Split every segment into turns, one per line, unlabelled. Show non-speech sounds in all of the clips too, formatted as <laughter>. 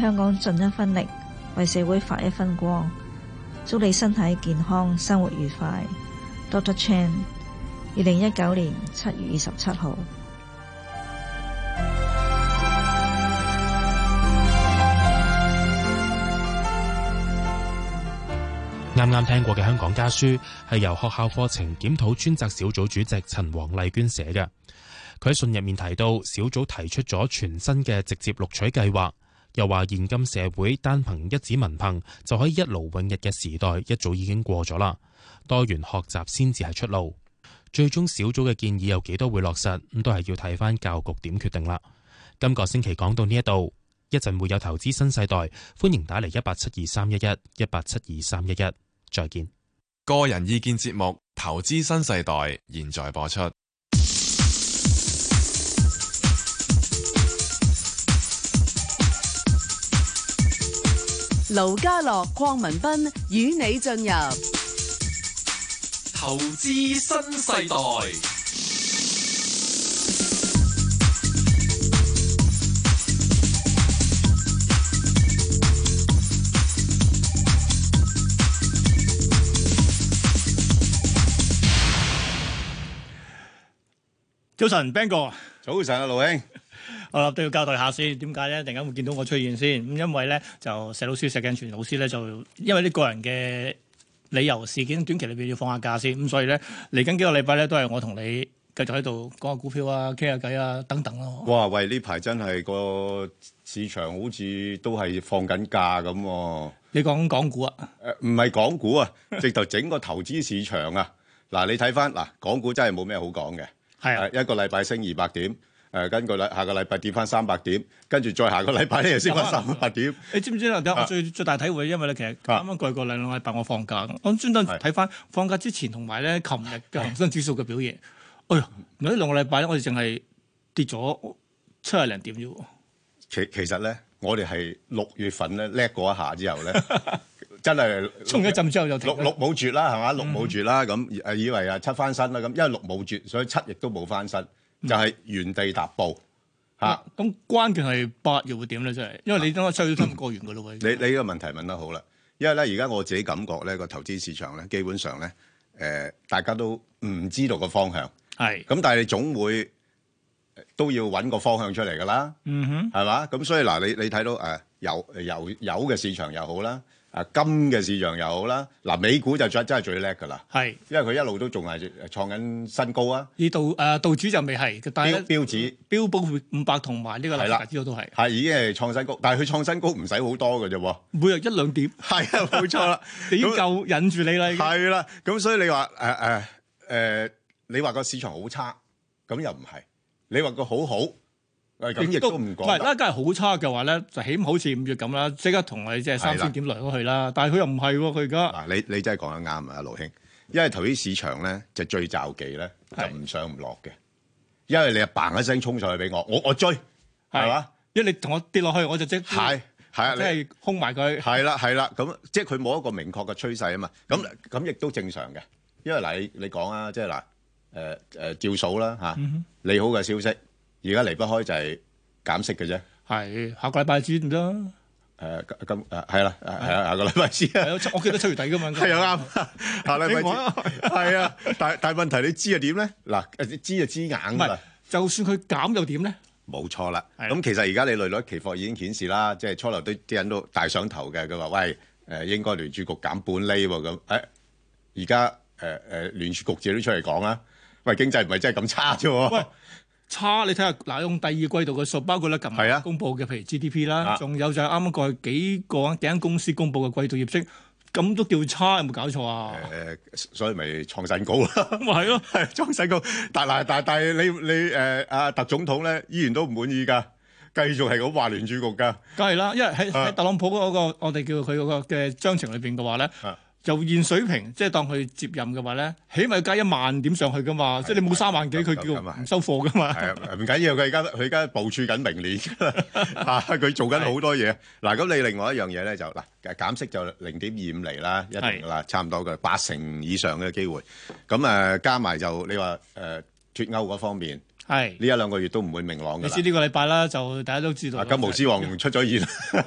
香港盡一分力，為社會發一分光。祝你身體健康，生活愉快。Dr. Chan，二零一九年七月二十七號。
啱啱聽過嘅《香港家書》係由學校課程檢討專責小組主席陳黃麗娟寫嘅。佢喺信入面提到，小組提出咗全新嘅直接錄取計劃，又話現今社會單憑一紙文憑就可以一勞永逸嘅時代一早已經過咗啦。多元學習先至係出路。最終小組嘅建議有幾多會落實，咁都係要睇返教育局點決定啦。今個星期講到呢一度。一陣會有投資新世代，歡迎打嚟一八七二三一一一八七二三一一。再見。
個人意見節目《投資新世代》現在播出。
盧家樂、鄺民彬與你進入《
投資新世代》。
早晨，Ben 哥。
早晨啊，盧兄。
我諗都要交代下先，點解咧？突然間會見到我出現先？咁因為咧，就石老師石鏡泉老師咧，就因為呢個人嘅理由事件，短期裏邊要放下假先。咁所以咧，嚟緊幾個禮拜咧，都係我同你繼續喺度講下股票啊、傾下偈啊等等咯。
哇！喂，呢排真係個市場好似都係放緊假咁喎。
你講港股啊？
誒，唔係港股啊， <laughs> 直頭整個投資市場啊。嗱，你睇翻嗱，港股真係冇咩好講嘅。
係啊，
一個禮拜升二百點，誒跟個禮下個禮拜跌翻三百點，跟住再下個禮拜咧又升翻
啊
三百點。啊
你知唔知咧？我最最大體會，因為咧，其實啱啱過去個兩兩禮拜我放假，我專登睇翻放假之前同埋咧，琴日嘅恒生指數嘅表現。哎呀，原來呢兩個禮拜咧，我哋淨係跌咗七廿零點啫喎。
其其實咧，我哋係六月份咧叻過一下之
<laughs>
後咧，真係
衝一陣之後就停嗯
六六冇絕啦，係嘛？六冇絕啦，咁誒以為啊七翻身啦，咁因為六冇絕，所以七亦都冇翻身，
嗯
就係原地踏步嚇。
咁關鍵係八月會點咧？真係，因為你等我七月都過完噶啦喎。
你你呢個問題問得好啦，因為咧而家我自己感覺咧個投資市場咧基本上咧誒大家都唔知道個方向，
係
咁但係你總會都要揾個方向出嚟㗎啦。
嗯哼，
係嘛？咁所以嗱，你你睇到誒油油油嘅市場又好啦，啊金嘅市場又好啦，嗱、美股就真真係最叻㗎啦，
係
因為佢一路都仲係創緊新高啊，
呢度誒道指就未係，但
標
係
標指
標普五百同埋呢個
係啦
納斯達指數都係
係已經係創新高，但係佢創新高唔使好多㗎啫喎，
每日一兩點，
係啊，冇錯啦，
<laughs> 你已經
咁
夠忍住你啦。已經
係啦，咁所以你話誒誒誒，你話個市場好差，咁又唔係，你話個好好，誒咁亦都唔講
係
得。
啦，梗係好差嘅話咧，就起碼好似五月咁啦，即刻同你即係三
係啦
千點落去啦。但係佢又唔係喎，佢而家
嗱，你你真係講得啱啊，盧兄，因為投資市場咧就最罩忌咧，就
係
唔上唔落嘅，因為你啊嘭一聲衝上去俾我，我我追，係嘛？？
因為你同我跌落去，我就即
係係啊，
即
你
係空埋佢。
係啦係啦，咁即係佢冇一個明確嘅趨勢啊嘛，咁咁亦都正常嘅，因為嗱你你講啊，即係嗱誒誒照數啦嚇，利好嘅消息，而家離不開就係減息嘅啫，
係下個禮拜知唔得？
誒咁誒係啦係啊下個禮拜先啊。
係啊七我記得七月底㗎嘛。
係啊啱，下禮拜
你講啊
知係啊，但但問題你知又點咧？嗱，知就知硬㗎
唔係
啦，，
就算佢減又點咧？
冇錯啦。
係啊
咁其實而家你利率期貨已經顯示啦，即係初頭都啲人都大上頭嘅，佢話喂誒應該聯儲局減半厘喎咁，誒而家誒誒聯儲局自己都出嚟講啦，喂經濟唔係真係咁差啫
喂
喎，
差你睇下嗱，用第二季度嘅數，包括咧近
係啊
日公佈嘅，譬如 GDP 啦，
啊
仲有就係啱啱過去幾個幾間公司公佈嘅季度業績，咁都叫差，有冇搞錯啊？
誒所以咪創新高啦。
咁咪係咯，
係裝細個，但嗱但但係你你誒阿特總統咧依然都唔滿意㗎，繼續係咁話聯儲局㗎。
梗係啦，因為喺喺
啊
特朗普嗰、個我哋叫佢嗰個嘅章程裏邊嘅話咧
啊。
就現水平，即係當佢接任嘅話咧，起碼要加一萬點上去噶嘛，即係你冇三萬幾，佢
咁
叫
咁啊
唔收貨噶嘛。
係啊，唔緊要，佢而家佢而家部署緊明年㗎
<laughs>
啦，嚇佢做緊好多嘢。嗱，咁你另外一樣嘢咧就嗱減息就零點二五厘啦，一定㗎啦，差唔多嘅呃八成以上嘅機會。咁誒加埋就你話誒脱歐嗰方面
係
呢一兩個月都唔會明朗
你
㗎啦
知。呢個禮拜啦，就大家都知道
啊，
啦。
金毛獅王出咗現，
<laughs>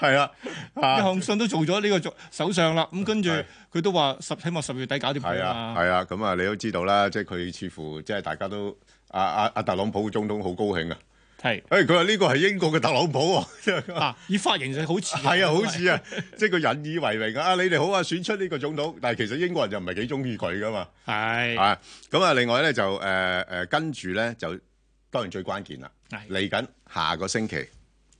係啦，啊嗯
一項信都做咗呢個做首相啦，咁跟住
係
佢都話十希望十月底搞掂
係
佢
啊，
啊嘛。
係啊，咁啊，你都知道啦，即係佢似乎即係大家都啊啊啊特朗普總統好高興啊！
係
誒，佢話呢個係英國嘅特朗普喎，
嗱，啊以髮型就好似
啊 <laughs> 係啊，好似啊，即係佢引以為榮啊！啊你哋好啊，選出呢個總統，但係其實英國人就唔係幾中意佢噶嘛，
係
啊，咁啊，另外咧就誒誒跟住咧就當然最關鍵啦，
係
嚟緊下個星期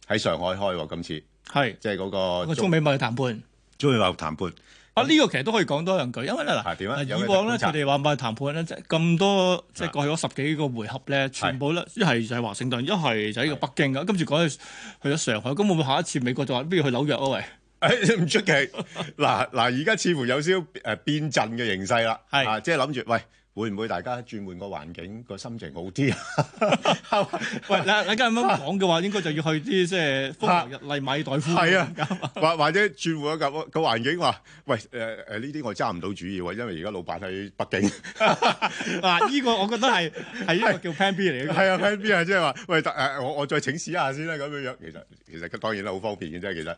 喺上海開喎，今次
係
即係嗰
<laughs> 個
個
中美貿易談判。
中美貿易談判。
啊！呢、個其實都可以講多兩句，因為咧
啊
嗱，
點啊有
以
咩
往咧
觀察
佢哋話貿易談判咧，即係咁多即
啊
係過去嗰十幾個回合咧，全部咧一係就係華盛頓，一係就喺呢個北京啊噶，跟住講去去咗上海，咁會唔會下一次美國就話不如去紐約啊？
<laughs>
喂，
誒哎唔出奇，嗱嗱，而家似乎有少少誒變陣嘅形勢啦，
係
啊，即係諗住，喂，會唔會大家轉換個環境，個心情好啲啊？
喂，嗱，你家咁樣講嘅話，應該就要去啲即係風和日麗米代夫
啊係啊，或或者轉換一個個環境，話，喂，誒誒呢啲我揸唔到主意喎，因為而家老闆喺北京， <laughs>
嗱，呢個我覺得係係一個叫 Plan B 嚟嘅。
係啊喺邊啊，即係話，喂，誒、我我再請示一下先啦，咁樣樣，其實其實當然啦，好方便嘅啫，其實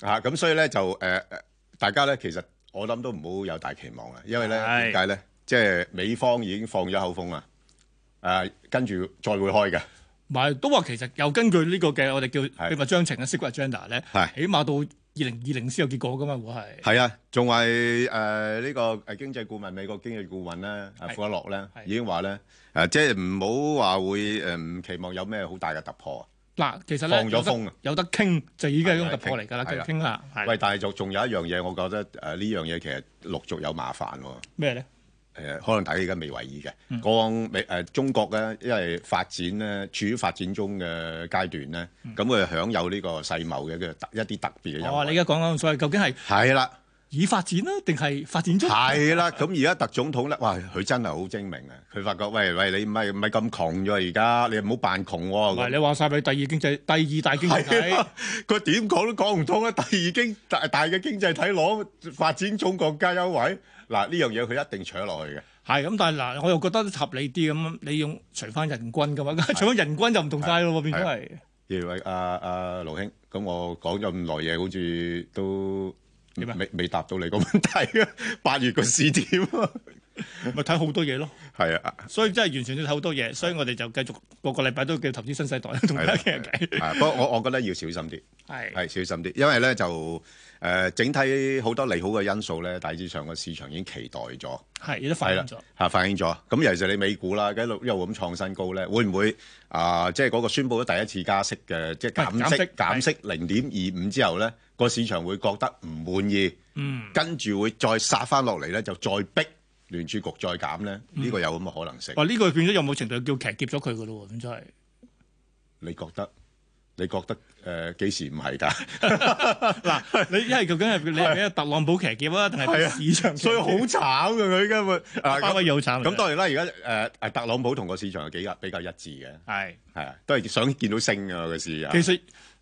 嚇，咁、所以咧就誒誒、大家咧其實我諗都唔好有大期望啦，因為咧點
係
解咧，即係美方已經放咗口風啦，誒、跟住再會開嘅，
唔係都話其實又根據呢個嘅我哋叫
係
秘密章程嘅 secret agenda 咧，
係
起碼到二零二零先有結果噶嘛，會係
係啊，仲係誒呢個誒經濟顧問美國經濟顧問咧，阿
係
庫一洛咧
係
已經話咧誒，即係唔好話會誒唔期望有咩好大嘅突破啊。
嗱，其實咧
放咗
有得
風啊
有得傾就已經係一種
係
突破嚟㗎啦，繼
係
續
啊
傾啦，
喂，
係
但係仲仲有一樣嘢，我覺得誒呢樣嘢其實陸續有麻煩喎。
咩咧？
誒、可能大家而家未為意嘅，
嗯
講美誒、中國咧，因為發展咧處於發展中嘅階段咧，咁佢、享有呢個世貿嘅嘅特一啲特別嘅優
嗯哦，
惠。
你而家講緊所謂究竟係
啊係啦，
已發展啦，定係發展中？
係啦，咁而家特總統咧，哇，佢真係好精明啊！佢發覺，喂喂，你唔係唔係咁窮咗而家，你唔好扮窮
唔係
喎、
你話晒俾第二經濟第二大經濟
係啊
體
啦，佢點講都講唔通啦！啊第二經大大嘅經濟體攞發展中國家優惠，嗱呢樣嘢佢一定搶落去嘅。
係咁，但係嗱，我又覺得合理啲咁，你用除翻人均㗎嘛，除翻人均就唔同晒咯喎，變咗係
葉偉阿阿啊盧兄，咁我講咗咁耐嘢，好似都
點啊
未未答到你個問題啊！ <laughs> 八月個試點啊，
咪睇好多嘢咯。
係
<laughs>
啊，
所以真係完全要睇好多嘢，所以我哋就繼續個個禮拜都叫投資新世代同大
係
家
啦
傾下偈。
啊不過我我覺得要小心啲，
係
係小心啲，因為咧就誒、呃整體好多利好嘅因素咧，大致上個市場已經期待咗，
係，亦都反
係
映
啦
咗。
嚇反映咗。咁尤其是你美股啦，一路一路咁創新高咧，會唔會啊、即係嗰個宣布咗第一次加息嘅，即係
係
減
減
息
息
減息零點二五之後咧，個市場會覺得唔滿意。
嗯，
跟住會再殺翻落嚟咧，就再逼聯儲局再減咧，呢、個有咁嘅可能性。
哦哇！呢個變咗有冇程度叫騎劫咗佢㗎咯喎，變咗係。
你覺得？你覺得誒幾、時唔係㗎？
嗱，你一係究竟係你係俾特朗普騎劫啊，定係俾市場騎劫？
慘嘅佢今日啊
巴威
咁
嘢好慘。
咁當然啦，而家誒誒特朗普同個市場係幾比較一致
係，
嘅，係啊，都係想見到升啊個市啊
其。實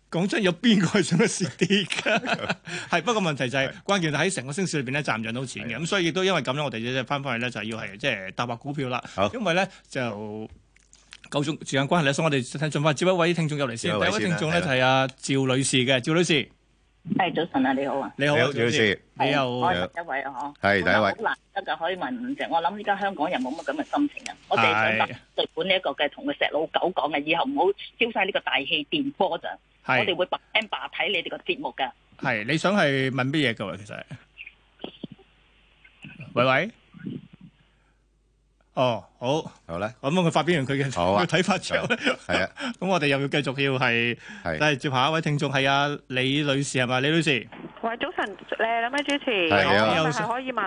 講真，有邊個係想得蝕啲㗎？係不過問題就係關鍵喺成個升市裏邊咧賺唔賺到錢嘅，咁所以亦都因為咁咧，我哋咧翻返去咧就係要係即係搭白股票啦
好。
因為咧就夠鐘時間關係咧，所以我哋盡快接一位聽眾入嚟先。
接
第
一位
一位聽眾咧
先啦啊
就係阿趙女士嘅，趙女士
系早晨啊，你好啊，
你
你
好，
好，女，士，
你
係
又
我係第一位啊，
係第一位
好難得噶，可以問五隻。我諗依家香港人冇乜咁嘅心情啊，我哋
係
想特對本呢一個嘅同佢石老狗講嘅，以後唔好燒晒呢個大氣電波咋，我哋
係
會白聽白睇你哋個節目噶。
係你想係問乜嘢嘅喎？其實係，喂喂，哦好。
好啦，
咁佢發表完佢嘅
好啊
佢睇法之後咧，
係啊，
<laughs> 咁我哋又要繼續要係，
係
係接下一位聽眾係阿李女士係咪？李女士，
喂，早晨，誒兩位主持，
係你好
我係可以問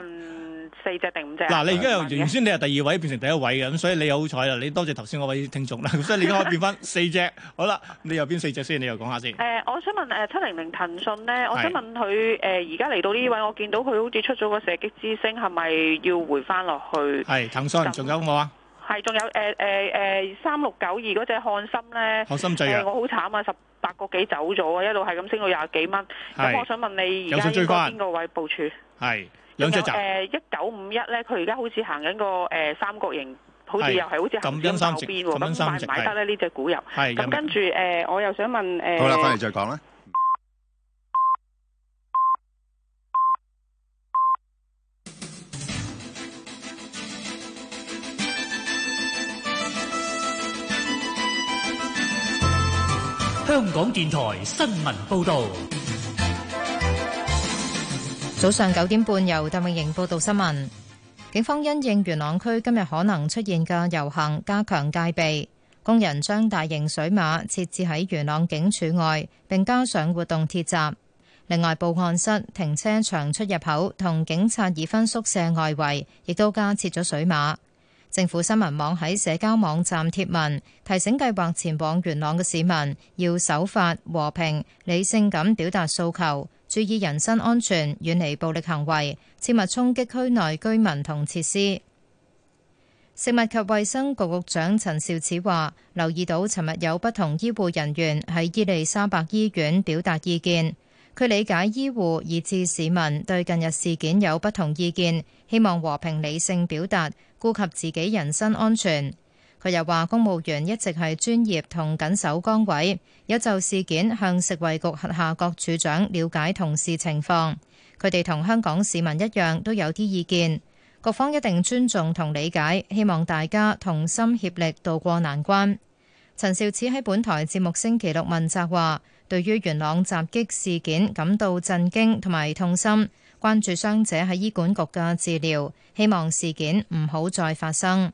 四隻定五隻？
嗱，你而家由原先你啊係第二位變成第一位嘅，咁所以你好彩啦，你多謝頭先嗰位聽眾 <laughs> 啦，咁所以你而家可以變翻四隻，好啦，你又邊四隻先？你又講下先
誒、。我想問誒七零零騰訊咧，我
係
想問佢誒而家嚟到呢位，我見到佢好似出咗個射擊之星，係咪要回翻落去？
係騰訊，仲有冇啊？
係，仲有誒誒誒三六九二嗰只漢森咧，
學心
誒、
最弱，
我好慘啊，十八個幾走咗啊，一路係咁升到廿幾蚊。咁我
係
想問你
有
而
想
家
追
應該
返
邊個位部署？
係兩隻集
仲有誒一九五一咧，佢而家好似行緊個誒三角形去好似
係
又係好似
咁樣
行咗
三
爆
隻
邊
咁
喎，
樣
咁
三
買
隻
唔買
係
得咧呢只股油？
係
咁跟住誒、呃我又想問誒，呃
好啦，翻嚟再講啦。
香港電台新聞報道，
早上九點半，由鄧永盈報道新聞。警方因應元朗區今日可能出現嘅遊行，加強戒備。工人將大型水馬設置喺元朗警署外，並加上活動鐵閘。另外，報案室、停車場出入口同警察已分宿舍外圍，亦都加設咗水馬。政府新聞網喺社交網站貼文，提醒計劃前往元朗嘅市民要守法、和平、理性咁表達訴求，注意人身安全，遠離暴力行為，切勿衝擊區內居民同設施。食物及衛生局局長陳肇始話：留意到尋日有不同醫護人員喺伊利沙伯醫院表達意見，佢理解醫護以至市民對近日事件有不同意見，希望和平理性表達，顧及自己人身安全。佢又話：公務員一直係專業同緊守崗位，有就事件向食衛局轄下各處長了解同事情況。佢哋同香港市民一樣都有啲意見，各方一定尊重同理解，希望大家同心協力渡過難關。陳肇始喺本台節目星期六問責話，對於元朗襲擊事件感到震驚同埋痛心，關注傷者喺醫管局嘅治療，希望事件唔好再發生。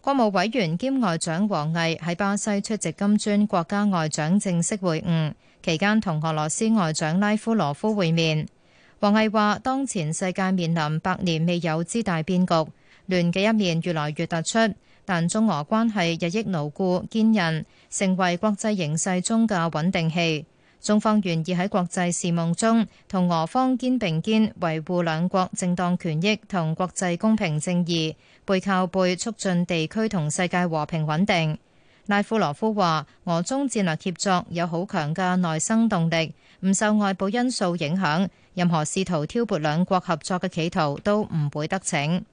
國務委員兼外長王毅喺巴西出席金磚國家外長正式會晤，期間同俄羅斯外長拉夫羅夫會面。王毅話：當前世界面臨百年未有之大變局，亂嘅一面越來越突出，但中俄關係日益牢固堅韌，成為國際形勢中嘅穩定器。中方願意喺國際事務中同俄方肩並肩，維護兩國正當權益同國際公平正義，背靠背促進地區同世界和平穩定。拉夫羅夫話：俄中戰略協作有好強嘅內生動力，唔受外部因素影響，任何試圖挑撥兩國合作嘅企圖都唔會得逞。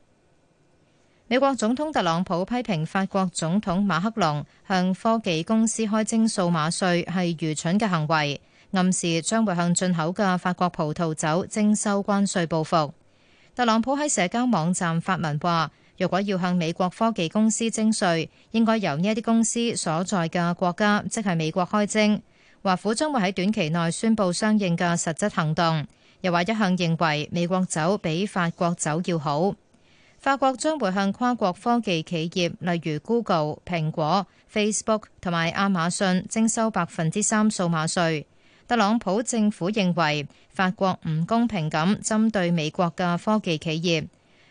美國總統特朗普批評法國總統馬克龍向科技公司開徵數碼稅係愚蠢嘅行為，暗示將會向進口嘅法國葡萄酒徵收關稅報復。特朗普喺社交網站發文話，若果要向美國科技公司徵稅，應該由呢一啲公司所在嘅國家，即係美國開徵。華府將會喺短期內宣布相應嘅實質行動。又話一向認為美國酒比法國酒要好。法國將會向跨國科技企業，例如 Google、蘋果、Facebook 同埋亞馬遜徵收百分之三數碼稅。特朗普政府認為法國唔公平咁針對美國嘅科技企業。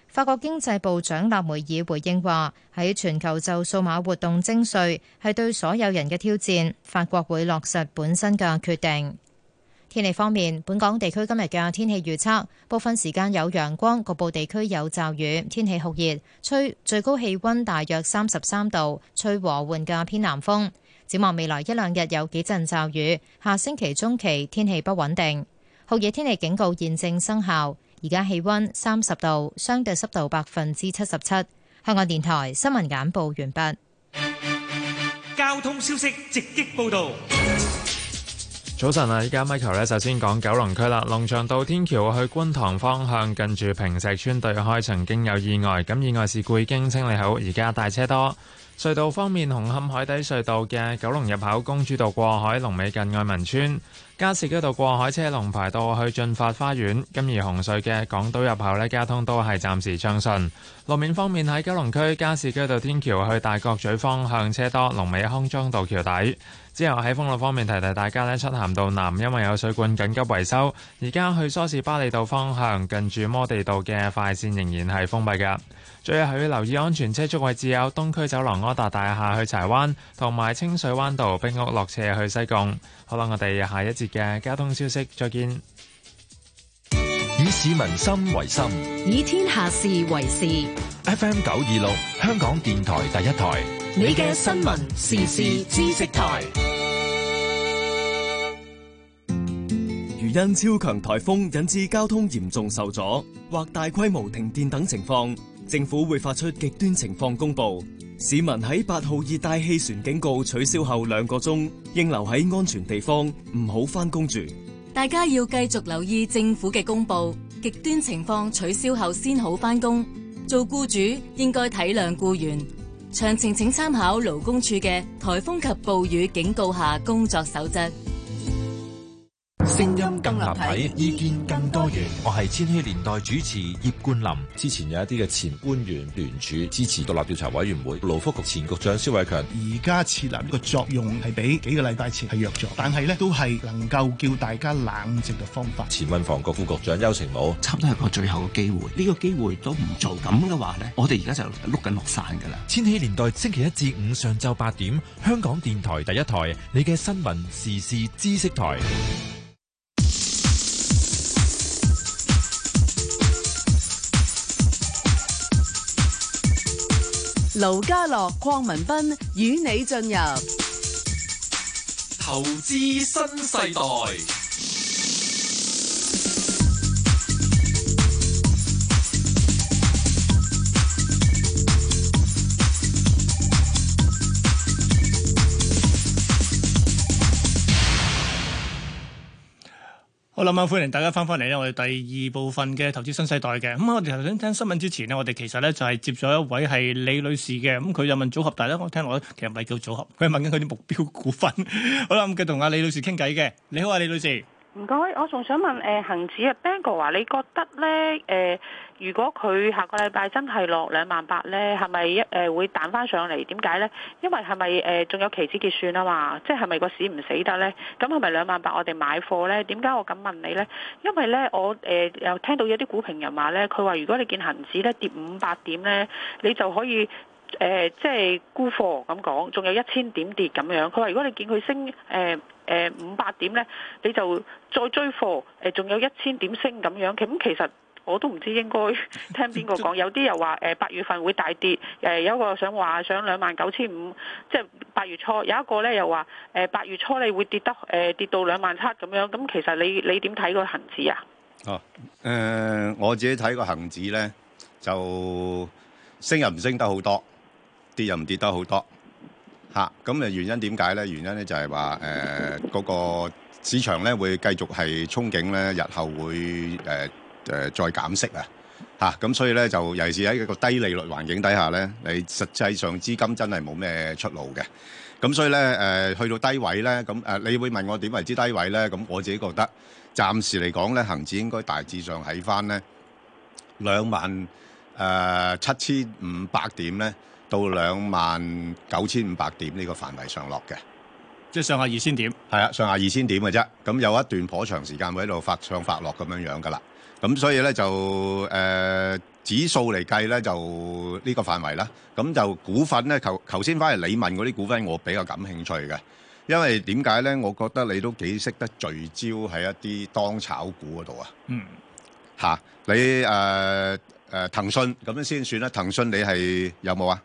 法國經濟部長納梅爾回應話：喺全球就數碼活動徵稅係對所有人嘅挑戰，法國會落實本身嘅決定。天氣方面，本港地區今日嘅天氣預測，部分時間有陽光，局部地區有驟雨，天氣酷熱，吹最高氣温大約三十三度，吹和緩嘅偏南風。展望未來一兩日有幾陣驟雨，下星期中期天氣不穩定，酷熱天氣警告現正生效。而家氣温三十度，相對濕度百分之七十七。香港電台新聞簡報完畢。
交通消息直擊報道。
早晨啊！依家 Michael 咧，首先講九龍區啦，龍翔道天橋去觀塘方向，近住坪石村對開曾經有意外，咁意外事故已經清理好，而家大車多。隧道方面，紅磡海底隧道嘅九龍入口公主道過海，龍尾近愛民村；加士居道過海車龍排到去進發花園。咁而紅隧嘅港島入口呢，交通都係暫時暢順。路面方面喺九龍區加士居道天橋去大角咀方向車多，龍尾康莊道橋底。之後喺封路方面提提大家呢，漆咸道南因為有水管緊急維修，而家去梳士巴利道方向近住摩地道嘅快線仍然係封閉㗎。最後要留意安全車速位置有東區走廊柯達大廈去柴灣，同埋清水灣道冰屋落斜去西貢。好啦，我哋下一節嘅交通消息再見。
以市民心為心
以天下事為事。
，FM 九二六香港電台第一台，
你嘅新聞時事知識台，
如因超強颱風引致交通嚴重受阻或大規模停電等情況，政府會發出極端情況公佈，市民喺八號熱帶氣旋警告取消後兩個鐘，應留喺安全地方，唔好返工住。
大家要繼續留意政府嘅公佈，極端情況取消後先好返工。做僱主應該體諒僱員。詳情請參考勞工處嘅颱風及暴雨警告下工作守則。
聲音更立體，意見更多元。我係千禧年代主持葉冠霖。
之前有一啲嘅前官員聯署支持獨立調查委員會，勞福局前局長蕭偉強。
而家設立個作用係比幾個禮拜前係弱咗，但係呢都係能夠叫大家冷靜嘅方法。
前運房局副局長邱成武，
差唔多係個最後嘅機會，呢、這個機會都唔做咁嘅話呢，我哋而家就碌緊落山㗎啦。
千禧年代星期一至五上晝八點，香港電台第一台，你嘅新聞時事知識台。
盧家樂、鄺民彬與你進入
投資新世代。
好啦，咁歡迎大家翻返嚟咧，我哋第二部分嘅投資新世代嘅。咁、嗯、我哋頭先聽新聞之前呢，我哋其實咧就係、是、接咗一位係李女士嘅。咁、嗯、佢就問組合，但係咧我聽落其實唔係叫組合，佢係問緊佢啲目標股份。好啦，咁佢同阿李女士傾偈嘅。你好啊，李女士。
唔該，我仲想問誒恆指啊，Bang 哥話你覺得咧誒、呃，如果佢下個禮拜真係落兩萬八咧，係咪一誒會彈翻上嚟？點解咧？因為係咪誒仲有期指結算啊嘛？即係咪個市唔死得咧？咁係咪兩萬八我哋買貨咧？點解我咁問你咧？因為咧我誒、呃、又聽到有啲股評人話咧，佢話如果你見恆指咧跌五百點咧，你就可以。誒、呃，即係沽貨咁講，仲有一千點跌咁樣。佢話：如果你見佢升誒誒五百點呢，你就再追貨。誒、呃，仲有一千點升咁樣。咁其實我都唔知應該聽邊個講。有啲又話誒八月份會大跌。誒、呃、有一個想話上兩萬九千五，即係八月初。有一個呢又話誒八月初你會跌得誒、呃、跌到兩萬七咁樣。咁其實你你點睇個恒指啊？
哦，誒、呃、我自己睇個恒指呢，就升又唔升得好多。跌又唔跌得好多嚇，咁誒原因點解咧？原因咧就係話誒嗰個市場咧會繼續係憧憬咧，日後會誒誒、呃呃、再減息啊嚇，咁所以咧就尤其是喺一個低利率環境底下咧，你實際上資金真係冇咩出路嘅，咁所以咧誒、呃、去到低位咧，咁誒、呃、你會問我點為之低位咧？咁我自己覺得暫時嚟講咧，恒指應該大致上喺翻咧兩萬誒七千五百點咧。到兩萬九千五百點呢個範圍上落嘅，
即係上下二千點。
係啊，上下二千點嘅啫。咁有一段頗長時間會喺度發上發落咁樣樣噶啦。咁所以咧就誒、呃、指數嚟計咧就呢個範圍啦。咁就股份咧，頭頭先翻嚟你問嗰啲股份，我比較感興趣嘅，因為點解咧？我覺得你都幾識得聚焦喺一啲當炒股嗰度啊。
嗯。
嚇、啊！你誒誒、呃呃、騰訊咁樣先算啦。騰訊你係有冇啊？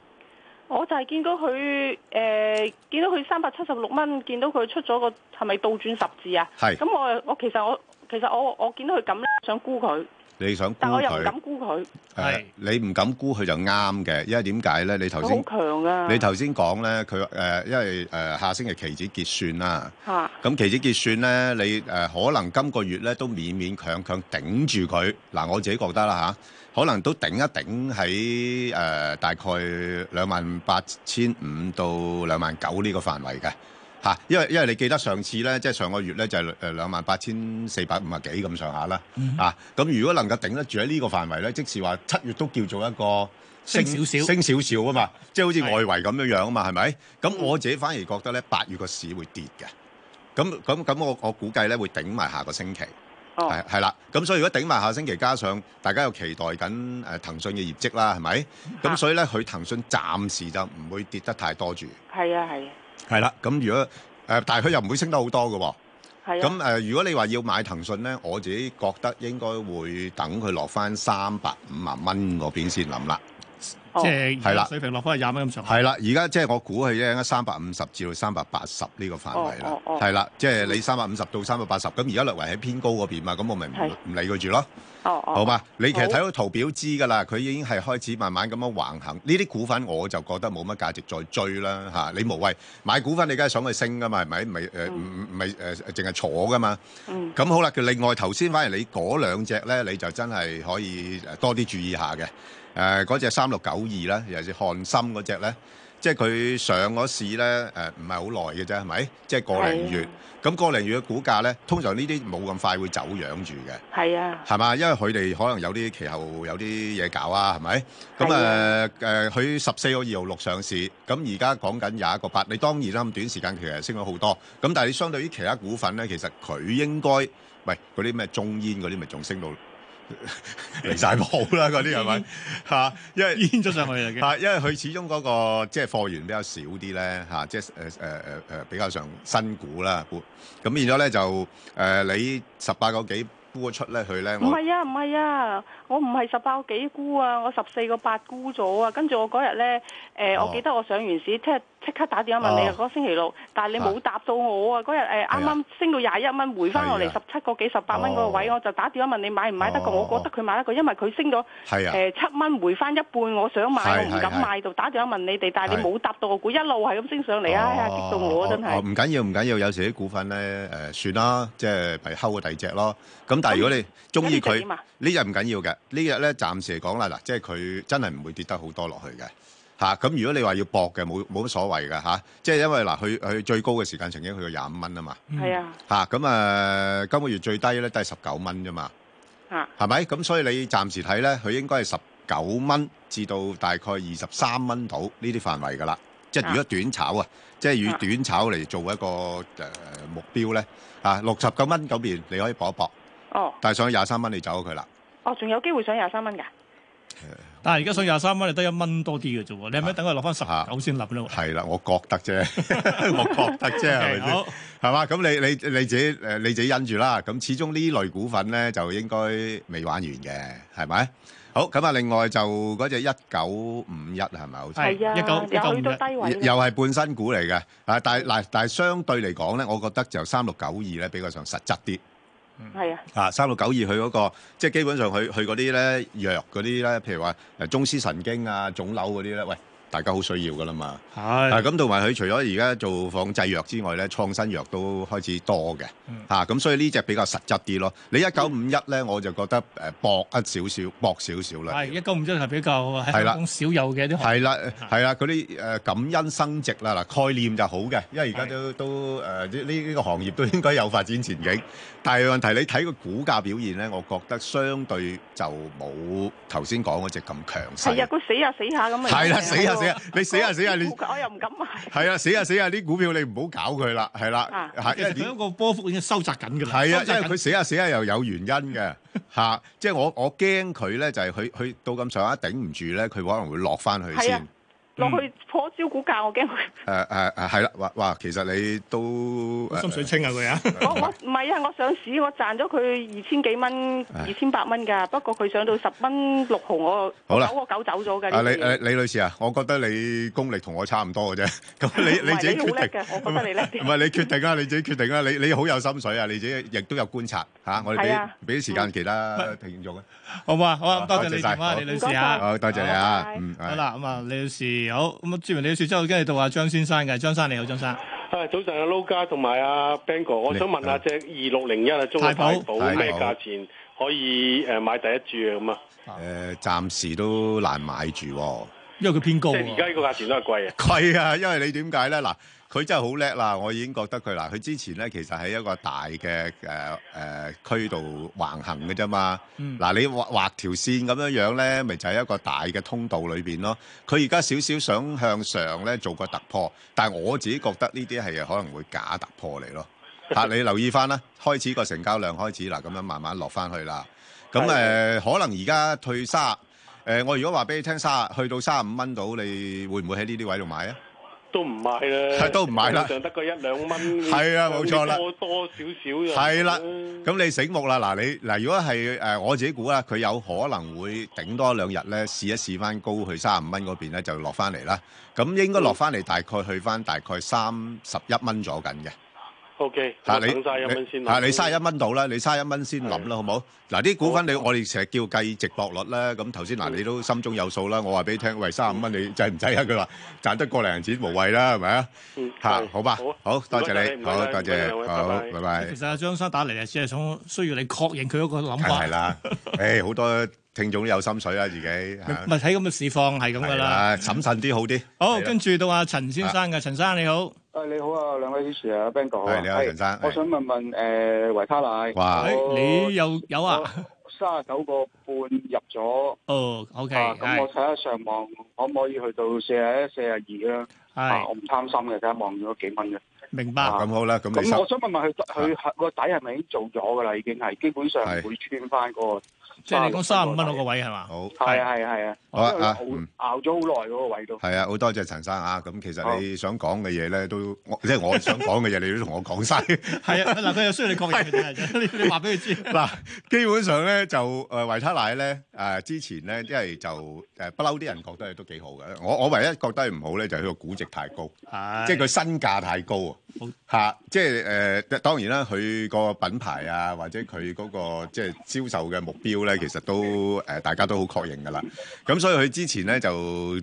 我就係見到佢誒、呃，見到佢三百七十六蚊，見到佢出咗個係咪倒轉十字啊？
係。
咁我我其實我其實我我見到佢咁咧，想沽佢。
你想沽佢？
但我又唔敢沽佢。
係。你唔敢沽佢就啱嘅，因為點解咧？你頭先
好強啊！
你頭先講咧，佢誒、呃，因為誒、呃、下星期期指結算啦。
嚇、啊。
咁期指結算咧，你誒、呃、可能今個月咧都勉勉強強頂住佢。嗱，我自己覺得啦嚇。啊可能都頂一頂喺誒、呃、大概兩萬八千五到兩萬九呢個範圍嘅嚇、啊，因為因為你記得上次咧，即係上個月咧就係誒呃兩萬八千四百五啊幾咁上下啦嚇，咁、啊、如果能夠頂得住喺呢個範圍咧，即是話七月都叫做一個
升少少，
升少少啊嘛，即係好似外圍咁樣樣啊嘛，係咪？
嗯
咁我自己反而覺得咧，八月個市會跌嘅，咁咁咁我我估計咧會頂埋下個星期。
哦
係係啦，咁所以如果頂埋下星期，加上大家又期待緊誒騰訊嘅業績啦，係咪？咁所以咧，佢騰訊暫時就唔會跌得太多住。
係啊，係啊。
係啦，咁如果誒，呃但係佢又唔會升得好多嘅喎。
係
啊。咁誒，如果你話要買騰訊咧，我自己覺得應該會等佢落翻三百五十蚊嗰邊先諗啦。
即係
係啦
水平落翻去廿蚊咁上下。
哦係啦，而家即係我估係應該三百五十至到三百八十呢個範圍啦
哦哦哦，
係啦，即係你三百五十到三百八十，咁而家略為喺偏高嗰邊嘛，咁我咪唔
係
唔理佢住咯。
哦哦，
好嘛？你其實睇
好
到圖表知㗎啦，佢已經係開始慢慢咁樣橫行。呢啲股份我就覺得冇乜價值再追啦嚇、你無謂買股份，你梗係想佢升㗎嘛？係咪？唔係誒，唔唔唔係誒，淨係坐㗎嘛？
嗯
咁好啦，佢另外頭先反而你嗰兩隻咧，你就真係可以誒多啲注意下嘅。誒嗰只三六九二啦，尤其是漢森嗰只咧，即係佢上嗰市咧誒唔係好耐嘅啫，係咪？即係個零
係
月
啊。
咁個零月嘅股價咧，通常呢啲冇咁快會走樣住嘅。
係啊，
係嘛？因為佢哋可能有啲其後有啲嘢搞啊，係咪？咁誒誒，佢十四個二號六上市，咁而家講緊廿一個八，你當然啦，咁短時間其實升咗好多。咁但係你相對於其他股份咧，其實佢應該喂嗰啲咩中煙嗰啲，咪仲升到離晒譜啦？嗰啲係咪嚇？因為
煙咗上去啦已經
嚇，因為佢始終嗰、個即係貨源比較少啲咧嚇，即係誒誒誒誒比較上新股啦股，咁變咗咧就誒、你十八個幾沽咗出咧佢咧，
唔
我
係啊，唔係啊，我唔係十八個幾沽啊，我十四個八沽咗啊。跟住我嗰日呢，誒、
哦
我記得我上完市，即係即刻打電話問你啊，
哦
嗰、星期六，但係你冇答到我啊。嗰日誒啱啱升到廿一蚊，回翻落嚟
係
十
啊
七個幾十八蚊嗰個位，我就打電話問你買唔買得過。
哦
我覺得佢買得過，因為佢升咗
係啊
誒七蚊，回翻一半，我想買，
係
我唔敢
係係
買就打電話問你哋，但係你
係
冇答到我股，一路係咁升上嚟啊，哎呀激到我真
哦
係。
唔緊要唔緊要，有時啲股份咧誒、算啦，即係咪睺個第二隻咯。咁但係如果你中意
咁呢隻
佢
點啊
呢日唔緊要嘅，呢日咧暫時嚟講啦，嗱，即係佢真係唔會跌得好多落去嘅。嚇咁、如果你話要搏嘅，冇冇乜所謂嘅嚇、即係因為嗱，佢佢最高嘅時間曾經去到廿五蚊啊嘛，
係啊，
嚇咁誒，今個月最低咧都係十九蚊啫嘛，
嚇
係咪？咁所以你暫時睇咧，佢應該係十九蚊至到大概二十三蚊到呢啲範圍㗎啦。即係如果短炒啊，即係以
啊
短炒嚟做一個誒、呃目標咧，啊六十九蚊嗰邊你可以搏一搏，
哦，
但係上去廿三蚊你走咗佢啦。
哦，仲有機會上廿三蚊㗎。
但係而家上廿三蚊，你得一蚊多啲嘅啫喎，你係咪等佢落翻十九先立咯？
啊係啦，我覺得啫， <laughs> 我覺得啫，係
OK，
咪先
好？
係嘛？咁你你你自己誒你自己因住啦。咁始終呢類股份咧就應該未玩完嘅，係咪？好咁啊！另外就嗰只一九五一係咪？好似
係啊1951又去到低位啦
又係半新股嚟嘅。啊，但係嗱，但係相對嚟講咧，我覺得就三六九二咧比較上實質啲。
係啊，
啊，三六九二佢嗰個，即係基本上佢佢嗰啲咧藥嗰啲咧，譬如話誒中樞神經啊、腫瘤嗰啲咧，喂，大家好需要噶啦嘛。
係
啊，咁同埋佢除咗而家做仿製藥之外咧，創新藥都開始多嘅。嚇，咁所以呢只比較實質啲咯。你一九五一咧，我就覺得誒薄一少少，薄少少啦。
<laughs> 係一九五真係比較喺
係啦
香港少有嘅啲行
係啦，
啊
係啦，嗰啲誒感恩生殖啦，嗱概念就好嘅，因為而家都都誒呃呢呢呢個行業都應該有發展前景。 <laughs> 但係問題你睇個股價表現咧，我覺得相對就冇頭先講嗰只咁強
係啊，
勢。
佢死下死下咁啊。
係啦，死下死下，你死啊下死下，你
我又唔敢買。
係啊，死下死下，啲股票你唔好搞佢啦，係啦，
啊
係
其
因為
實
點
佢一個波幅已經收窄緊㗎
係
啦。
啊，
收
因
窄
為
緊
佢死下死下又有原因嘅 <laughs> 嚇，即係我我驚佢咧就係佢佢到咁上下頂唔住咧，佢可能會落翻去
係啊
先。
落去破招股價，我驚
<laughs> 誒誒
佢。
呃誒係啦，哇哇，其實你都呃
心水清啊佢啊，
我我唔係啊！我上市我賺咗佢二千幾蚊，
唉
二千八蚊㗎。不過佢上到十蚊六毫，我
好啦
九個九走咗㗎。
啊
呢
李
啲
誒
嘢
李女士啊，我覺得你功力同我差唔多嘅啫， <laughs> 咁你
唔係
你自己
你好叻
決定
嘅，我覺得你叻啲。
唔係你決定啦，你自己決定啦，啊你你好有心水啊，你自己亦都有觀察嚇，我哋
係
俾
啊
俾啲時
嗯
間其他聽眾啊，
好嘛？好啊，多謝你
晒
電話，李女士
好
啊。
好多謝你啊，嗯
好啦，咁啊，李女士好，咁啊，接完李女士之後，跟住到阿張先生嘅，張生你好，張生。
啊，早晨啊，撈家同埋阿 Bang 哥，我想問下隻二六零一啊，中國太保
太保
咩價錢可以誒買第一注啊？咁啊，
誒暫時都難買住喎。
因為佢偏
即
高啊
係而家呢個價錢都係貴
<laughs>
啊。
貴啊，因為你點解咧？嗱，佢真係好叻啦，我已經覺得佢嗱，佢之前咧其實喺一個大嘅誒誒區度橫行嘅啫嘛。嗱、
嗯
你畫畫條線咁樣樣咧，咪就係一個大嘅通道裏邊咯。佢而家少少想向上咧做個突破，但係我自己覺得呢啲係可能會假突破嚟咯。嚇、你留意翻啦，開始個成交量開始嗱咁樣慢慢落翻去啦。咁誒、可能而家退沙誒、我如果話俾你聽，三去到三十五蚊到，你會唔會喺呢啲位度買啊？
都唔買啦，
係 <laughs> 都唔買啦
通常得個一兩蚊，
係啊冇錯啦
多多少少啊，
係啦，咁你醒目啦，嗱你嗱，如果係誒、呃我自己估啦，佢有可能會頂多兩日咧，試一試翻高去三十五蚊嗰邊咧，就落翻嚟啦。咁應該落翻嚟大概去翻大概三十一蚊左緊嘅。
，OK，
嚇
我
你
等晒一蚊先
你嚇你嘥一蚊到啦，你嘥一蚊先諗啦，好冇？嗱啲股份你我哋成日叫計值博率啦，咁頭先嗱你都心中有數啦，我話俾你聽，喂三十五蚊你制唔制啊？佢話賺得個零銀錢無謂啦，係咪啊？嚇好吧，好多謝你，好多謝，好拜拜
其。實阿張生打嚟啊，只係想需要你確認佢嗰個諗
梗
法
係。啦，誒好多聽眾都有心水啦，自己嚇
咪睇咁嘅市況係咁噶啦。
係審慎啲好啲。
好，
係啦啊
跟住到阿陳先生嘅，陳生你好。
你好啊，兩位主持啊，Ben 哥好啊
係你好
係
陳生
我想問問誒維他奶，
哇
我
誒哎你又有啊？
三十九個半入咗，
哦，OK，
啊咁我
係
睇下上望可唔可以去到四十一、四十二啦，啊我唔貪心嘅，睇下望咗幾蚊嘅。
明白。
咁好啦，咁你
咁我
收
想問問佢佢個底係咪已經做咗㗎啦？已經係基本上唔會穿翻個，
即係你講三十五蚊嗰個位係嘛？
好。
係啊係啊係啊，
好啊
因為
啊
熬
嗯
熬咗好耐嗰個位度。
係啊，好多謝陳生啊！咁其實你想講嘅嘢咧，都我即係我想講嘅嘢，你都同我講晒。
<laughs> 係啊，嗱，佢又需要你確認佢哋，你你話俾佢知。
<laughs> 嗱，基本上咧就誒維他奶咧誒、之前咧，因為就誒不嬲啲人覺得佢都幾好嘅。我我唯一覺得佢唔好咧，就係佢個估值太高，
係
即係佢身價太高啊
好
嚇、即係誒、呃當然啦，佢個品牌啊，或者佢嗰、個即係銷售嘅目標咧，其實都誒、呃大家都好確認㗎啦。咁所以佢之前咧就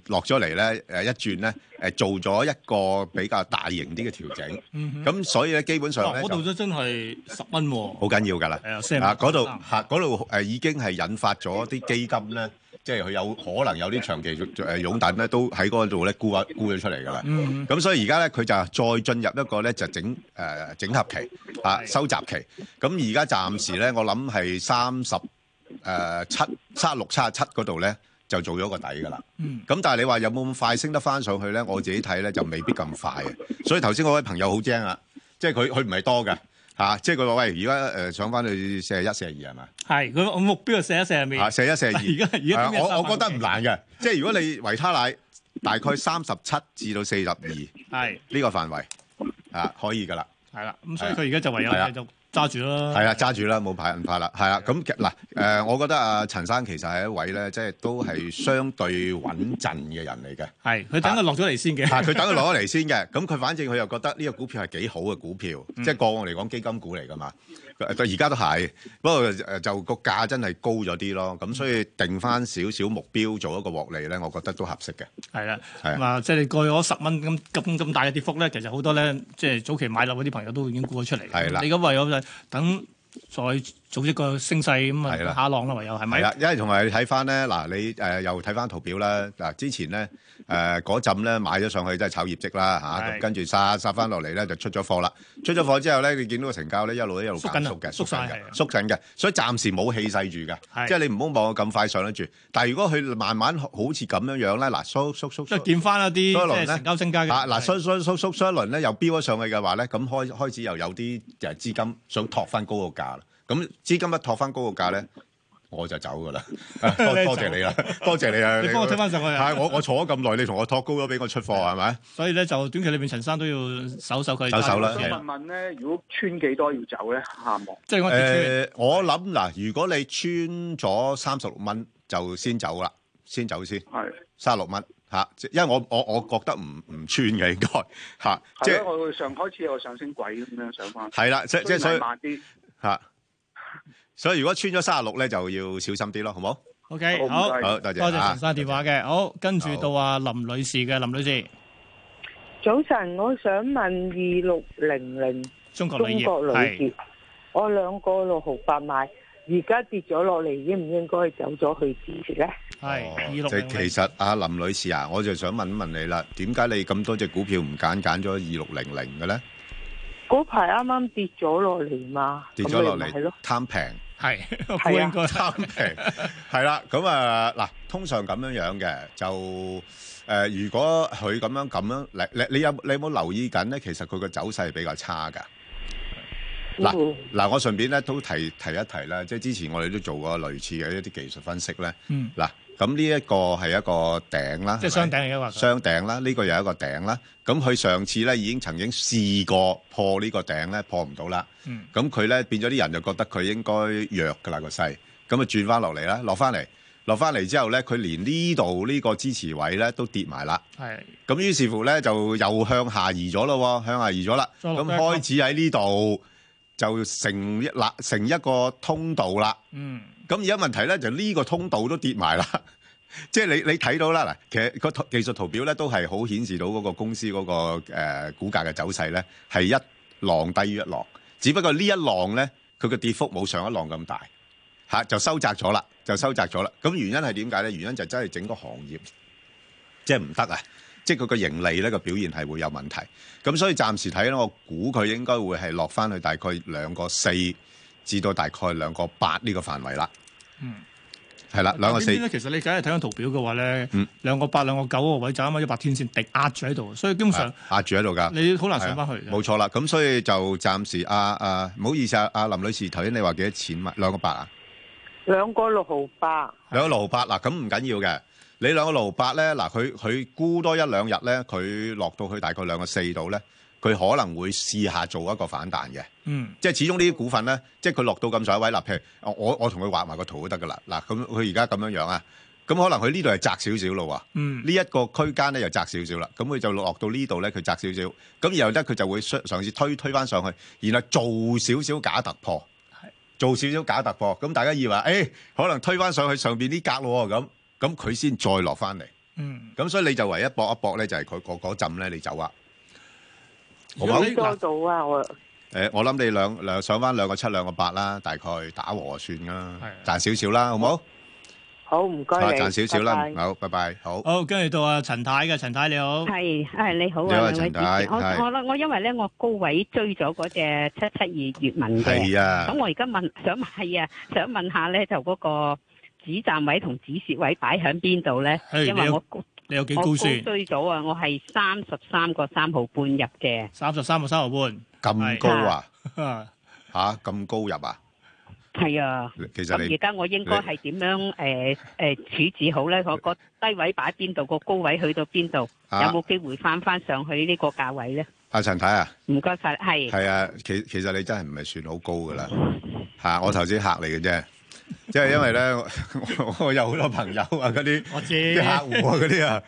落咗嚟咧誒一轉咧誒做咗一個比較大型啲嘅調整。
嗯
咁、所以咧基本上
哇
咧
嗰
就
度都真係十蚊喎。
好緊要㗎啦。
係啊40
啊嗰度嚇嗰度誒已經係引發咗啲基金咧，即係佢有可能有啲長期誒擁趸咧，都喺嗰度咧沽啊沽咗出嚟㗎啦。
嗯
咁所以而家咧，佢就再進入一個咧就整誒、呃整合期啊收集期。咁而家暫時咧，我諗係三十誒七三六七七嗰度咧就做咗個底㗎啦。
嗯
咁但係你話有冇咁快升得翻上去咧？我自己睇咧就未必咁快嘅。所以頭先嗰位朋友好精啊，即係佢佢唔係多嘅嚇、即係佢話喂，而家誒上翻去四十一、四十二係嘛？
係，佢我目標係四一四入面。
嚇，四一四二。
<laughs> 但係而家而家邊有
啊我
三百
我覺得唔難嘅，即係如果你維他奶大概三十七至到四十二呢
係
個範圍啊，可以㗎啦。
係啦，咁所以佢而家就唯有
係啊
繼續揸住啦。
係啦，揸住啦，冇牌唔怕啦，係啦。咁其嗱誒，我覺得啊，陳生其實係一位咧，即係都係相對穩陣嘅人嚟嘅。
係，佢等佢落咗嚟先嘅。
啊，佢等佢攞咗嚟先嘅，咁佢反正佢又覺得呢個股票係幾好嘅股票，
嗯
即係過往嚟講基金股嚟㗎嘛。誒到而家都係，不過誒就個價真係高咗啲咯。咁所以定翻少少目標做一個獲利咧，我覺得都合適嘅。
<laughs> 係啦，
係啊
咁啊，即係你過去嗰十蚊咁咁咁大嘅跌幅咧，其實好多咧，即係早期買樓嗰啲朋友都已經估咗出嚟。
係啦
你咁唯有就等再組織個升勢咁
係啦
啊，下浪啦，唯有係咪？
係啦，因為同埋你睇翻咧，嗱你誒又睇翻圖表啦，嗱之前咧誒嗰陣咧買咗上去都係炒業績啦嚇，
係
咁跟住殺殺翻落嚟咧就出咗貨啦，出咗貨之後咧，你見到個成交咧一路一路
縮
減
緊啊
縮嘅，
縮晒
緊嘅，縮緊嘅，所以暫時冇氣勢住嘅，
係
即係你唔好望佢咁快上得住，但係如果佢慢慢好似咁樣樣咧，嗱縮縮縮
即係
縮。
見翻一啲即
多一輪
係
咧
成交增加嘅。
啊嗱，
係
衰衰衰衰衰一輪咧，又飆咗上去嘅話咧，咁開開始又有啲誒資金想托翻高個價啦。咁資金一托翻高個價咧，我就走
<laughs>
噶啦。啊多多謝你啦， <laughs> 多謝你啊！
你幫我推返上去啊
係我我坐咗咁耐，你同我托高咗俾我出貨係咪？
所以咧就短期裏邊，陳生都要守守佢。
守守啦
我
係
想問問咧，如果穿幾多要走咧？下望
即係我跌
誒，我諗嗱，如果你穿咗三十六蚊，就先走啦，先走先。
係
三十六蚊嚇，即因為我我我覺得唔唔穿嘅應該嚇，即
係
係
咯，我會上開始有個上升軌咁樣上翻。
係啦即即係所以
咪慢啲。
嚇。所以如果穿咗三十六咧，就要小心啲咯，好冇？
O K，
好
好，
唔該好多謝
多謝
啊
陳生電話嘅。好，跟住到阿林女士嘅，林女士，
早晨，我想問二六零零
中國
國
鋁業
鋁
係
業，我兩個六毫八買，而家跌咗落嚟，應唔應該走咗去支持呢？
係二六
哦即係
零
其
零。
實阿林女士啊，我就想問一問你啦，點解你咁多隻股票唔揀揀咗二六零零嘅咧？
嗰排啱啱跌咗落嚟嘛，
跌咗落
係咯
嚟，，貪平。
係，我估
係啊
應該
貪平 <laughs> 係啦，咁啊嗱，通常咁樣樣嘅就誒、呃如果佢咁樣咁樣嚟，你你有你有冇留意緊咧？其實佢個走勢係比較差㗎。嗱
嗯
嗱，我順便咧都提提一提啦，即係之前我哋都做過類似嘅一啲技術分析咧。
嗯
嗱，咁呢一個係一個頂啦，
即
係咪
係雙頂嚟嘅話佢
雙頂啦，呢個又係一個頂啦。咁佢上次咧已經曾經試過破呢個頂咧，破唔到啦。
嗯，
咁佢咧變咗啲人就覺得佢應該弱㗎啦個勢，咁啊轉翻落嚟啦，落翻嚟，落翻嚟之後咧，佢連呢度呢個支持位咧都跌埋啦。
係
咁於是乎咧就又向下移咗咯喎，向下移咗啦。
再
咁
落
開始喺呢度就成一啦，成一個通道啦。
<laughs> 嗯，
咁而家問題咧就呢個通道都跌埋啦， <laughs> 即係你你睇到啦嗱，其實個圖技術圖表咧都係好顯示到嗰個公司嗰、個、呃、股價嘅走勢咧係一浪低於一浪，只不過呢一浪咧佢嘅跌幅冇上一浪咁大嚇、就收窄咗啦，就收窄咗啦。咁原因係點解咧？原因就真係整個行業即係唔得啊！即係佢個盈利咧個表現係會有問題，咁所以暫時睇咧，我估佢應該會係落翻去大概兩個四至到大概兩個八呢個範圍啦。
嗯，
係啦，兩個四
呢啲咧其實你梗係睇緊圖表嘅話咧
嗯，
兩個八兩個九個位就啱啱一百天線滴壓住喺度，所以基本上
啊壓住喺度㗎，
你好難上返去
係啊冇錯啦，咁所以就暫時啊啊，唔好意思啊，阿林女士，頭先你話幾多錢買兩個八啊？
兩個六毫八，
兩個六毫八嗱，咁唔緊要嘅。你兩個六毫八咧，嗱佢佢沽多一兩日咧，佢落到去大概兩個四度咧，佢可能會試下做一個反彈嘅。
嗯，
即係始終呢啲股份咧，即係佢落到咁上一位啦。譬如我我我同佢畫埋個圖都得㗎啦。嗱，咁佢而家咁樣樣啊，咁可能佢呢度係窄少少咯喎。
嗯
呢一個區間咧又窄少少啦，咁佢就落到呢度咧，佢窄少少，咁然後咧佢就會嘗嘗試推推翻上去，然後做少少假突破，做少少假突破，咁大家以為誒、哎可能推翻上去上邊啲格咯喎咁，咁佢先再落翻嚟，
嗯，
咁所以你就唯一搏一搏咧，就係佢嗰嗰陣咧你走啊，好冇
幾多度啊？我
誒、我諗你兩兩上翻兩個七兩個八啦，大概打和算㗎啦，賺少少啦，好冇？
好唔該
啊
你，
賺少少啦，
拜拜
好，拜拜，好。
好，跟住到阿陳太嘅，陳太你好，
係係你好
你
啊，
好啊
兩位主
陳太
持，我
係
我我因為咧我高位追咗嗰只七七二粵文嘅，
係啊
咁我而家問想係啊，想問下咧就嗰個止賺位同止蝕位擺喺邊度咧？
係
因
你
為
有
我高
你有幾
我
高先？
追咗啊，我係三十三個三毫半入嘅，
三 <laughs> 十三個三毫半，
咁高啊？
啊，
吓咁高入啊？
係啊。
其實
咁
你
而家我應該係點樣誒誒處置好咧？我個低位擺邊度，個高位去到邊度，
啊
有冇機會翻翻上去呢個價位咧？
阿陳太啊，
唔該晒，係
係啊，其其實你真係唔係算好高噶啦吓，我頭先嚇你嘅啫，即係因為咧，我我 <laughs> 我有好多朋友啊，嗰啲
我知
啲客户啊，嗰啲啊，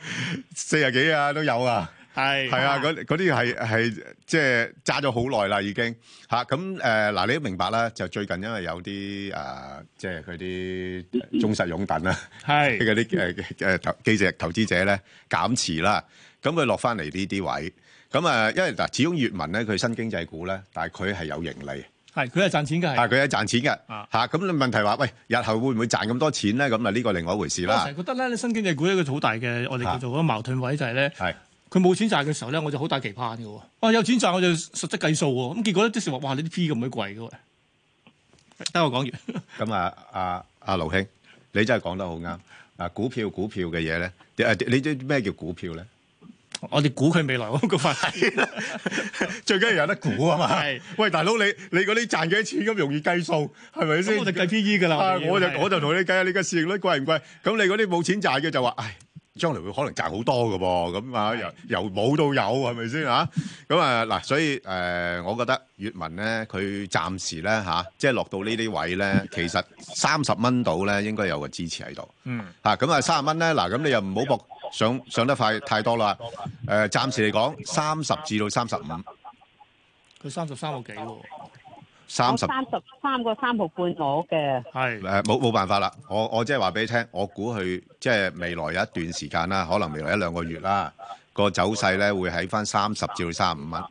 四十幾啊都有啊。
係
係啊，嗰嗰啲係係即係揸咗好耐啦，已經嚇咁誒嗱，你都明白啦，就最近因為有啲誒、呃即係佢啲忠實擁趸啦，
係
嗰啲誒誒投記者投資者咧減持啦，咁佢落翻嚟呢啲位，咁啊，因為嗱，始終粵文咧佢新經濟股咧，但係佢係有盈利。
係佢係賺錢嘅
啊！
係，
佢係賺錢嘅
啊
嚇，咁你問題話喂，日後會唔會賺咁多錢咧？咁啊，呢個另外一回事
我
啦
成日。覺得咧，新經濟股一個好大嘅我哋叫做嗰個矛盾位就係咧，佢冇錢賺嘅時候咧，我就好大期盼嘅喎。啊有錢賺我就實質計數喎，咁結果咧即時話哇你啲 P 咁鬼貴嘅喎。得我講完。
咁啊，阿阿盧兄，你真係講得好啱。啊，股票股票嘅嘢咧，誒，你知咩叫股票咧？
<laughs> 我哋估佢未來嗰個發展，
最緊要有得估啊嘛
係。
喂，大佬，你你嗰啲賺幾多錢咁容易計數，係咪先？
咁我就計 PE 㗎啦
啊 <laughs> 我
我哋要
就
係
我就同你計下你嘅市盈率貴唔貴。咁你嗰啲冇錢賺嘅就話，唉，將來會可能賺好多㗎噃。咁啊，由由冇到有係咪先啊？咁啊嗱，所以誒、呃我覺得粵文咧，佢暫時咧嚇、即係落到呢啲位咧，其實三十蚊度咧應該有個支持喺度。
嗯，
嚇咁啊三十蚊咧，嗱咁你又唔好搏上上得快太多啦。誒、暫時嚟講，三十至到三十五，
佢三十三個幾喎，
三十
我三十三個三毫半攞嘅，
係
誒冇冇辦法啦。我我即係話俾你聽，我估佢即係未來有一段時間啦，可能未來一兩個月啦，個走勢咧會喺翻三十至到三十五蚊。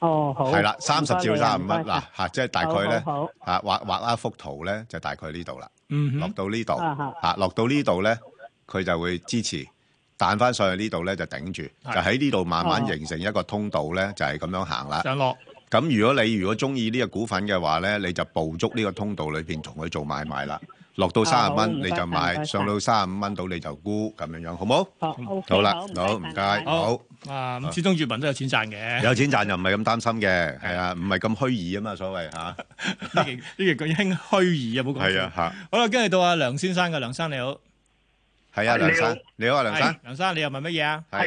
哦好，
係啦，三十至到三十
唔
五蚊
該
嗱
晒
嚇，即係大概咧
好好
嚇畫畫一幅圖咧，就大概呢度啦。
嗯哼
落到呢度
啊哈
嚇，落到呢度咧，佢就會支持彈翻上去呢度咧，就頂住，
係
就喺呢度慢慢
哦
形成一個通道咧，就係咁樣行啦。
上落
咁如果你如果中意呢個股份嘅話咧，你就捕捉呢個通道裏邊同佢做買賣啦。落到三十
好
蚊
唔
你
該
就
唔
買，
該
上到三十五蚊到你就沽，咁樣樣好冇？
OK，
好啦，
好唔該
好唔該，好。
啊，咁始終粵文都有錢賺嘅。
有
<laughs>
錢賺就唔係咁擔心嘅，係啊，唔係咁虛擬啊嘛，所謂嚇。
呢期呢期講興虛擬啊，冇講錯
係啊，嚇。
好啦，跟住到阿梁先生嘅，梁生你好，
係啊，梁生，你好啊，梁生
係，梁生，你又問乜嘢啊？
係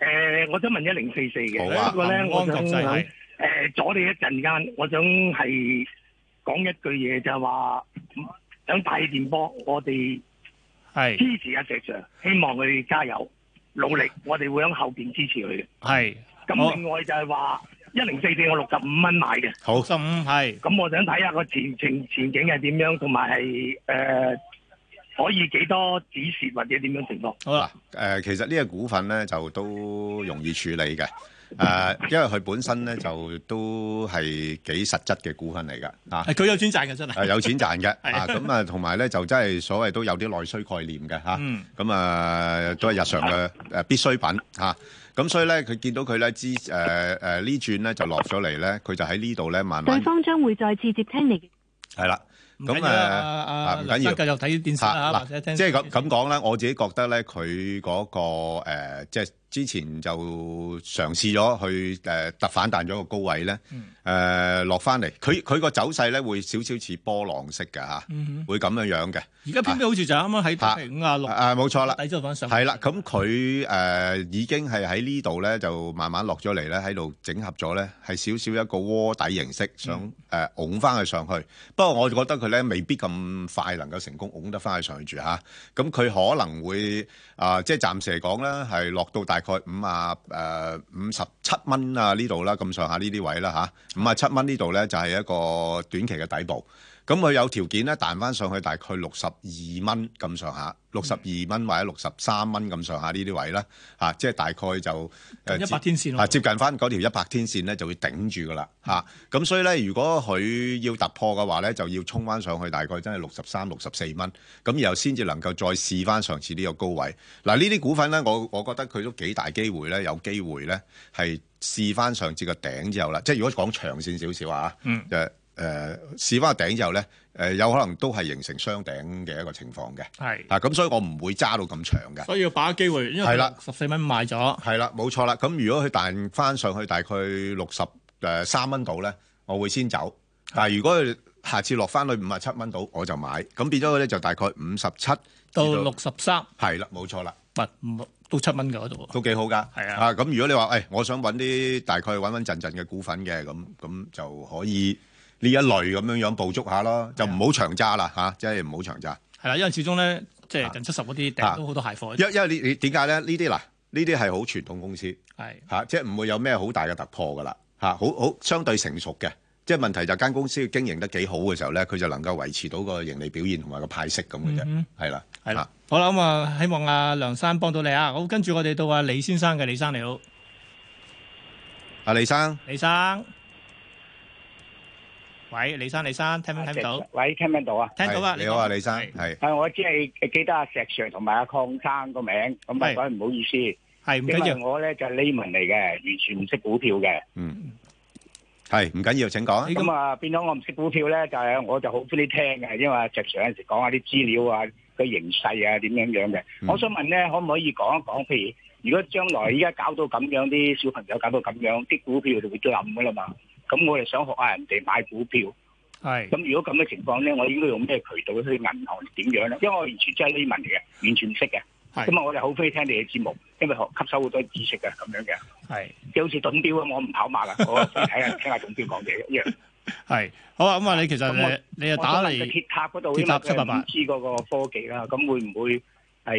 诶，我想問一零四四嘅，
好
呢
啊
個咧，我
安
想
國際係
诶阻你一陣間，我想係講一句嘢，就係話想大氣電波，我哋
係
支持阿石 Sir，希望佢加油努力，我哋會喺後边支持佢嘅。
係
咁另外就係話一零四四，我六十五蚊買嘅，
好
十五係
咁我想睇下個前程前景係點樣，同埋係诶可以幾多止蝕或者點樣情況？
好啦，
誒、其實呢個股份咧就都容易處理嘅。誒、因為佢本身咧就都係幾實質嘅股份嚟㗎，啊，
係佢有專賺嘅真
誒
係，
有錢
<laughs>
賺嘅，
係
啊，咁啊，同埋咧就真係所謂都有啲內需概念嘅嚇，
嗯
咁啊都係日常嘅誒必需品嚇，咁所以咧佢見到佢咧之誒誒呢轉咧就落咗嚟咧，佢就喺呢度咧慢慢
方將會再次接聽你。
係啦，咁誒
緊要啊啊
啊唔緊要，
梁生繼續睇電視
啊
啦，或者
嗱，
聽
即係咁咁講啦，我自己覺得咧，佢嗰個誒，即係之前就嘗試咗去誒突反彈咗個高位咧
嗯，
誒落翻嚟，佢佢個走勢咧會少少似波浪式嘅嚇
嗯哼，
會咁樣樣嘅。
而家偏偏好似就啱啱喺譬如五啊六
啊，冇錯啦，
底咗翻上，
係啦，咁佢誒已經係喺呢度咧，就慢慢落咗嚟咧，喺度整合咗咧，係少少一個鍋底形式，想誒拱翻佢上去。不過我覺得佢咧未必咁快能夠成功拱得翻去上去住嚇。咁佢可能會啊、即係暫時嚟講咧，係落到大概五啊誒五十七蚊啊呢度啦，咁上下呢啲位啦嚇，五啊七蚊呢度咧就係、一個短期嘅底部。咁佢有條件咧彈翻上去大概六十二蚊咁上下，六十二蚊或者六十三蚊咁上下呢啲位啦，啊，即係大概就
近100天線咯
啊，接近翻嗰條一百天線咧就會頂住噶啦，嚇、咁所以咧，如果佢要突破嘅話咧，就要衝翻上去大概真係六十三、六十四蚊，咁然後先至能夠再試翻上次呢個高位。嗱，呢啲股份咧，我我覺得佢都幾大機會咧，有機會咧係試翻上次個頂之後啦，即係如果講長線少少啊，
嗯
就誒、呃、試翻個頂之後咧，誒、有可能都係形成雙頂嘅一個情況嘅。
係，
啊，咁所以我唔會揸到咁長嘅。
所以要把握機會，因為
係啦
十四蚊買咗，
係啦，啊冇錯啦。咁如果佢彈翻上去大概六十誒三蚊度咧，我會先走。但係如果佢下次落翻去五啊七蚊度，我就買。咁變咗咧就大概五十七
到六十三，
係啦，冇錯啦。
唔唔到七蚊嘅嗰度，
都幾好㗎，係啊！啊咁，如果你話誒、哎我想揾啲大概穩穩陣陣嘅股份嘅，咁咁就可以呢一類咁樣樣捕捉下咯，就唔好長揸啦嚇，即係唔好長揸。
係啊啦，因為始終咧即係近七十嗰啲訂都好多蟹貨，
因因為你你點解咧？呢啲嗱，呢啲係好傳統公司。
係
嚇、即係唔會有咩好大嘅突破㗎啦嚇，好好相對成熟嘅。即係問題就間公司要經營得幾好嘅時候咧，佢就能夠維持到個盈利表現同埋個派息咁嘅
嗯
啫，係啦、
係啦，好啦咁啊，希望阿梁生幫到你啊，好跟住我哋到阿李先生嘅，李生你好，
阿李生，
李生，喂，李生李生聽唔聽到？
喂，聽唔聽到啊？
聽到啊，
係你好啊，
講
李生，係
啊，我只係記得阿石 Sir 同埋阿邝生個名，咁啊，所以唔好意思。
係
唔
緊要
我咧就 layman 嚟嘅，完全唔識股票嘅。
嗯，係唔緊要，請講啊。
咁啊，變咗我唔識股票咧，就係我就好中意聽嘅，因為阿石 Sir 有時講下啲資料啊、個形勢啊點樣樣嘅。
嗯
我想問咧，可唔可以講一講？譬如如果將來依家搞到咁樣，啲小朋友搞到咁樣，啲股票就會冧噶啦嘛。咁我哋想學下人哋買股票。
係
咁如果咁嘅情況咧，我應該用咩渠道去銀行點樣咧？因為我完全真係呢文嚟嘅，完全唔識嘅。
係
咁啊，我哋好歡喜聽你嘅節目，因為學吸收好多知識嘅咁樣嘅。
係。
即係好似董彪咁，我唔跑馬啦，我
<laughs>
只係睇下聽下董彪講嘢一樣。
係好啊，咁啊，你其實
咁我
誒你又打
我想問個鐵
嚟
塔嗰度，
鐵
因
塔
為佢
788
唔知嗰個科技啦，咁會唔會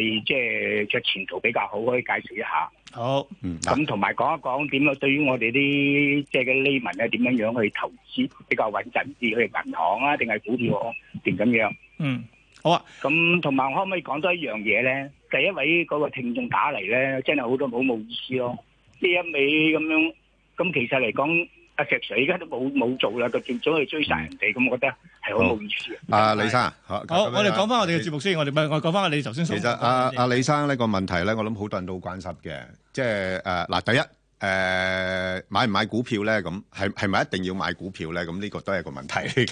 係即係嘅前途比較好？可以介紹一下。
好，
咁同埋講一講點樣對於我哋啲即係嘅 l 民咧，點樣樣去投資比較穩陣啲？去銀行啊，定係股票啊定咁樣？
嗯，好啊。
咁同埋我可唔可以講多一樣嘢咧？第一位嗰個聽眾打嚟咧，真係好多好冇意思咯。呢一味咁樣，咁其實嚟講，阿石 Sir 而家都冇冇做啦，佢仲走去追殺人哋，咁我覺得係好冇意思嘅。
啊，李生，好，
好，
咁樣
我哋
啦
講翻我哋嘅節目先，我哋咪我講翻我哋頭先所
其
講
實
嘅
阿
嘢
阿李生呢個問題咧，我諗好多人都好關心嘅，即係誒嗱，第一誒、呃、買唔買股票咧，咁係係咪一定要買股票咧？咁呢個都係一個 <laughs> 問題嚟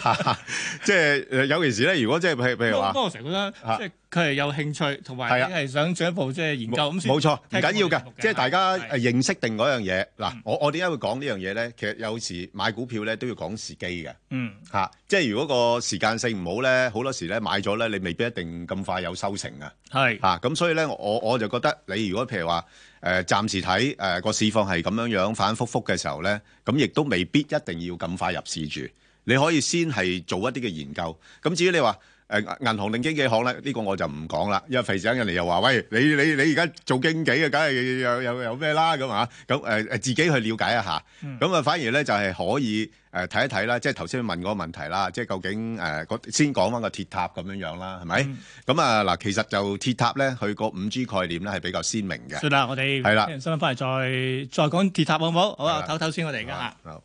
㗎，即係誒尤其是咧，如果即係譬如譬如
不過
話
不過我成日覺得
啊
即係佢係有興趣，同埋
係啊
你係想進一步即係研究咁先。
冇錯，唔緊要
聽過我哋
㗎
節目，
即係嗯大家誒認識定嗰樣嘢。嗱，我我點解會講呢樣嘢咧？其實有時買股票咧都要講時機嘅。
嗯
嚇、即係如果個時間性唔好咧，好多時咧買咗咧，你未必一定咁快有收成啊。
係
嚇，咁、所以咧，我我就覺得你如果譬如話誒、呃，暫時睇誒個市況係咁樣樣反反覆覆嘅時候咧，咁亦都未必一定要咁快入市住。你可以先係做一啲嘅研究。咁至於你話誒銀行定經紀行咧，呢、個我就唔講啦，因為肥仔人哋又話：喂，你你你而家做經紀嘅，梗係有有有咩啦咁啊？咁誒誒自己去了解一下。
嗯
咁啊，反而咧就係可以誒睇一睇啦，即係頭先問嗰個問題啦，即係究竟誒嗰先講翻個鐵塔咁樣樣啦，係咪？
嗯
咁啊嗱，其實就鐵塔咧，佢個五 G 概念咧係比較鮮明嘅。
算啦，我哋
係啦
聽完新聞翻嚟再再講鐵塔好唔好？好啊，唞唞先，我哋而家嚇。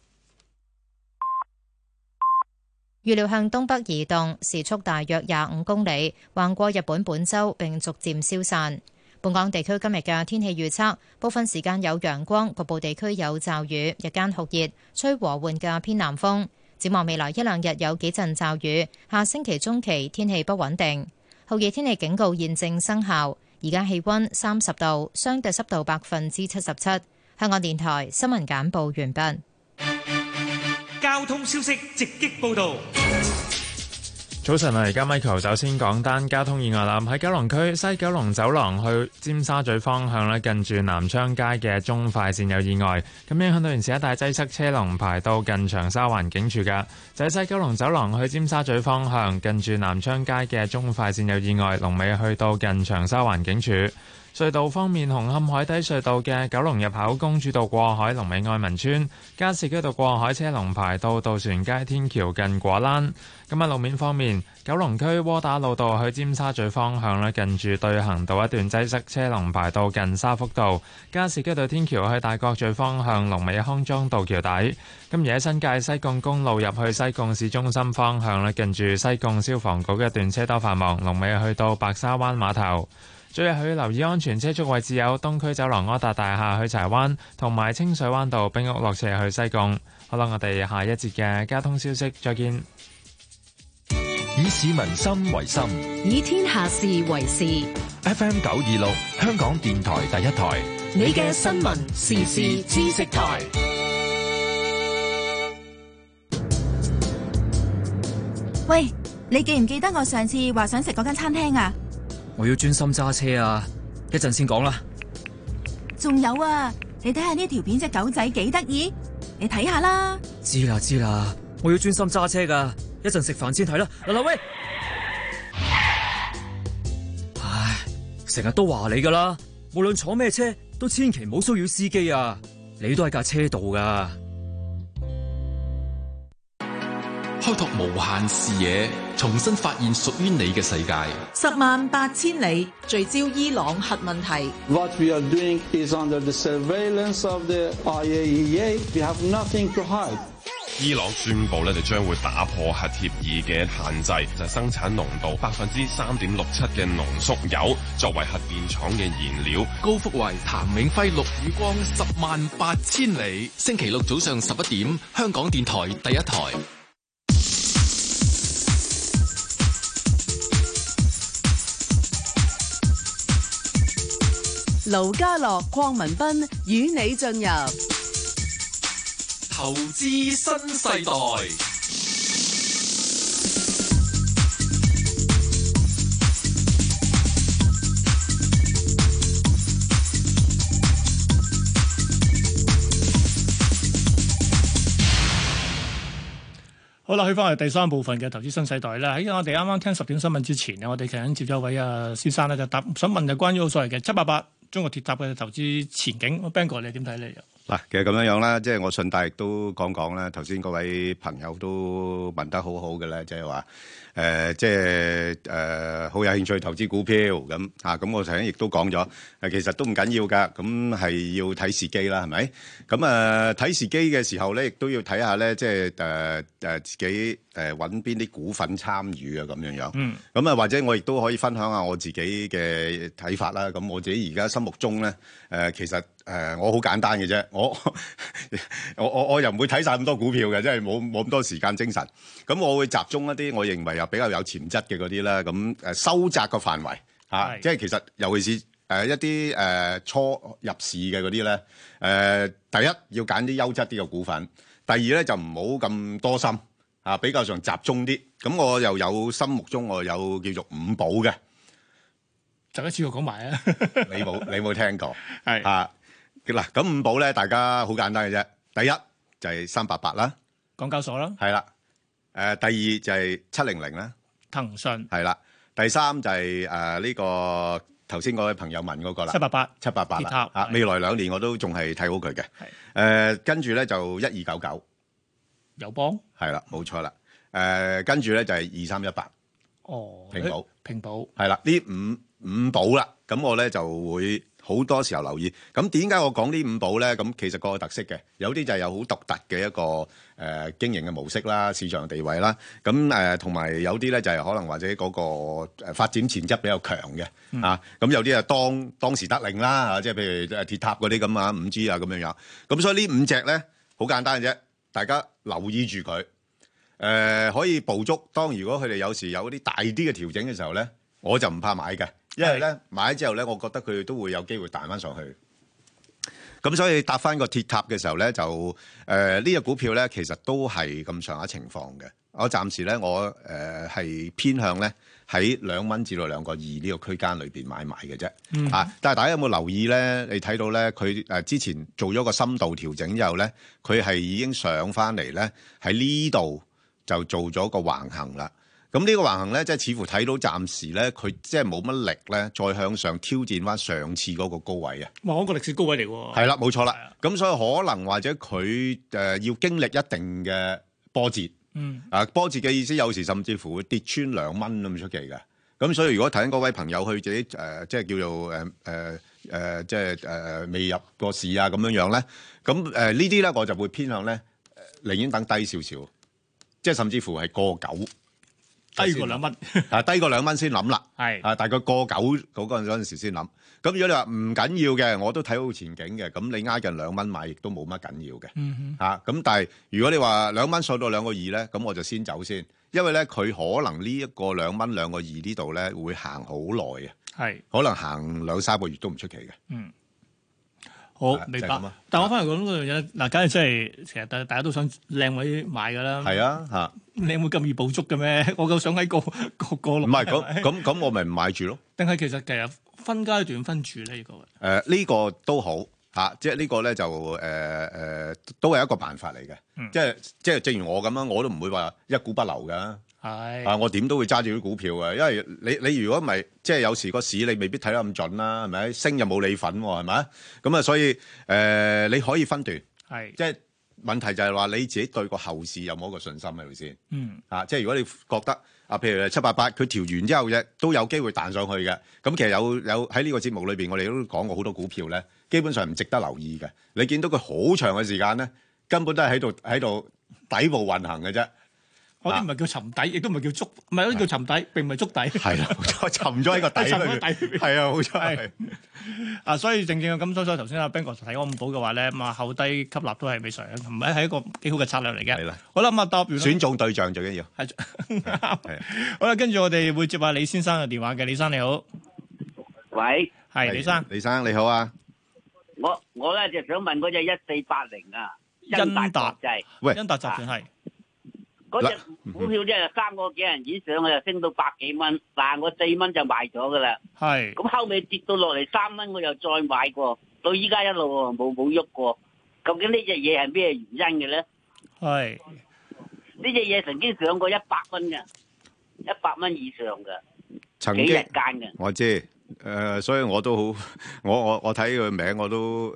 預料向東北移動，時速大約廿五公里，橫過日本本州並逐漸消散。本港地區今日嘅天氣預測，部分時間有陽光，局部地區有驟雨，日間酷熱，吹和緩嘅偏南風。展望未來一兩日有幾陣驟雨，下星期中期天氣不穩定。酷熱天氣警告現正生效，而家氣温三十度，相對濕度百分之七十七。香港電台新聞簡報完畢。
交通消息直擊報道。
早晨啊，而家 Michael 首先講單交通意外啦。喺九龍區西九龍走廊去尖沙咀方向咧，近住南昌街嘅中快線有意外，咁影響到現時一帶擠塞車龍排到近長沙環警署噶。就喺西九龍走廊去尖沙咀方向，近住南昌街嘅中快線有意外，龍尾去到近長沙環警署。隧道方面，紅磡海底隧道嘅九龍入口公主道過海，龍尾愛民村；加士居道過海車龍排到渡船街天橋近果欄。咁喺路面方面，九龍區窩打老道去尖沙咀方向咧，近住對行道一段擠塞，車龍排到近沙福道；加士居道天橋去大角咀方向，龍尾康莊道橋底。咁而喺新界西貢公路入去西貢市中心方向咧，近住西貢消防局嘅一段車多繁忙，龍尾去到白沙灣碼頭。最後要留意安全車速位置有東區走廊柯達大廈去柴灣，同埋清水灣道冰屋落斜去西貢。好啦，我哋下一節嘅交通消息再見。
以市民心為心
以天下事為事。
，FM 九二六香港電台第一台，
你嘅新聞時事知識台，
喂，你記唔記得我上次話想食嗰間餐廳啊？
我要專心揸車啊！一陣先講啦。
仲有啊，你睇下呢條片只狗仔幾得意，你睇下啦。
知啦知啦，我要專心揸車噶，一陣食飯先睇啦。嗱嗱喂，唉，成日都話你噶啦，無論坐咩車都千祈唔好騷擾司機啊！你都喺架車度噶。
開拓無限視野，重新發現屬於你嘅世界。
十萬八千里聚焦伊朗核問題，
What we are doing is under the surveillance of the IAEA. We have nothing to hide.
伊朗宣布咧就將會打破核協議嘅限制，就係生產濃度百分之三點六七嘅濃縮鈾作為核電廠嘅燃料。
高福慧、譚永輝、陸宇光，十萬八千里。星期六早上十一點，香港電台第一台。
盧家樂、邝文斌與你進入
投資新世代，
好啦，去翻我哋第三部分嘅投資新世代啦。喺我哋啱啱聽十點新聞之前呢，我哋其實已經接咗一位啊先生咧，就答想問就關於所謂嘅七八八中國鐵塔嘅投資前景。Ben 哥，你點睇呢？
嗱，其實咁樣樣啦，即係我順帶亦都講講啦。頭先嗰位朋友都問得好好嘅咧，即係話誒，即係誒，好有興趣投資股票咁啊。咁我頭先亦都講咗，誒其實都唔緊要㗎，咁係要睇時機啦，係咪？咁啊睇時機嘅時候咧，亦都要睇下咧，即係誒誒自己誒揾邊啲股份參與啊，咁樣樣。
嗯
咁啊，或者我亦都可以分享下我自己嘅睇法啦。咁我自己而家心目中咧，誒、其實誒、我好簡單嘅啫，我 <laughs> 我我我又唔會睇晒咁多股票嘅，即係冇冇咁多時間精神。咁我會集中一啲我認為又比較有潛質嘅嗰啲啦，咁誒收窄個範圍嚇，啊
係
即係其實尤其是誒一啲誒初入市嘅嗰啲咧，誒第一要揀啲優質啲嘅股份，第二咧就唔好咁多心啊，比較上集中啲。咁我又有心目中我有叫做五寶嘅。
就一次過講埋啊！
你冇你冇聽過係啊嗱，咁五寶咧，大家好簡單嘅啫。第一就係三八八啦，
港交所啦，
係啦。誒，第二就係七零零啦，
騰訊
係啦。第三就係誒呢個頭先嗰位朋友問嗰個啦，
788
七八八
鐵塔嗯
啦。啊，未來兩年我都仲係睇好佢嘅。誒，跟住咧就一二九九
友邦，
係啦，冇錯啦。誒，跟住咧就係二三一八。
哦，
平保
誒平保
係啦，呢五五寶啦，咁我咧就會好多時候留意。咁點解我講呢五寶咧？咁其實個特色嘅，有啲就係有好獨特嘅一個誒、呃、經營嘅模式啦、市場地位啦。咁誒同埋有啲咧就係可能或者嗰個呃誒發展潛質比較強嘅、
嗯
啊。咁有啲啊當當時得令啦，啊即係譬如誒鐵塔嗰啲咁啊、五 G 啊咁樣樣。咁所以呢五隻咧好簡單嘅啫，大家留意住佢。誒、可以捕捉。當如果佢哋有時有啲大啲嘅調整嘅時候咧，我就唔怕買嘅，因為咧買之後咧，我覺得佢都會有機會彈翻上去。咁所以搭翻個鐵塔嘅時候咧，就誒呢只股票咧，其實都係咁上下情況嘅。我暫時咧，我誒係、偏向咧喺兩蚊至到兩個二呢個區間裏邊買賣嘅啫。
嗯
啊，但係大家有冇留意咧？你睇到咧，佢誒之前做咗個深度調整之後咧，佢係已經上翻嚟咧喺呢度就做咗個橫行啦。咁呢個橫行咧，即係似乎睇到暫時咧，佢即係冇乜力咧，再向上挑戰翻上次嗰個高位啊。
哇，嗰個歷史高位嚟喎。
係啦，冇錯啦。咁所以可能或者佢誒、呃要經歷一定嘅波折，
嗯，
啊波折嘅意思有時甚至乎會跌穿兩蚊咁出奇嘅。咁所以如果睇緊嗰位朋友佢自己誒、呃即係叫做誒誒誒，即係誒、呃未入過市啊咁樣樣咧，咁誒呢啲咧我就會偏向咧，呃寧願等低少少，即係甚至乎係過九。
低過兩蚊，
啊低過兩蚊先諗啦，
係
啊大概過九嗰個嗰陣時先諗。咁如果你話唔緊要嘅，我都睇好前景嘅，咁你挨近兩蚊買亦都冇乜緊要嘅。
嗯
啊，咁但係如果你話兩蚊上到兩個二咧，咁我就先走先，因為咧佢可能呢一個兩蚊兩個二呢度咧會行好耐啊，
哼，係，
可能行兩三個月都唔出奇嘅。
嗯。好
啊，
明
就係
白
咁啊。
但我翻嚟講嗰樣嘢呢嗱，梗係真係其實大大家都想靚位買㗎啦。
係，啊，嚇，
嗯你有冇咁易捕捉嘅咩？ <laughs> 我夠想喺個個個
唔
六。
係咁咁咁，我咪唔買住咯。
定係其實其實分階段分住呢個位。
誒、呢、個都好嚇、即係呢個咧就誒誒、都係一個辦法嚟嘅、
嗯
即係即係正如我咁樣，我都唔會話一股不留㗎。
係。
啊！我點都會揸住啲股票嘅，因為你你如果唔係，即係有時個市你未必睇得咁準啦，係咪？升又冇你份喎，係咪？咁啊，所以誒、你可以分段，
係。
即係問題就係話你自己對個後市有冇一個信心係咪先？
嗯，
啊，即係如果你覺得啊，譬如七八八佢調完之後嘅都有機會彈上去嘅，咁其實有有喺呢個節目裏邊，我哋都講過好多股票咧，基本上唔值得留意嘅。你見到佢好長嘅時間咧，根本都係喺度喺度底部運行嘅啫。
嗰啲唔係叫沉底，亦都唔係叫捉，唔係嗰啲叫沉底，並唔係捉底。
係
<laughs>
啦，冇錯，沉咗喺個底
沉咗
裏邊
底裏邊
係啊冇錯係
啊，所以正正咁，所以頭先阿 Ben 哥提嗰五寶嘅話咧，咁啊後低吸納都係未常，同埋係一個幾好嘅策略嚟嘅。係啦，好啦，咁啊答完啦
選中對象最緊要。
係好啦，跟住我哋會接下李先生嘅電話嘅，李生你好，
喂，
係李生，
李生你好啊！
我我咧就想問嗰只一四八零啊，
欣達
國際，
喂嗯
欣達集團係
啊嗰只股票咧三個幾人以上，我就升到百幾蚊，但我四蚊就賣咗噶啦。
係
咁後尾跌到落嚟三蚊，我又再買過，到依家一路喎冇冇喐過。究竟呢只嘢係咩原因嘅咧？
係
呢只嘢曾經上過一百蚊嘅，一百蚊以上嘅，
曾
幾日
經
間嘅。
我知誒、所以我都好， <laughs> 我我我睇佢名我都誒、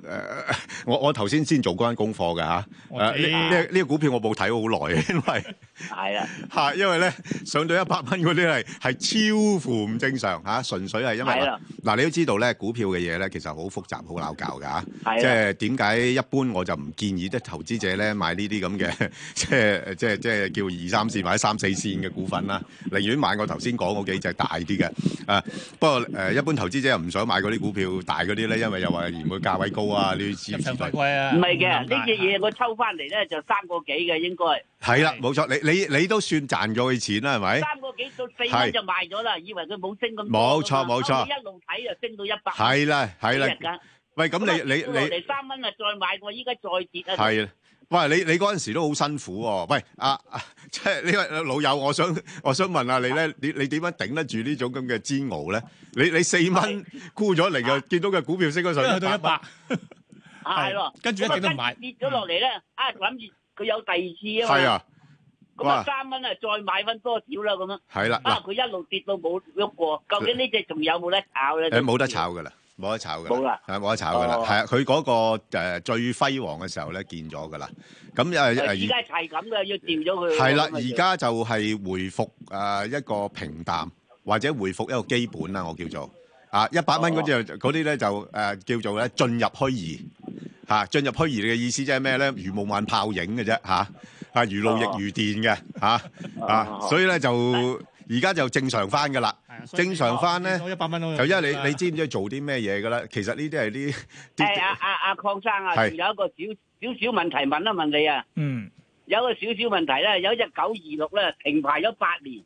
<laughs> 我我頭先先做嗰間功課㗎嚇。誒
我知
呢呢呢個股票我冇睇好耐， <laughs> 因為
係啦，
<laughs> 嚇，因為咧上到一百蚊嗰啲係係超乎唔正常嚇、純粹係因為
係啦
嗱，你都知道咧，股票嘅嘢咧其實好複雜、好鬧交㗎嚇。
係啦
即係點解一般我就唔建議啲投資者咧買呢啲咁嘅， <laughs> 即係即係即係叫二三線啊或者三四線嘅股份啦，寧願買我頭先講嗰幾隻大啲嘅。誒、不過誒、一般投資者又唔想買嗰啲股票大嗰啲咧，因為又話嫌佢價位高啊，呢啲資費
貴啊
唔係嘅，呢隻嘢我抽翻嚟咧就三個幾嘅應該。
係啦，冇錯，你你你都算賺咗佢錢啦，係咪？
三個幾到四
係
蚊就賣咗啦，以為佢冇升咁多㗎嘛。
冇錯冇錯
後尾一路睇就升到一百。
係啦係啦
幾日㗎
喂，咁你你
落
你
嚟三蚊啊，再買過，依家再跌啊。
係啊。喂，你你嗰陣時都好辛苦喎、喂，啊，啊 <laughs> 即係呢位老友，我想 <laughs> 我想問下你咧，你你點樣頂得住呢種咁嘅煎熬咧？你你四蚊沽咗嚟，又見到嘅股票升咗上
去到一百，
係咯，
跟住一直都唔買
咁啊跌咗落嚟咧，啊諗住佢有第二次啊嘛。
係啊，
咁啊
哇
三蚊啊，再買翻多少啦咁樣。
係啦
啊
嗱
佢一路跌到冇喐過，究竟呢只仲有冇得炒咧？
誒冇得炒噶啦，冇得炒噶
冇
啦
啦，
係冇得炒噶啦，
哦
係啊，佢嗰個誒最輝煌嘅時候咧，見咗噶啦，咁誒
誒。
誒
而家係咁嘅，要掉咗佢。
係啦，
咁啊
而家就係回復誒一個平淡，或者回復一個基本啦，我叫做啊一百蚊嗰啲就嗰啲咧就誒、叫做咧進入虛擬嚇、啊，進入虛擬嘅意思即係咩咧？如夢幻泡影嘅啫嚇，啊啊如露亦如電嘅嚇啊，所以咧就而家就正常翻噶啦，
啊
正常翻咧
多一百蚊都
就因為你你知唔知做啲咩嘢噶啦？其實呢啲係啲
誒阿阿阿邝生啊，
係
仲有一個少少少問題問一問你啊。
嗯，
有個少少問題咧，有一隻九二六咧停牌咗八年，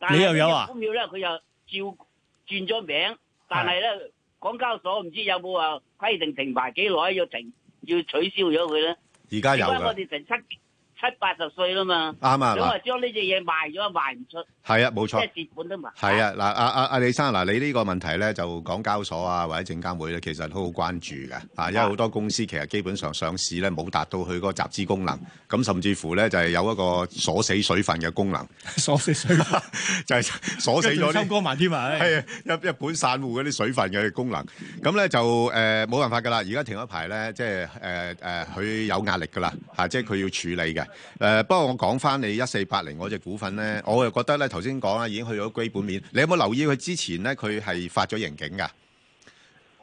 但係
你又有啊
呢隻股票咧佢又照轉咗名，但係咧港交所唔知有冇話規定停牌幾耐要停要取消咗佢咧？
而家有
而家
㗎。
我哋成七七八十歲啦嘛，
啱啊嗱
咁啊將呢隻嘢賣咗賣唔出，
係啊冇錯
即係蝕本都埋。
係啊，嗱，阿阿阿李生，嗱，你呢個問題咧，就港交所啊或者證監會咧，其實都好關注嘅，啊，因為好多公司其實基本上上市咧冇達到佢嗰個集資功能，咁甚至乎咧就係有一個鎖死水分嘅功能，
鎖死水分
<laughs> 就係鎖死咗
跟住
啲
收。埋添啊！
係啊，一一本散户嗰啲水分嘅功能，咁咧就呃誒冇、辦法㗎啦。而家停一排咧，即係誒誒，佢、有壓力㗎啦嚇，即係佢要處理嘅。誒、不過我講翻你一四八零嗰只股份咧，我又覺得咧頭先講啦，已經去咗基本面。你有冇留意佢之前咧，佢係發咗刑警㗎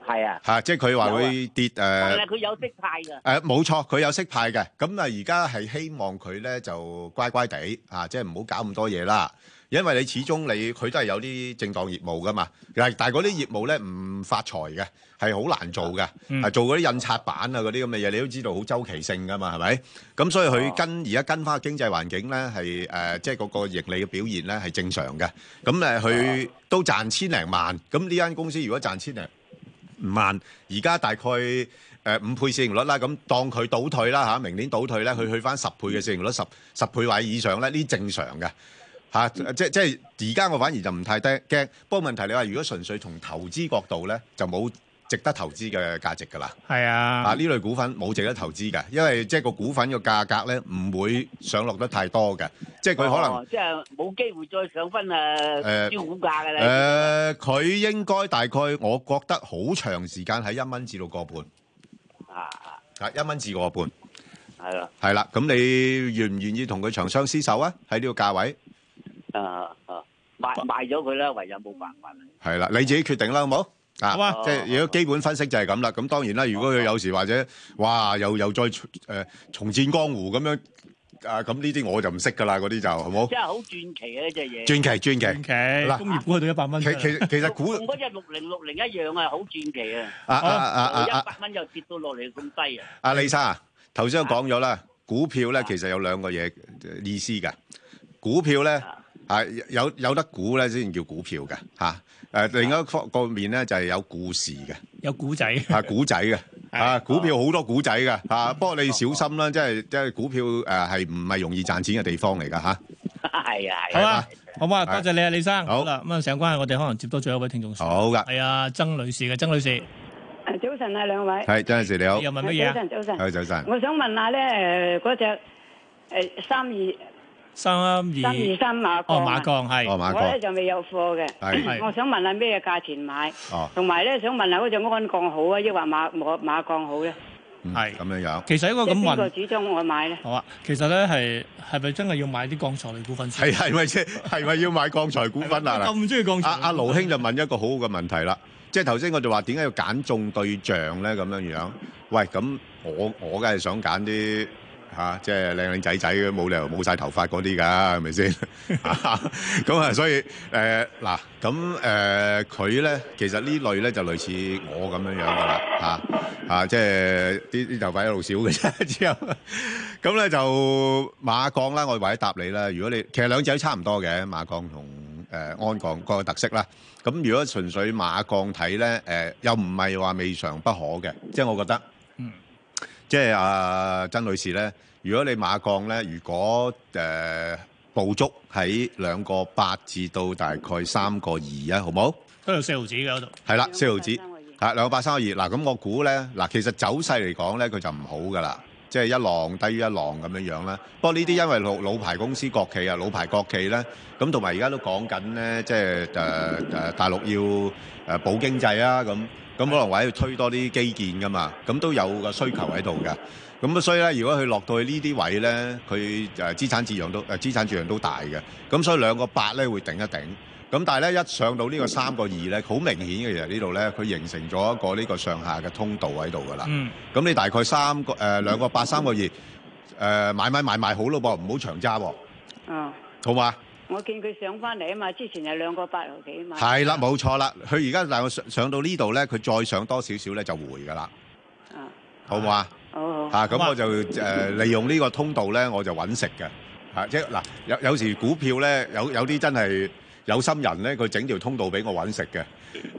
係啊，
嚇、即係佢話會跌呃誒。
但係佢有啊息派㗎。
誒冇錯，佢有息派嘅，咁啊而家係希望佢咧就乖乖地啊，即係唔好搞咁多嘢啦。因為你始終你佢都係有啲正當業務噶嘛，但但係嗰啲業務咧唔發財嘅，係好難做嘅，
嗯
係做嗰啲印刷版啊嗰啲咁嘅嘢，你都知道好周期性噶嘛，係咪？咁所以佢跟而家跟翻經濟環境咧係誒，即係嗰個盈利嘅表現咧係正常嘅。咁誒佢都賺千零萬，咁呢間公司如果賺千零五萬，而家大概誒五倍市盈率啦，咁當佢倒退啦嚇，明年倒退咧，佢去翻十倍嘅市盈率，十十倍或以上咧，呢正常嘅嚇、即即係而家我反而就唔太驚驚，不過問題你話如果純粹從投資角度咧，就冇值得投資嘅價值㗎啦。
係
啊！
啊，
呢類股份冇值得投資嘅，因為即係個股份嘅價格咧唔會上落得太多嘅，即係佢可能
哦即係冇機會再上翻誒
誒
招股價㗎
誒，
啦。
佢、應該大概，我覺得好長時間喺一蚊至到個半。
啊
啊，一蚊至個半。
係啦。
係啦，咁你願唔願意同佢長相廝守啊？喺呢個價位，
啊啊，賣賣咗佢啦，唯有冇辦法啦。
係啦，你自己決定啦，好冇？啊，
啊
即係如果基本分析就係咁啦。咁當然啦，如果佢有時或者哇，又又再誒、呃重戰江湖咁樣啊，咁呢啲我就唔識㗎啦，嗰啲就好冇？
真係好傳奇啊！呢隻嘢，
傳奇傳奇，
嗱，工業股去到一百蚊
其
㗎啦，
其其實股
同嗰只六零六零一樣啊，好傳奇啊！
啊啊啊啊啊
一百蚊又跌到落嚟咁低啊！
阿李生啊，頭先我講咗啦，股票咧其實有兩個嘢呃意思嘅。股票咧啊有有得估咧先叫股票嘅嚇。誒、另一方個面咧就係有故事嘅。
有股仔
啊，股仔 <laughs> 嘅啊，股票好多股仔嘅啊，不過你小心 <laughs> 啦，即係即係股票誒係唔係容易賺錢嘅地方嚟㗎嚇。
係啊，
好啊，好啊，多謝你啊，李生。好啦，咁啊，上關係我哋可能接多最後一位聽眾。
好㗎，
係啊，曾女士嘅，曾女士，
誒早晨啊，兩位。
係張女士你好。
你又問乜嘢啊
早晨，早晨。
係早晨
我想問下咧，誒嗰只誒三二
三二
三二三馬鋼啊
哦，馬鋼係，哦
我咧就未有貨嘅。
係係
我想問下咩價錢買？
哦
同埋咧，想問下嗰只安鋼好啊，抑或馬馬馬鋼好咧？
係
嗯咁樣樣。
其實應該
即係
咁
邊個
問，
主張我買咧？
好啊。其實咧係係咪真係要買啲鋼材類股份先？
係係咪先？係咪要買鋼材股份
<laughs>
啊？
咁中意鋼材
阿阿盧兄就問一個好好嘅問題啦，即係頭先我就話點解要揀中對象咧咁樣樣？喂，咁我我梗係想揀啲嚇、即係靚靚仔仔嘅，冇理由冇晒頭髮嗰啲㗎，係咪
<laughs>
先？ <laughs> 咁啊，所以誒嗱，咁誒佢咧，其實呢類咧就類似我咁樣樣㗎啦，嚇、啊，即係啲啲頭髮一路少嘅啫，之後咁咧就馬鋼啦，我為咗答你啦，如果你其實兩者都差唔多嘅，馬鋼同誒鞍鋼個特色啦。咁如果純粹馬鋼睇咧，誒、又唔係話未嘗不可嘅，即係我覺得。即係啊曾女士咧，如果你馬鋼咧，如果誒、呃捕捉喺兩個八至到大概三個二啊，好冇？
都有四毫子嘅嗰度。
係啦，四毫子嚇兩個八三個二嗱，咁我估咧嗱，其實走勢嚟講咧，佢就唔好噶啦，即係一浪低於一浪咁樣樣啦。不過呢啲因為老老牌公司國企啊，老牌國企咧，咁同埋而家都講緊咧，即係誒誒大陸要誒保經濟啊，咁咁可能或者要推多啲基建噶嘛，咁都有個需求喺度嘅。咁所以咧，如果佢落到去呢啲位咧，佢誒資產折讓都誒呃資產折讓都大嘅，咁所以兩個八咧會頂一頂。咁但係咧，一上到呢個三個二咧，好明顯嘅，其實呢度咧，佢形成咗一個呢個上下嘅通道喺度噶啦。
嗯，
咁你大概三個誒兩個八三個二誒買買買賣好咯噃，唔好長揸喎，
Ờ.
啊，
好嘛？
我見佢上翻嚟啊嘛，之前係兩個八毫幾嘛。
係啦，冇錯啦。佢而家但係上上到呢度咧，佢再上多少少咧就回噶啦，
Ờ.
啊，
好唔好啊？
好好。
啊，咁我就誒、呃利用呢個通道咧，我就揾食嘅。啊，即係嗱，有有時股票咧，有有啲真係有心人咧，佢整條通道俾我揾食嘅，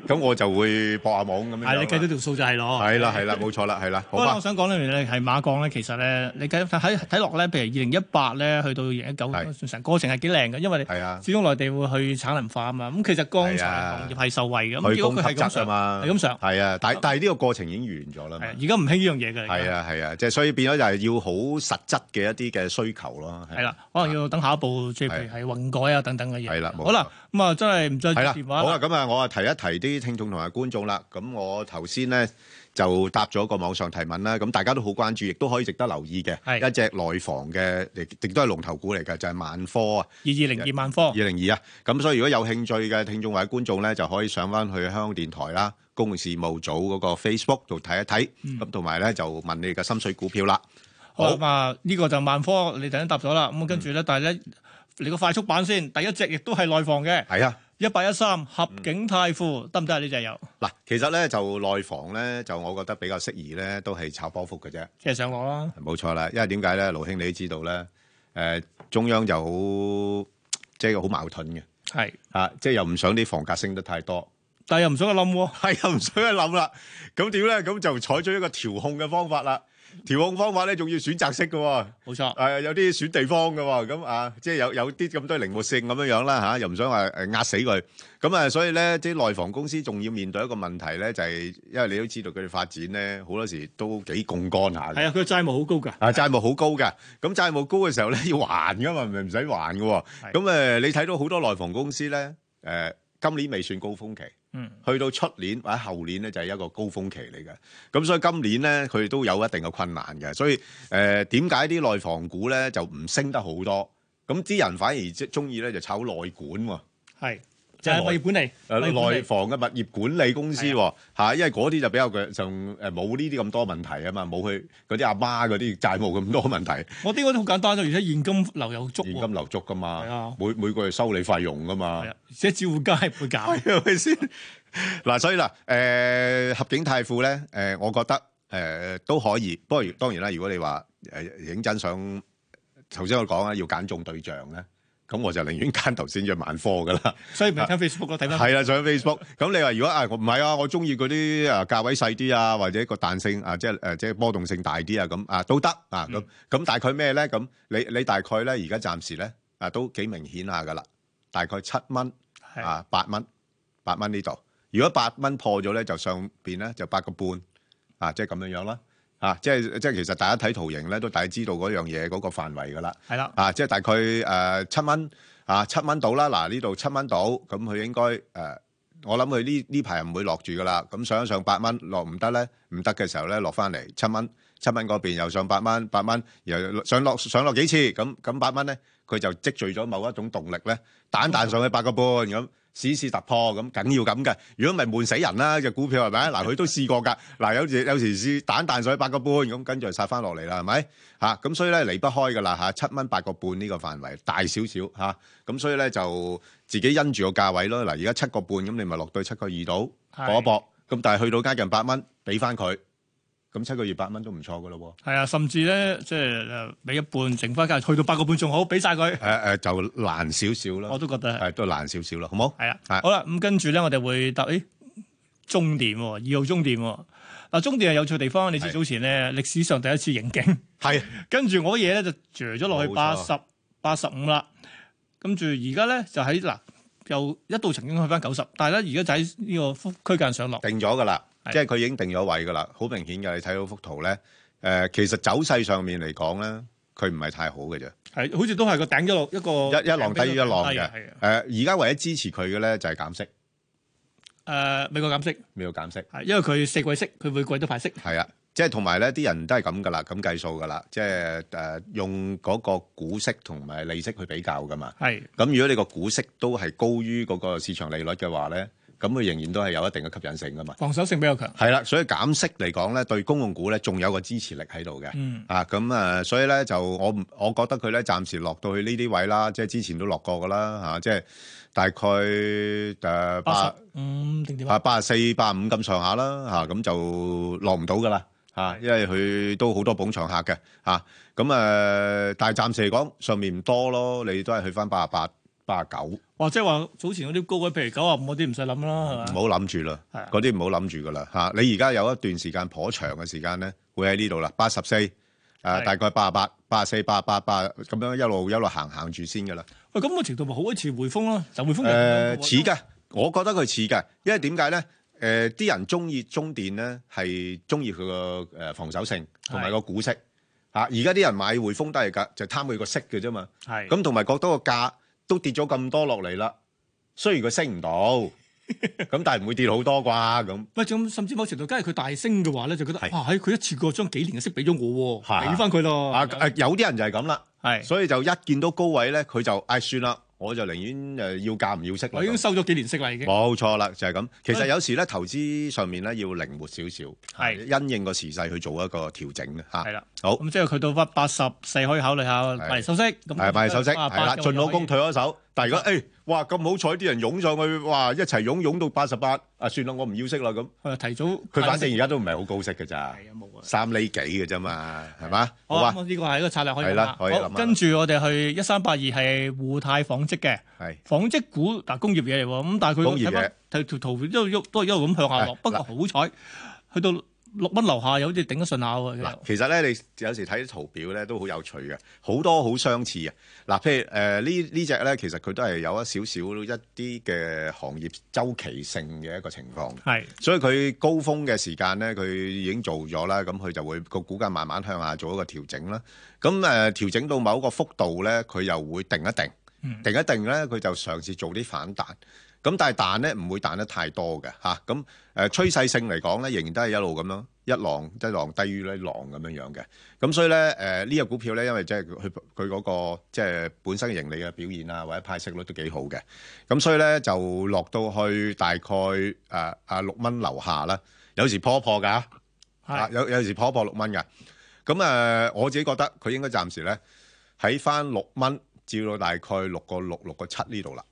咁我就會搏下網咁樣樣啦。
係你計到條數就係咯。
係啦係啦，冇錯啦係啦，
不
好
過呢
吧
我。想講咧，咧係馬鋼咧，其實咧，你計睇睇落咧，譬如二零一八咧，去到二零一九，成過程係幾靚嘅，因為
啊
始終內地會去產能化啊嘛。咁其實鋼材行業係受惠嘅，咁
去
結
供
果佢
給
係咁
側啊
上，
嘛，
係咁上。
係啊，但但係呢個過程已經完咗啦嘛。
而家唔興呢樣嘢嘅。
係啊係啊，即係所以變咗就係要好實質嘅一啲嘅需求咯。
係啦，可能要等下一步，即係譬如係混改啊等等嘅嘢。係啦，
冇錯
好啦，咁啊真係唔再
係啦
接電，話
好啦，咁啊，我啊提一提啲聽眾同埋觀眾啦。咁我頭先咧就答咗個網上提問啦，咁大家都好關注，亦都可以值得留意嘅一隻內房嘅，亦亦都係龍頭股嚟嘅，就係萬科啊。
二二零二萬科，
二零二啊。咁所以如果有興趣嘅聽眾或者觀眾咧，就可以上翻去香港電台啦公共事務組嗰個 Facebook 度睇一睇，
嗯
咁同埋咧就問你嘅心水股票啦。
好咁啊，呢個就萬科你頭先答咗啦。咁跟住
嗯
咧，但係咧，你個快速版先，第一隻亦都係內房嘅，
係啊，
一八一三合景泰富得唔得啊？呢隻有，
嗱，其實咧就內房咧，就我覺得比較適宜咧，都係炒波幅嘅啫。
即係上落啦。
冇錯啦，因為點解咧？盧兄你都知道咧，誒、中央就好即係好矛盾嘅，
係
啊，即係又唔想啲房價升得太多，
但係又唔想佢冧喎，
<laughs> 係又唔想佢冧啦。咁點咧？咁就採取一個調控嘅方法啦。調控方法咧，仲要選擇式嘅喎，
冇錯。
誒，有啲選地方嘅喎，咁啊，即係有有啲咁多靈活性咁樣樣啦嚇，又唔想話誒壓死佢。咁啊，所以咧，即係內房公司仲要面對一個問題咧，就係因為你都知道佢哋發展咧，好多時都幾槓桿下嘅。
係啊，佢債務好高㗎。
啊，債務好高嘅，咁債務高嘅時候咧 <laughs> 要還噶嘛，唔係唔使還嘅喎。咁誒、你睇到好多內房公司咧，誒、今年未算高峰期，
嗯，
去到出年或者後年咧就係一個高峰期嚟嘅。咁所以今年咧佢都有一定嘅困難嘅。所以誒點解啲內房股咧就唔升得好多？咁啲人反而即中意咧就炒內管喎。
係
即係
就係物業管理，
誒
物業管理
內房嘅物業管理公司
啊
喎，嚇因為嗰啲就比較嘅就誒冇呢啲咁多問題啊嘛，冇佢嗰啲阿媽嗰啲債務咁多問題，
我啲嗰啲好簡單啫，而且現金流又足喎，
現金流足噶嘛，
係啊
每每個月收你費用噶嘛，
而且照顧家係唔會減。
係咪先？嗱，所以嗱，誒、合景泰富咧，誒、我覺得誒、都可以，不過如當然啦，如果你話誒、認真想，頭先我講啊啦，要揀中對象咧，咁我就寧願揀頭先嘅萬科噶啦。
所以咪睇 Facebook 咯，睇翻
係啦，上 Facebook。咁你話如果啊，我唔係啊，我中意嗰啲誒價位細啲啊，或者個彈性啊，即係誒即係波動性大啲啊，咁啊都得啊。咁咁大概咩咧？咁你你大概咧而家暫時咧啊都幾明顯下噶啦，大概七蚊啊八蚊八蚊呢度。如果八蚊破咗咧，就上邊咧就八個半啊，即係咁樣樣啦。啊，即係即係其實大家睇圖形咧，都大家知道嗰樣嘢嗰個範圍噶啦。
係啦，
啊，即係大概誒七蚊啊，七蚊到啦。嗱，呢度七蚊到，咁佢應該誒、呃我諗佢呢呢排唔會落住噶啦。咁上一上八蚊，落唔得咧，唔得嘅時候咧，落翻嚟七蚊，七蚊嗰邊又上八蚊，八蚊又上落上落幾次，咁咁八蚊咧，佢就積聚咗某一種動力咧，彈彈上去八個半咁，試試突破咁，緊要咁嘅。如果唔係悶死人啦，只股票係咪？嗱，佢都試過㗎。嗱，有時有時試彈彈水八個半，咁跟住就殺翻落嚟啦，係咪？嚇，咁所以咧離不開㗎啦嚇，七蚊八個半呢個範圍大少少嚇，咁所以咧就自己因住個價位咯。嗱，而家七個半，咁你咪落到七個二度
係
搏一搏。咁但係去到接近八蚊，俾翻佢，咁七個月八蚊都唔錯㗎咯
係啊，甚至咧即係誒俾一半，剩翻價去到八個半仲好，俾晒佢。
喎。誒誒、就難少少啦。
我都覺得
係都難少少啦，好冇？
係
啊
好啦，咁跟住咧，我哋會答誒中電喎，二號中電喎。嗱，中電係有趣地方，你知早前咧歷史上第一次迎警，
係
<laughs> 跟住我嘢咧就鋸咗落去
冇錯
八十八十五啦，跟住而家咧就喺嗱又一度曾經去翻九十，但係咧而家就喺呢個幅區間上落。
定咗㗎啦，
係
即係佢已經定咗位㗎啦，好明顯㗎。你睇到幅圖咧，誒、其實走勢上面嚟講咧，佢唔係太好嘅啫。
係好似都係個頂一落一個
一一浪低於一浪嘅。
係啊
誒
係啊，
而家唯一支持佢嘅咧就係減息，
誒美國減息，
美國減息。
係因為佢四季息，佢每季都派息。
係啊，即係同埋咧，啲人都係咁噶啦，咁計數噶啦，即係誒、呃用嗰個股息同埋利息去比較噶嘛。
係
咁如果你個股息都係高於嗰個市場利率嘅話咧，咁佢仍然都係有一定嘅吸引性噶嘛。
防守性比較強。
係啦，所以減息嚟講咧，對公共股咧仲有個支持力喺度嘅。
嗯
啊，咁啊，所以咧就我唔我覺得佢咧暫時落到去呢啲位啦，即係之前都落過噶啦嚇，即係大概誒
八
八
十五定點
啊
啊？
八四八五咁上下啦嚇，咁就落唔到噶啦嚇，因為佢都好多捧場客嘅嚇，咁誒，但係暫時嚟講上面唔多咯，你都係去翻八啊八、八啊九，唔
或者話早前嗰啲高位，譬如九啊五嗰啲唔使諗啦，係嘛？
好諗住啦，
係啊
嗰啲唔好諗住噶啦嚇。你而家有一段時間頗長嘅時間咧，會喺呢度啦，八十四誒
係
大概八啊八、八啊四、八啊八、八咁樣一路一路行行住先噶啦。
喂，咁個程度咪好一似匯豐咯，就匯豐
誒、似嘅，我覺得佢似嘅，因為點解咧？誒、啲人中意中電咧，係中意佢個誒防守性同埋個股息嚇。而家啲人買匯豐都係㗎，就貪佢個息嘅啫嘛。
係
咁同埋覺得個價都跌咗咁多落嚟啦，雖然佢升唔
<laughs>
到，咁但係唔會跌好多啩咁。
喂，咁甚至某程度，梗係佢大升嘅話咧，就覺得哇，喺佢一次過將幾年嘅息俾咗我
係
喎，俾翻佢咯。
啊誒，有啲人就係咁啦，
係
所以就一見到高位咧，佢就唉算啦，我就寧願呃誒要價唔要息啦
我已經
咁
收咗幾年息啦，已經。
冇錯啦，就係、咁。其實有時咧，投資上面咧要靈活少少，
係
因應個時勢去做一個調整嘅嚇。
係啦，
好，
咁即係佢到翻八十四可以考慮下買嚟收息。咁
係買嚟收息，
啊
係啦，
88
盡老公
就
退咗手。但係
啊
如果誒，哇咁好彩，啲人湧上去，哇一齊湧湧到八十八，啊算啦，我唔要息啦咁。
可以，係提早。
佢反正而家都唔係好高息嘅咋，三厘幾嘅啫嘛，係嘛？好
好啊，
啊，
咁呢個係一個策略可以諗
係
啦
啦可以諗
好
下
跟住我哋去一三八二係互泰紡織嘅，
係
紡織股嗱工業嘢嚟喎，咁但係
工
佢
業
睇翻睇條圖一路喐都係一路咁向下落，
係
不過好彩去到六蚊樓下有啲頂得順下喎。
嗱，其
其實
實咧，你有時睇啲圖表咧都好有趣嘅，好多好相似嘅。啊嗱，譬如誒、呃呢呢只咧，其實佢都係有一少少一啲嘅行業周期性嘅一個情況。
係
所以佢高峰嘅時間咧，佢已經做咗啦，咁佢就會個股價慢慢向下做一個調整啦。咁誒、呃、調整到某一個幅度咧，佢又會定一定。定一定咧，佢就嘗試做啲反彈。咁但係彈咧唔會彈得太多嘅嚇。咁、誒、趨勢性嚟講咧，仍然都係一路咁樣一浪一浪低於一浪咁樣樣嘅。咁所以咧誒呢個股票咧，因為即係佢佢嗰個即係本身嘅盈利嘅表現啊，或者派息率都幾好嘅。咁所以咧就落到去大概誒啊六蚊樓下啦。有時破一破㗎，啊有有時破一破六蚊㗎。咁誒、呃我自己覺得佢應該暫時咧。喺翻六蚊至到大概六個六六個七呢度啦，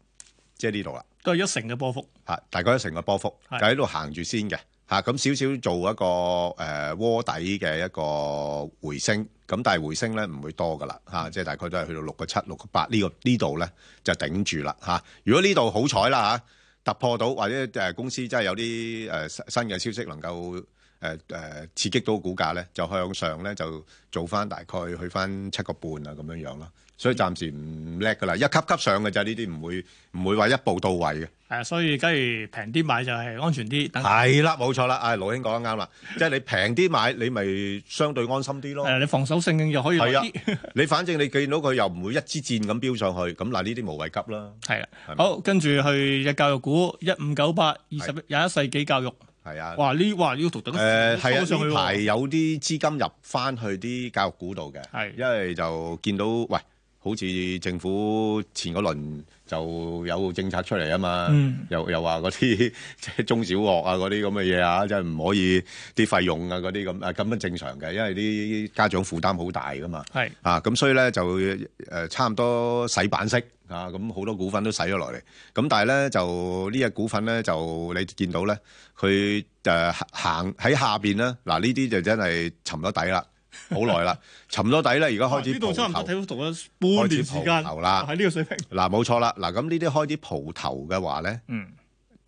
即係呢度啦，
都係一成嘅波幅。
嚇啊大概一成個波幅，就
係
喺度行住先嘅嚇，咁少少做一個誒、呃、窩底嘅一個回升，咁但係回升咧唔會多噶啦
嗯
嚇，即係大概都係去到六個七、六個八呢個呢度咧就頂住啦嚇。如果呢度好彩啦嚇。突破到，或者誒公司真係有啲誒新新嘅消息能夠誒誒刺激到股價咧，就向上咧就做翻大概去翻七個半啊咁樣樣啦。所以暫時唔叻噶啦，一級級上嘅咋呢啲唔會唔會話一步到位嘅。
係啊，所以假如平啲買就係安全啲。等
係啦，冇錯啦，啊老兄講得啱啦，即係你平啲買，你咪相對安心啲咯。
誒，啊你防守性又可以攞
係啊
啲。， <laughs>
你反正你見到佢又唔會一支箭咁飆上去，咁嗱呢啲無謂急啦。
係啦
係咪，
好，跟住去只教育股一五九八二十廿一世紀教育。
係啊，
哇！呢哇呢個圖突
誒係
上
啊，
去
呢排
喎。
有啲資金入翻去啲教育股度嘅，因為就見到喂好似政府前嗰輪就有政策出嚟啊嘛，
嗯
又又話嗰啲 <laughs> 即係中小學啊嗰啲咁嘅嘢啊，即係唔可以啲費用啊嗰啲咁啊，咁樣正常嘅，因為啲家長負擔好大噶嘛。
係
啊，咁所以咧就誒、呃差唔多洗版式啊，咁好多股份都洗咗落嚟。咁但係咧就呢只股份咧就你見到咧，佢誒行喺下邊咧，嗱呢啲就真係沉咗底啦，好耐啦，沉咗底咧，而家開始
啊呢度
蒲
差唔
頭
多睇到讀咗半年時間
開始蒲頭啦
喺呢個水平。
嗱，冇錯啦。嗱，咁呢啲開啲蒲頭嘅話咧，
嗯，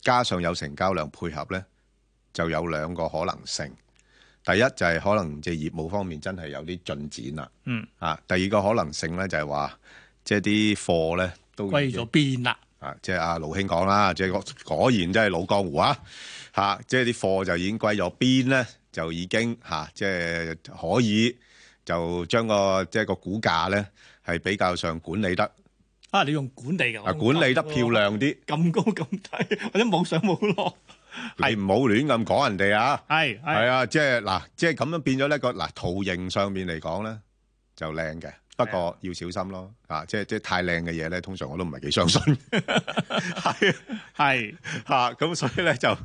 加上有成交量配合咧，就有兩個可能性。第一就係可能即係業務方面真係有啲進展啦，
嗯，
啊，第二個可能性咧就係話，即係啲貨咧都已
歸
經
咗邊啦？
啊，即係阿盧兄講啦，即係果果然真係老江湖啊！嚇、即係啲貨就已經歸咗邊咧，就已經嚇、即係可以就將個即係個股價咧係比較上管理得
啊，你用管理㗎？
啊管理得漂亮啲，
咁高咁低，或者冇上冇落。
係唔好亂咁講人哋啊！
係係
係啊，即係嗱，即係咁樣變咗呢個嗱圖形上面嚟講咧就靚嘅，不過要小心咯啊！即係即係太靚嘅嘢咧，通常我都唔係幾相信。
係
嚇，咁所以咧就誒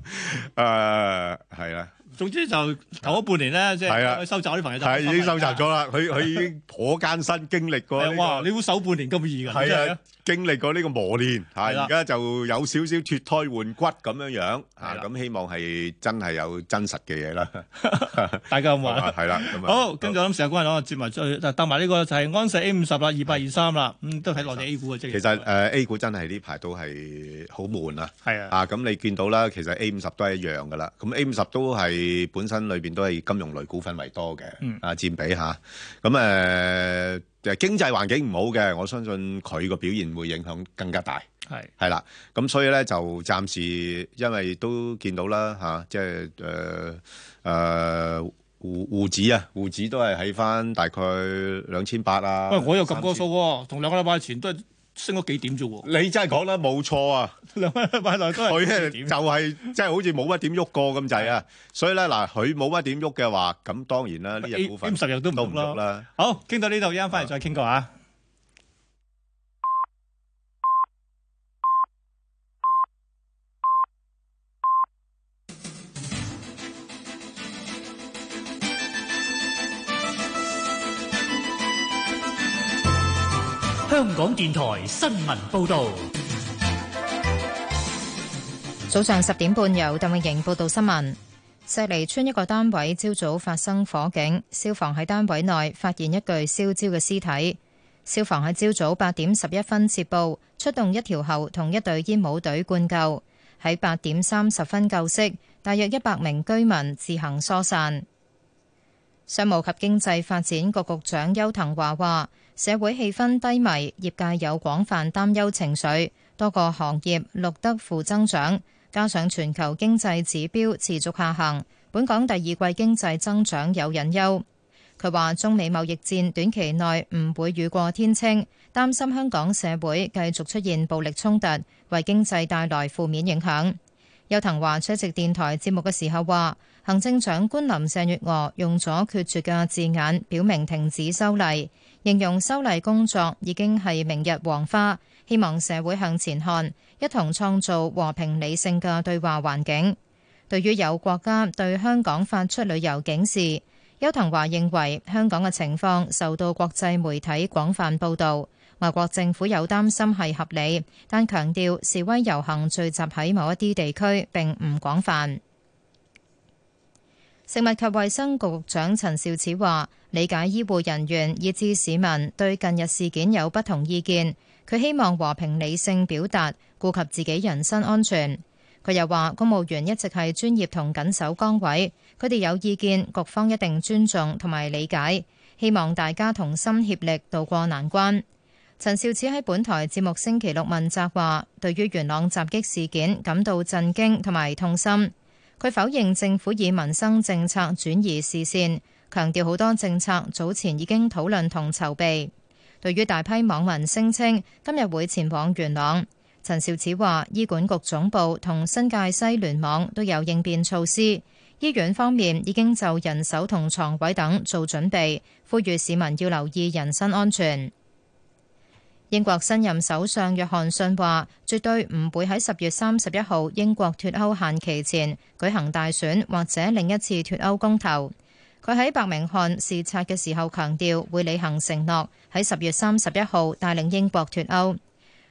À, 係啦。
總之就頭嗰半年咧，即
啊係啊
係收集啲朋友就
係已經收集
咗。
咗啦，佢佢已
<laughs>
經頗艱辛經歷過呢個。
啊哇！你估手半年咁 <laughs> 易㗎？
係
真係
啊，經歷過呢個磨練嚇，
係啦
而家就有少少脱胎換骨咁樣樣嚇，咁希望係真係有真實嘅嘢啦。
<laughs> 大家咁話
係啦，咁啊，
好，跟住我諗時間關係，我接埋最搭埋呢個就係安碩 A 五十啦，二百二三啦，咁都睇內地 A 股嘅啫。
其實誒 A 股真係呢排都係好悶啊。
係啊，
啊，咁你見到啦，其實 A 五十都係一樣噶啦。咁 A 五十都係本身裏邊都係金融類股份為多嘅，
嗯
啊佔比嚇。咁誒、呃、經濟環境唔好嘅，我相信佢個表現會影響更加大。
係
係啦，咁所以咧就暫時，因為都見到啦嚇、即係呃誒誒滬滬指啊，滬指都係喺翻大概兩千八啊。
喂，我又撳過數
3000，
喎，同兩個禮拜前都係升咗幾點啫喎。
你真係講得冇錯
<laughs>
啊！
兩個禮拜內都
佢
係
咧
幾
就
點？
係即係好似冇乜點喐過咁滯啊！所以咧嗱，佢冇乜點喐嘅話，咁當然啦，呢只股
A
份
五十又都唔
都唔
喐
喐
啦。
啦。
好，傾到呢度，一陣翻嚟再傾過啊。
香港電台新聞報道，
早上十點半由鄧永盈報道新聞。石梨村一個單位朝早發生火警，消防喺單位內發現一具燒焦嘅屍體。消防喺朝早八點十一分接報，出動一條喉同一隊煙帽隊灌救，喺八點三十分救熄，大約一百名居民自行疏散。商務及經濟發展局局長邱騰華話：社會氣氛低迷，業界有廣泛擔憂情緒，多個行業錄得負增長，加上全球經濟指標持續下行，本港第二季經濟增長有隱憂。佢話：中美貿易戰短期內唔會雨過天晴，擔心香港社會繼續出現暴力衝突，為經濟帶來負面影響。邱騰華出席電台節目嘅時候話，行政長官林鄭月娥用咗決絕嘅字眼，表明停止修例，形容修例工作已經係明日黃花，希望社會向前看，一同創造和平理性嘅對話環境。對於有國家對香港發出旅遊警示，邱騰華認為香港嘅情況受到國際媒體廣泛報導，外國政府有擔心係合理，但強調示威遊行聚集喺某一啲地區並唔廣泛。食物及衛生局局長陳肇始話：理解醫護人員以至市民對近日事件有不同意見，佢希望和平理性表達，顧及自己人身安全。佢又話：公務員一直係專業同緊守崗位，佢哋有意見，局方一定尊重同埋理解，希望大家同心協力渡過難關。陳肇始喺本台節目星期六問責話：對於元朗襲擊事件感到震驚同埋痛心。佢否認政府以民生政策轉移視線，強調好多政策早前已經討論同籌備。對於大批網民聲稱今日會前往元朗，陳肇始話：醫管局總部同新界西聯網都有應變措施，醫院方面已經就人手同床位等做準備，呼籲市民要留意人身安全。英國新任首相約翰遜話：絕對唔會喺十月三十一號英國脱歐限期前舉行大選或者另一次脱歐公投。佢喺伯明翰視察嘅時候強調會履行承諾，喺十月三十一號帶領英國脱歐。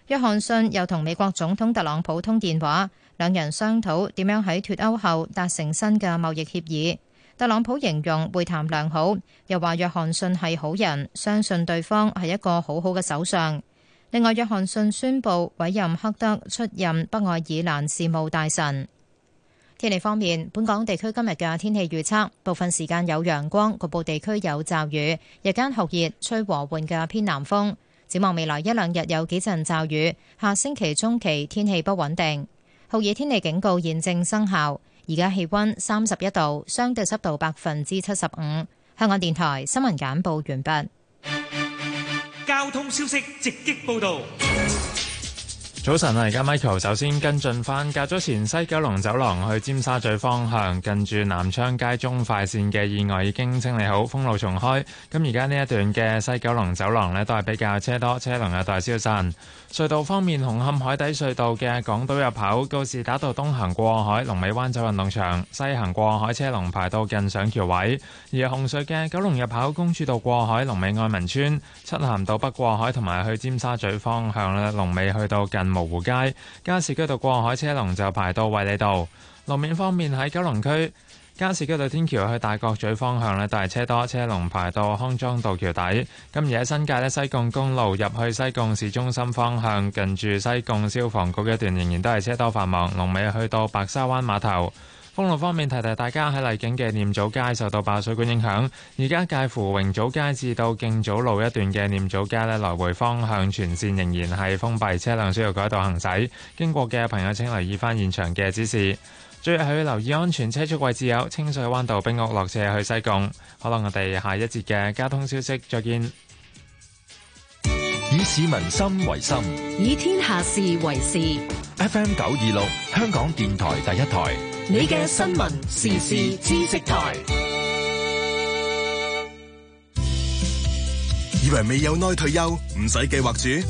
約翰遜又同美國總統特朗普通電話，兩人商討點樣喺脱歐後達成新嘅貿易協議。特朗普形容會談良好，又話約翰遜係好人，相信對方係一個好好嘅首相。另外，約翰遜宣布委任克德出任北愛爾蘭事務大臣。天氣方面，本港地區今日嘅天氣預測，部分時間有陽光，局部地區有驟雨，日間酷熱，吹和緩嘅偏南風。展望未來一兩日有幾陣驟雨，下星期中期天氣不穩定，酷熱天氣警告現正生效。而家氣溫三十一度，相對濕度百分之七十五。香港電台新聞簡報完畢。
交通消息直擊報導。
早晨啊！而家 Michael 首先跟進翻，較早前西九龍走廊去尖沙咀方向，近住南昌街中快線嘅意外已經清理好，封路重開。咁而家呢一段嘅西九龍走廊呢，都係比較車多，車龍有待消散。隧道方面，紅磡海底隧道嘅港島入口告士打道東行過海，龍尾灣仔運動場；西行過海車龍排到近上橋位。而紅隧嘅九龍入口公主道過海，龍尾愛民村；漆咸道北過海同埋去尖沙咀方向咧，龍尾去到近蕪湖街，加士居道過海車龍就排到衛理道。路面方面喺九龍區加士居道天橋去大角咀方向呢，都係車多，車龍排到康莊道橋底。咁而喺新界呢，西貢公路入去西貢市中心方向，近住西貢消防局一段仍然都係車多繁忙，龍尾去到白沙灣碼頭。封路方面，提提大家喺荔景嘅念祖街受到爆水管影響，而家介乎榮祖街至到敬祖路一段嘅念祖街呢，來回方向全線仍然係封閉，車輛需要改道行駛。經過嘅朋友請留意翻現場嘅指示。最後要留意安全車速位置有清水灣道、冰屋落斜去西貢。好啦，我哋下一節嘅交通消息再見。
以市民心為心，
以天下事為事。
FM 九二六，香港電台第一台。
你嘅新聞時事知識台，
以為未有耐退休唔使計劃住，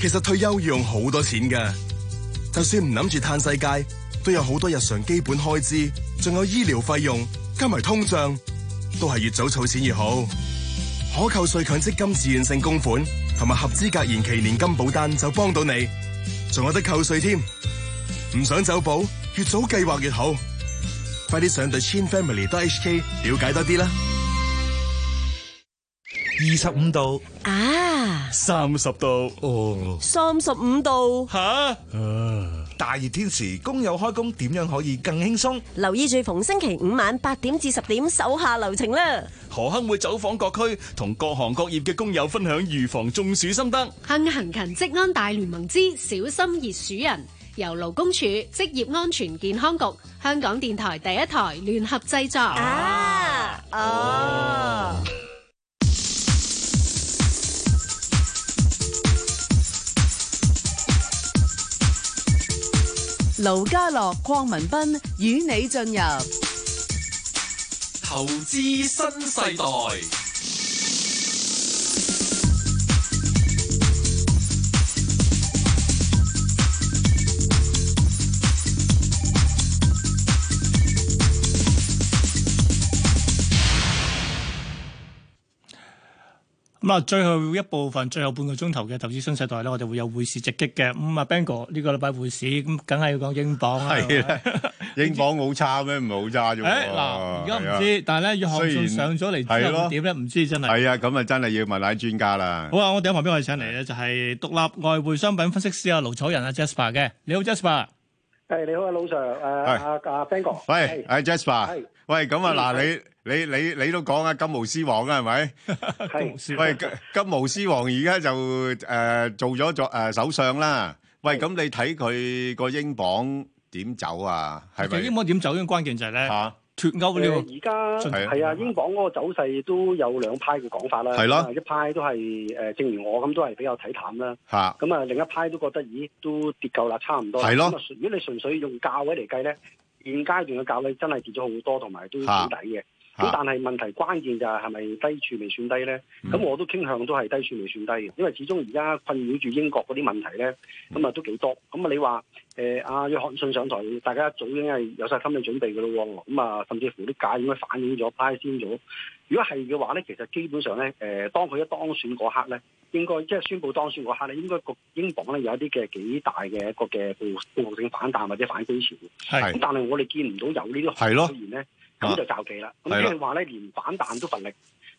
其實退休要用好多錢㗎。就算唔諗住嘆世界，都有好多日常基本開支，仲有醫療費用，加埋通脹，都係越早儲錢越好。可扣稅強積金自願性供款同埋合資格延期年金保單就幫到你，仲有得扣稅添。唔想走寶，越早計劃越好。快啲上到 chinfamily.hk 了解多啲啦。
二十五度
啊，
三十度哦，
三十五度
吓、啊，大熱天時工友開工點樣可以更輕鬆？
留意住逢星期五晚八點至十點手下留情啦。
何亨會走訪各區，同各行各業嘅工友分享預防中暑心得。
亨行勤職安大聯盟之小心熱暑人。由勞工處職業安全健康局、香港電台第一台聯合製作。
<laughs>
啊，哦！
盧家樂、鄺民彬與你進入
投資新世代。
咁啊，最後一部分、最後半個鐘頭嘅投資新世代咧，我哋會有匯市直擊嘅。咁、嗯、啊，Bang 哥呢個禮拜匯市咁，梗係要講英鎊啦。
<laughs> 係啦，英鎊好差咩？唔係好差啫喎。
誒嗱，而家唔知，但係咧，約翰遜上咗嚟之後點咧？唔知真係。
係啊，咁啊，真係要問下專家啦。
好啊，我哋喺旁邊我哋請嚟咧，就係獨立外匯商品分析師啊，盧楚仁啊，Jasper 嘅。你好，Jasper。
係你好啊，老 Sir。誒阿阿 Bang 哥。
喂，係 Jasper。喂，咁啊嗱你。你你你都講啊，金毛獅王啦，係咪？
係。
喂，金毛獅王而家就誒做咗做誒首相啦。喂，咁你睇佢個英鎊點走啊？係咪？
英鎊點走？因為關鍵就係咧脱歐呢
個。而家係啊，英鎊嗰個走勢都有兩派嘅講法啦。啊
係咯。
一派都係誒，正如我咁，都係比較睇淡啦。
嚇。
咁啊，另一派都覺得，咦，都跌夠啦，啊差唔多。
係咯。
如果你純粹用價位嚟計咧，現階段嘅價位真係跌咗好多，同埋都幾抵嘅。咁但係問題關鍵就係係咪低處未算低呢？
嗯
咁我都傾向都係低處未算低嘅，因為始終而家困擾住英國嗰啲問題呢，
嗯
咁啊都幾多。咁啊你話誒阿約翰遜上台，大家早已經係有晒心理準備嘅咯喎。咁啊甚至乎啲價應該反映咗、派先咗。如果係嘅話呢，其實基本上呢，誒、呃當佢一當選嗰刻呢，應該即係宣布當選嗰刻呢，應該個英鎊呢有一啲嘅幾大嘅一個嘅報報復性反彈或者反高潮。
係
咁但係我哋見唔到有呢啲
係咯
出現呢。
啊
咁就罩忌啦。咁
係啦
即係話咧，連反彈都乏力。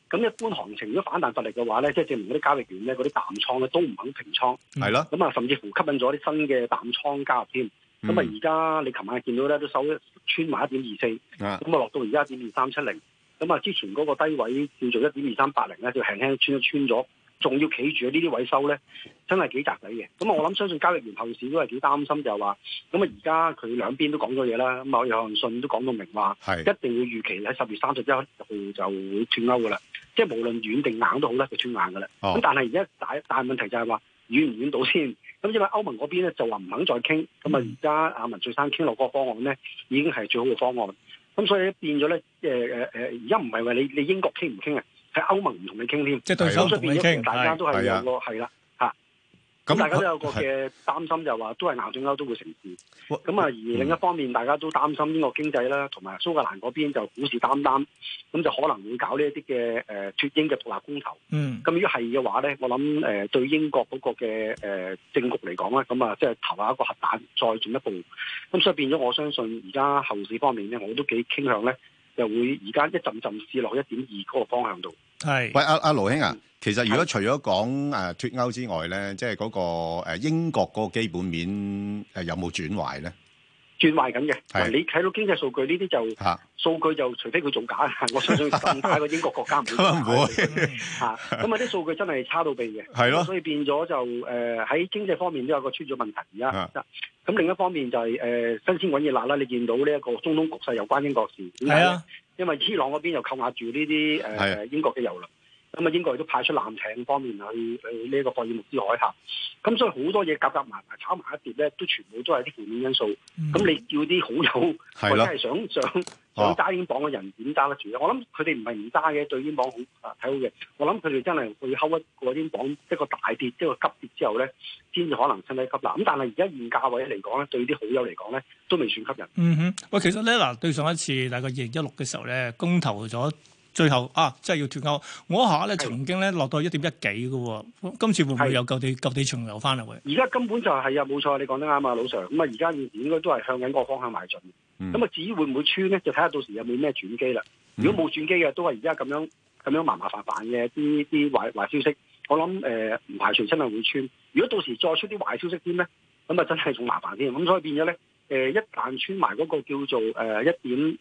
咁一般行情如果反彈乏力嘅話咧，即係證明嗰啲交易員咧，嗰啲淡倉咧都唔肯平倉。
係咯
咁啊，甚至乎吸引咗啲新嘅淡倉加入添。咁啊，而家你琴晚見到咧都收一穿埋一點
啊
二四，咁啊落到而家一點二三七零。咁啊，之前嗰個低位叫做一點二三八零咧，就輕輕穿一穿咗。仲要企住喺呢啲位收咧，真係幾窄底嘅。咁啊，我諗相信交易員後市都係幾擔心，就係話咁啊，而家佢兩邊都講咗嘢啦。咁啊，約翰遜都講到明話，
係
一定要預期喺十月三十一號就會脱歐噶啦。即係無論軟定硬都好啦，佢脱硬噶啦。
哦
咁、但係而家大大問題就係話軟唔軟到先。咁因為歐盟嗰邊咧就話唔肯再傾，咁
嗯
啊而家阿文翠珊傾落嗰個方案咧已經係最好嘅方案。咁所以咧變咗咧，誒誒誒，而家唔係話你你英國傾唔傾啊，係歐盟唔同你傾添，
即係對手唔同你傾
咁所以變咗大家都係
係啊
有個係啦嚇。
咁
咁大家都有個
係
嘅擔心，就話都係硬脱歐都會成事。咁啊，而
嗯
另一方面，大家都擔心英國經濟啦，同埋蘇格蘭嗰邊就虎視眈眈，咁就可能會搞呢一啲嘅誒脱英嘅獨立公投。
嗯
咁如果係嘅話咧，我諗誒、呃、對英國嗰個嘅誒、呃政局嚟講咧，咁啊即係投下一個核彈，再進一步。咁所以變咗，我相信而家後市方面咧，我都幾傾向咧，就會而家一陣陣試落一點二嗰個方向度。
係。
喂，阿阿盧兄啊，其實如果除咗講誒脱歐之外咧，即係嗰個誒英國嗰個基本面誒有冇轉壞咧？
轉壞緊嘅，
係
你睇到經濟數據呢啲就
嚇
數據就除非佢造假， <laughs> 我相
<laughs>
信咁大個英國國家唔會造
咁啊
假
唔會
嗯
嚇，咁啊啲數據真係差到痹嘅，
<laughs> 係咯
所以變咗就誒喺、經濟方面都有個出咗問題而
啊
家。咁另一方面就係、誒、新鮮滾熱辣啦，你見到呢一個中東局勢有關英國事，點解
係
呢
啊？
因為伊朗嗰邊又扣押住呢啲呃
係啊
誒英國嘅油輪，咁啊英國亦都派出艦艇方面去去呢一個霍爾木茲海峽，咁所以好多嘢夾夾埋埋炒埋一碟咧，都全部都係啲負面因素。咁、你叫啲好友
係
或者
咯
係想想
哦
想揸英鎊嘅人點揸得住咧？我諗佢哋唔係唔揸嘅，對英鎊好啊睇好嘅。我諗佢哋真係會睺一個英鎊一個大跌，一個急跌之後咧，先至可能趁低吸納。咁但係而家現價位嚟講咧，對啲好友嚟講咧，都未算吸引。
嗯哼，喂，其實咧嗱，對上一次大概二零一六嘅時候咧，公投咗。最後啊，真係要脱歐，我一下咧曾經咧落到一點一幾嘅喎，今次會唔會有舊地舊地重遊翻啊？會
而家根本就係啊，冇錯，你講得啱啊，老 Sir。咁啊，而家現時應該都係向緊個方向邁進。咁啊、至於會唔會穿咧，就睇下到時有冇咩轉機啦。如果冇轉機嘅，都係而家咁樣咁樣麻麻煩煩嘅啲啲壞壞消息。我諗誒唔排除真係會穿。如果到時再出啲壞消息添咧，咁啊真係仲麻煩添。咁所以變咗咧，誒、呃一旦穿埋嗰個叫做誒一點，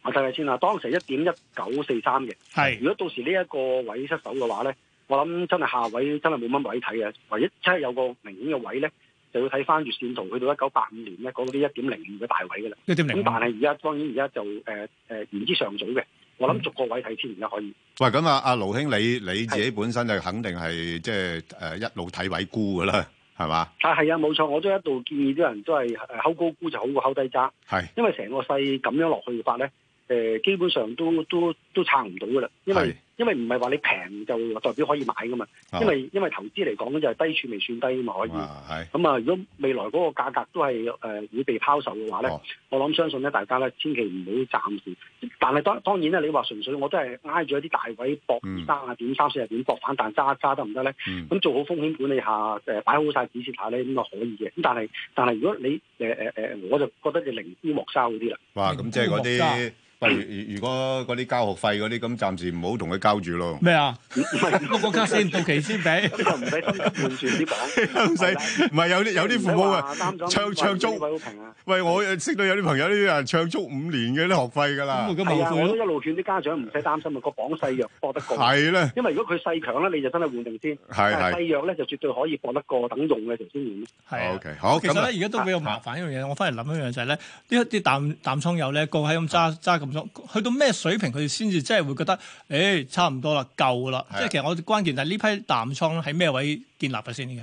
我睇睇先啦。當時一點一九四三嘅，
係
如果到時呢一個位失手嘅話咧，我諗真係下位真係冇乜位睇嘅，唯一真係有個明顯嘅位咧，就要睇翻月線圖去到一九八五年咧嗰啲一點零五嘅大位嘅啦。
1.05
咁但係而家當然而家就呃誒誒言之尚早嘅，我諗逐個位睇先而家可以。
喂，咁啊，阿盧兄，你你自己本身就肯定係即係誒一路睇位沽噶啦，係嘛？
啊，係啊，冇錯，我都一度建議啲人都係誒睺高估就好過睺低揸，
係
因為成個勢咁樣落去嘅法咧，誒、基本上都都都撐唔到噶啦，因為因為唔係話你平就代表可以買噶嘛，
啊
因為因為投資嚟講咧就係低處未算低啊嘛，可以。
哇，係
咁啊，如果未來嗰個價格都係誒、呃、會被拋售嘅話咧，我諗相信咧，大家咧千祈唔好暫時。但係當當然咧，你話純粹我都係挨住一啲大位博
嗯
三啊點、三四啊點博反彈揸一揸得唔得咧？
嗯
咁、做好風險管理下，誒、擺好晒指示下咧，咁啊可以嘅。咁但係但係如果你誒誒誒，我就覺得你寧沽莫收嗰啲啦。
哇，咁即係嗰
明白
啲喂，如如果嗰啲交學費嗰啲，咁暫時唔好同佢交住咯。
咩啊？個國家先到期先俾，
咁就唔使心急換住啲講。
<laughs> 唔使，唔係有啲有啲父母啊
唔使話擔心，
唱
喂
唱足
呢位好平啊。
喂，我識到有啲朋友呢啲人唱足五年嘅啲學費㗎啦。
係啊，我都一路勸啲家長唔使擔心啊，個榜細弱搏得過。
係咧
因為如果佢細強咧，你就真係換定先。
係係
但細弱咧，就絕對可以搏得過，等用嘅時候先換。
係
O K，好，
其實
咁啊
咧，而家都比較麻煩一樣嘢，我翻嚟諗一樣就係咧，呢一啲淡淡倉友咧，個喺咁揸揸咁多，去到咩水平佢哋先至真係會覺得，誒、差唔多啦，夠啦。
係啊
即係其實我關鍵就係呢批淡倉咧喺咩位建立嘅先嘅？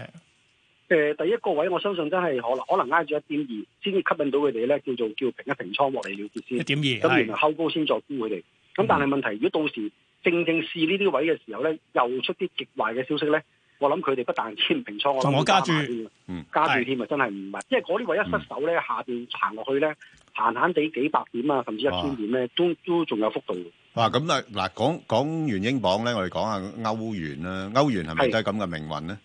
誒、第一個位，我相信真係可能可能挨住一點二，先至吸引到佢哋咧，叫做叫平一平倉獲利了結先。
1.2
咁
係嗯
然後後高先再沽佢哋。咁但係問題，如果到時正正試呢啲位嘅時候咧，又出啲極壞嘅消息咧，我諗佢哋不但止唔平倉，我
同
諗
我加
加碼添啊
嗯
加住添啊，真係唔係，因為嗰啲位一失手咧，下邊行落去咧，閒閒地幾百點啊，甚至一千點咧，都都仲有幅度。
哇！咁啊，嗱，講講完英鎊咧，我哋講下歐元啦。歐元係咪都係咁嘅命運咧？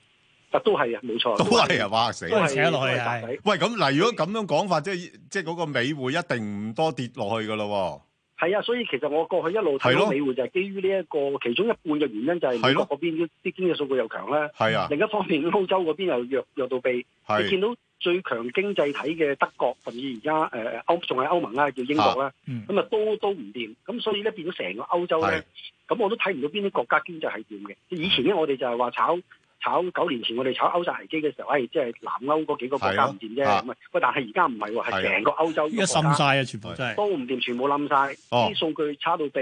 啊，都係啊，冇錯，
都係啊！哇，死
都係
啊係喂，咁嗱，如果咁樣講法，即係即係嗰個美匯一定唔多跌落去噶咯
係啊，所以其實我過去一路睇
係
到
咯
美匯就係基於呢一個其中一半嘅原因就係美
係咯
國嗰邊啲經濟數據又強啦，
係啊
另一方面歐洲嗰邊又弱弱到痹，
係
你見到最強經濟體嘅德國，甚至而家誒歐仲係歐盟啦，叫英國啦，
嗯
咁啊都都唔掂，咁所以咧變咗成個歐洲咧，咁我都睇唔到邊啲國家經濟係掂嘅。以前咧我哋就係話炒。炒九年前我哋炒歐債危機嘅時候，誒即係南歐嗰幾個國家唔掂啫，
係啊
咁啊，喂但係而家唔係喎，
係啊
係成個歐洲
依家滲晒啊，全部真係。
都唔掂，全部冧晒，
哦嗯
啲數據差到地。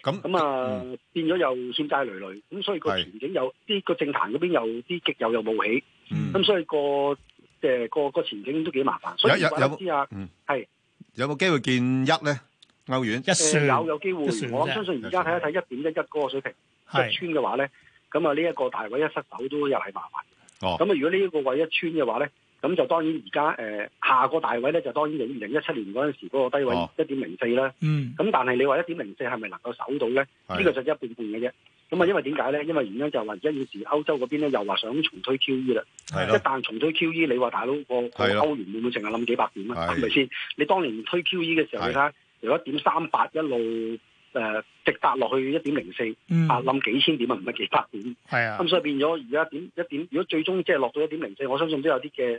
咁
咁啊，變咗又欠債累累，咁所以個前景又啲個政壇嗰邊又啲極右又冒起，
嗯
咁所以個誒個個前景都幾麻煩。所以
有有
我知啊，係
喎。有冇機會見一咧？歐元
誒有有機會，我諗相信而家睇一睇一點一一嗰個水平，
係
一穿嘅話咧，咁啊呢一個大位一失手都又係麻煩。
哦
咁啊，如果呢一個位一穿嘅話咧，咁就當然而家誒下個大位咧，就當然二零一七年嗰陣時嗰個低位
哦
一點零四啦。
嗯
咁但係你話一點零四係咪能夠守到咧？
係
呢個就一半半嘅啫。咁啊，因為點解咧？因為原因就係話而家現時歐洲嗰邊咧又話想重推 QE 啦。
係
一
咯
旦重推 QE，你話大佬個個
係咯
歐元會唔會淨係冧幾百點啊？
係
係咪先？你當年推 QE 嘅時候，
係
你睇下由一點三八一路誒、呃直達落去一點零四，
嗯
啊冧幾千點啊，唔係幾百點。
係啊
咁所以變咗而家一點一點，如果最終即係落到一點零四，我相信都有啲嘅誒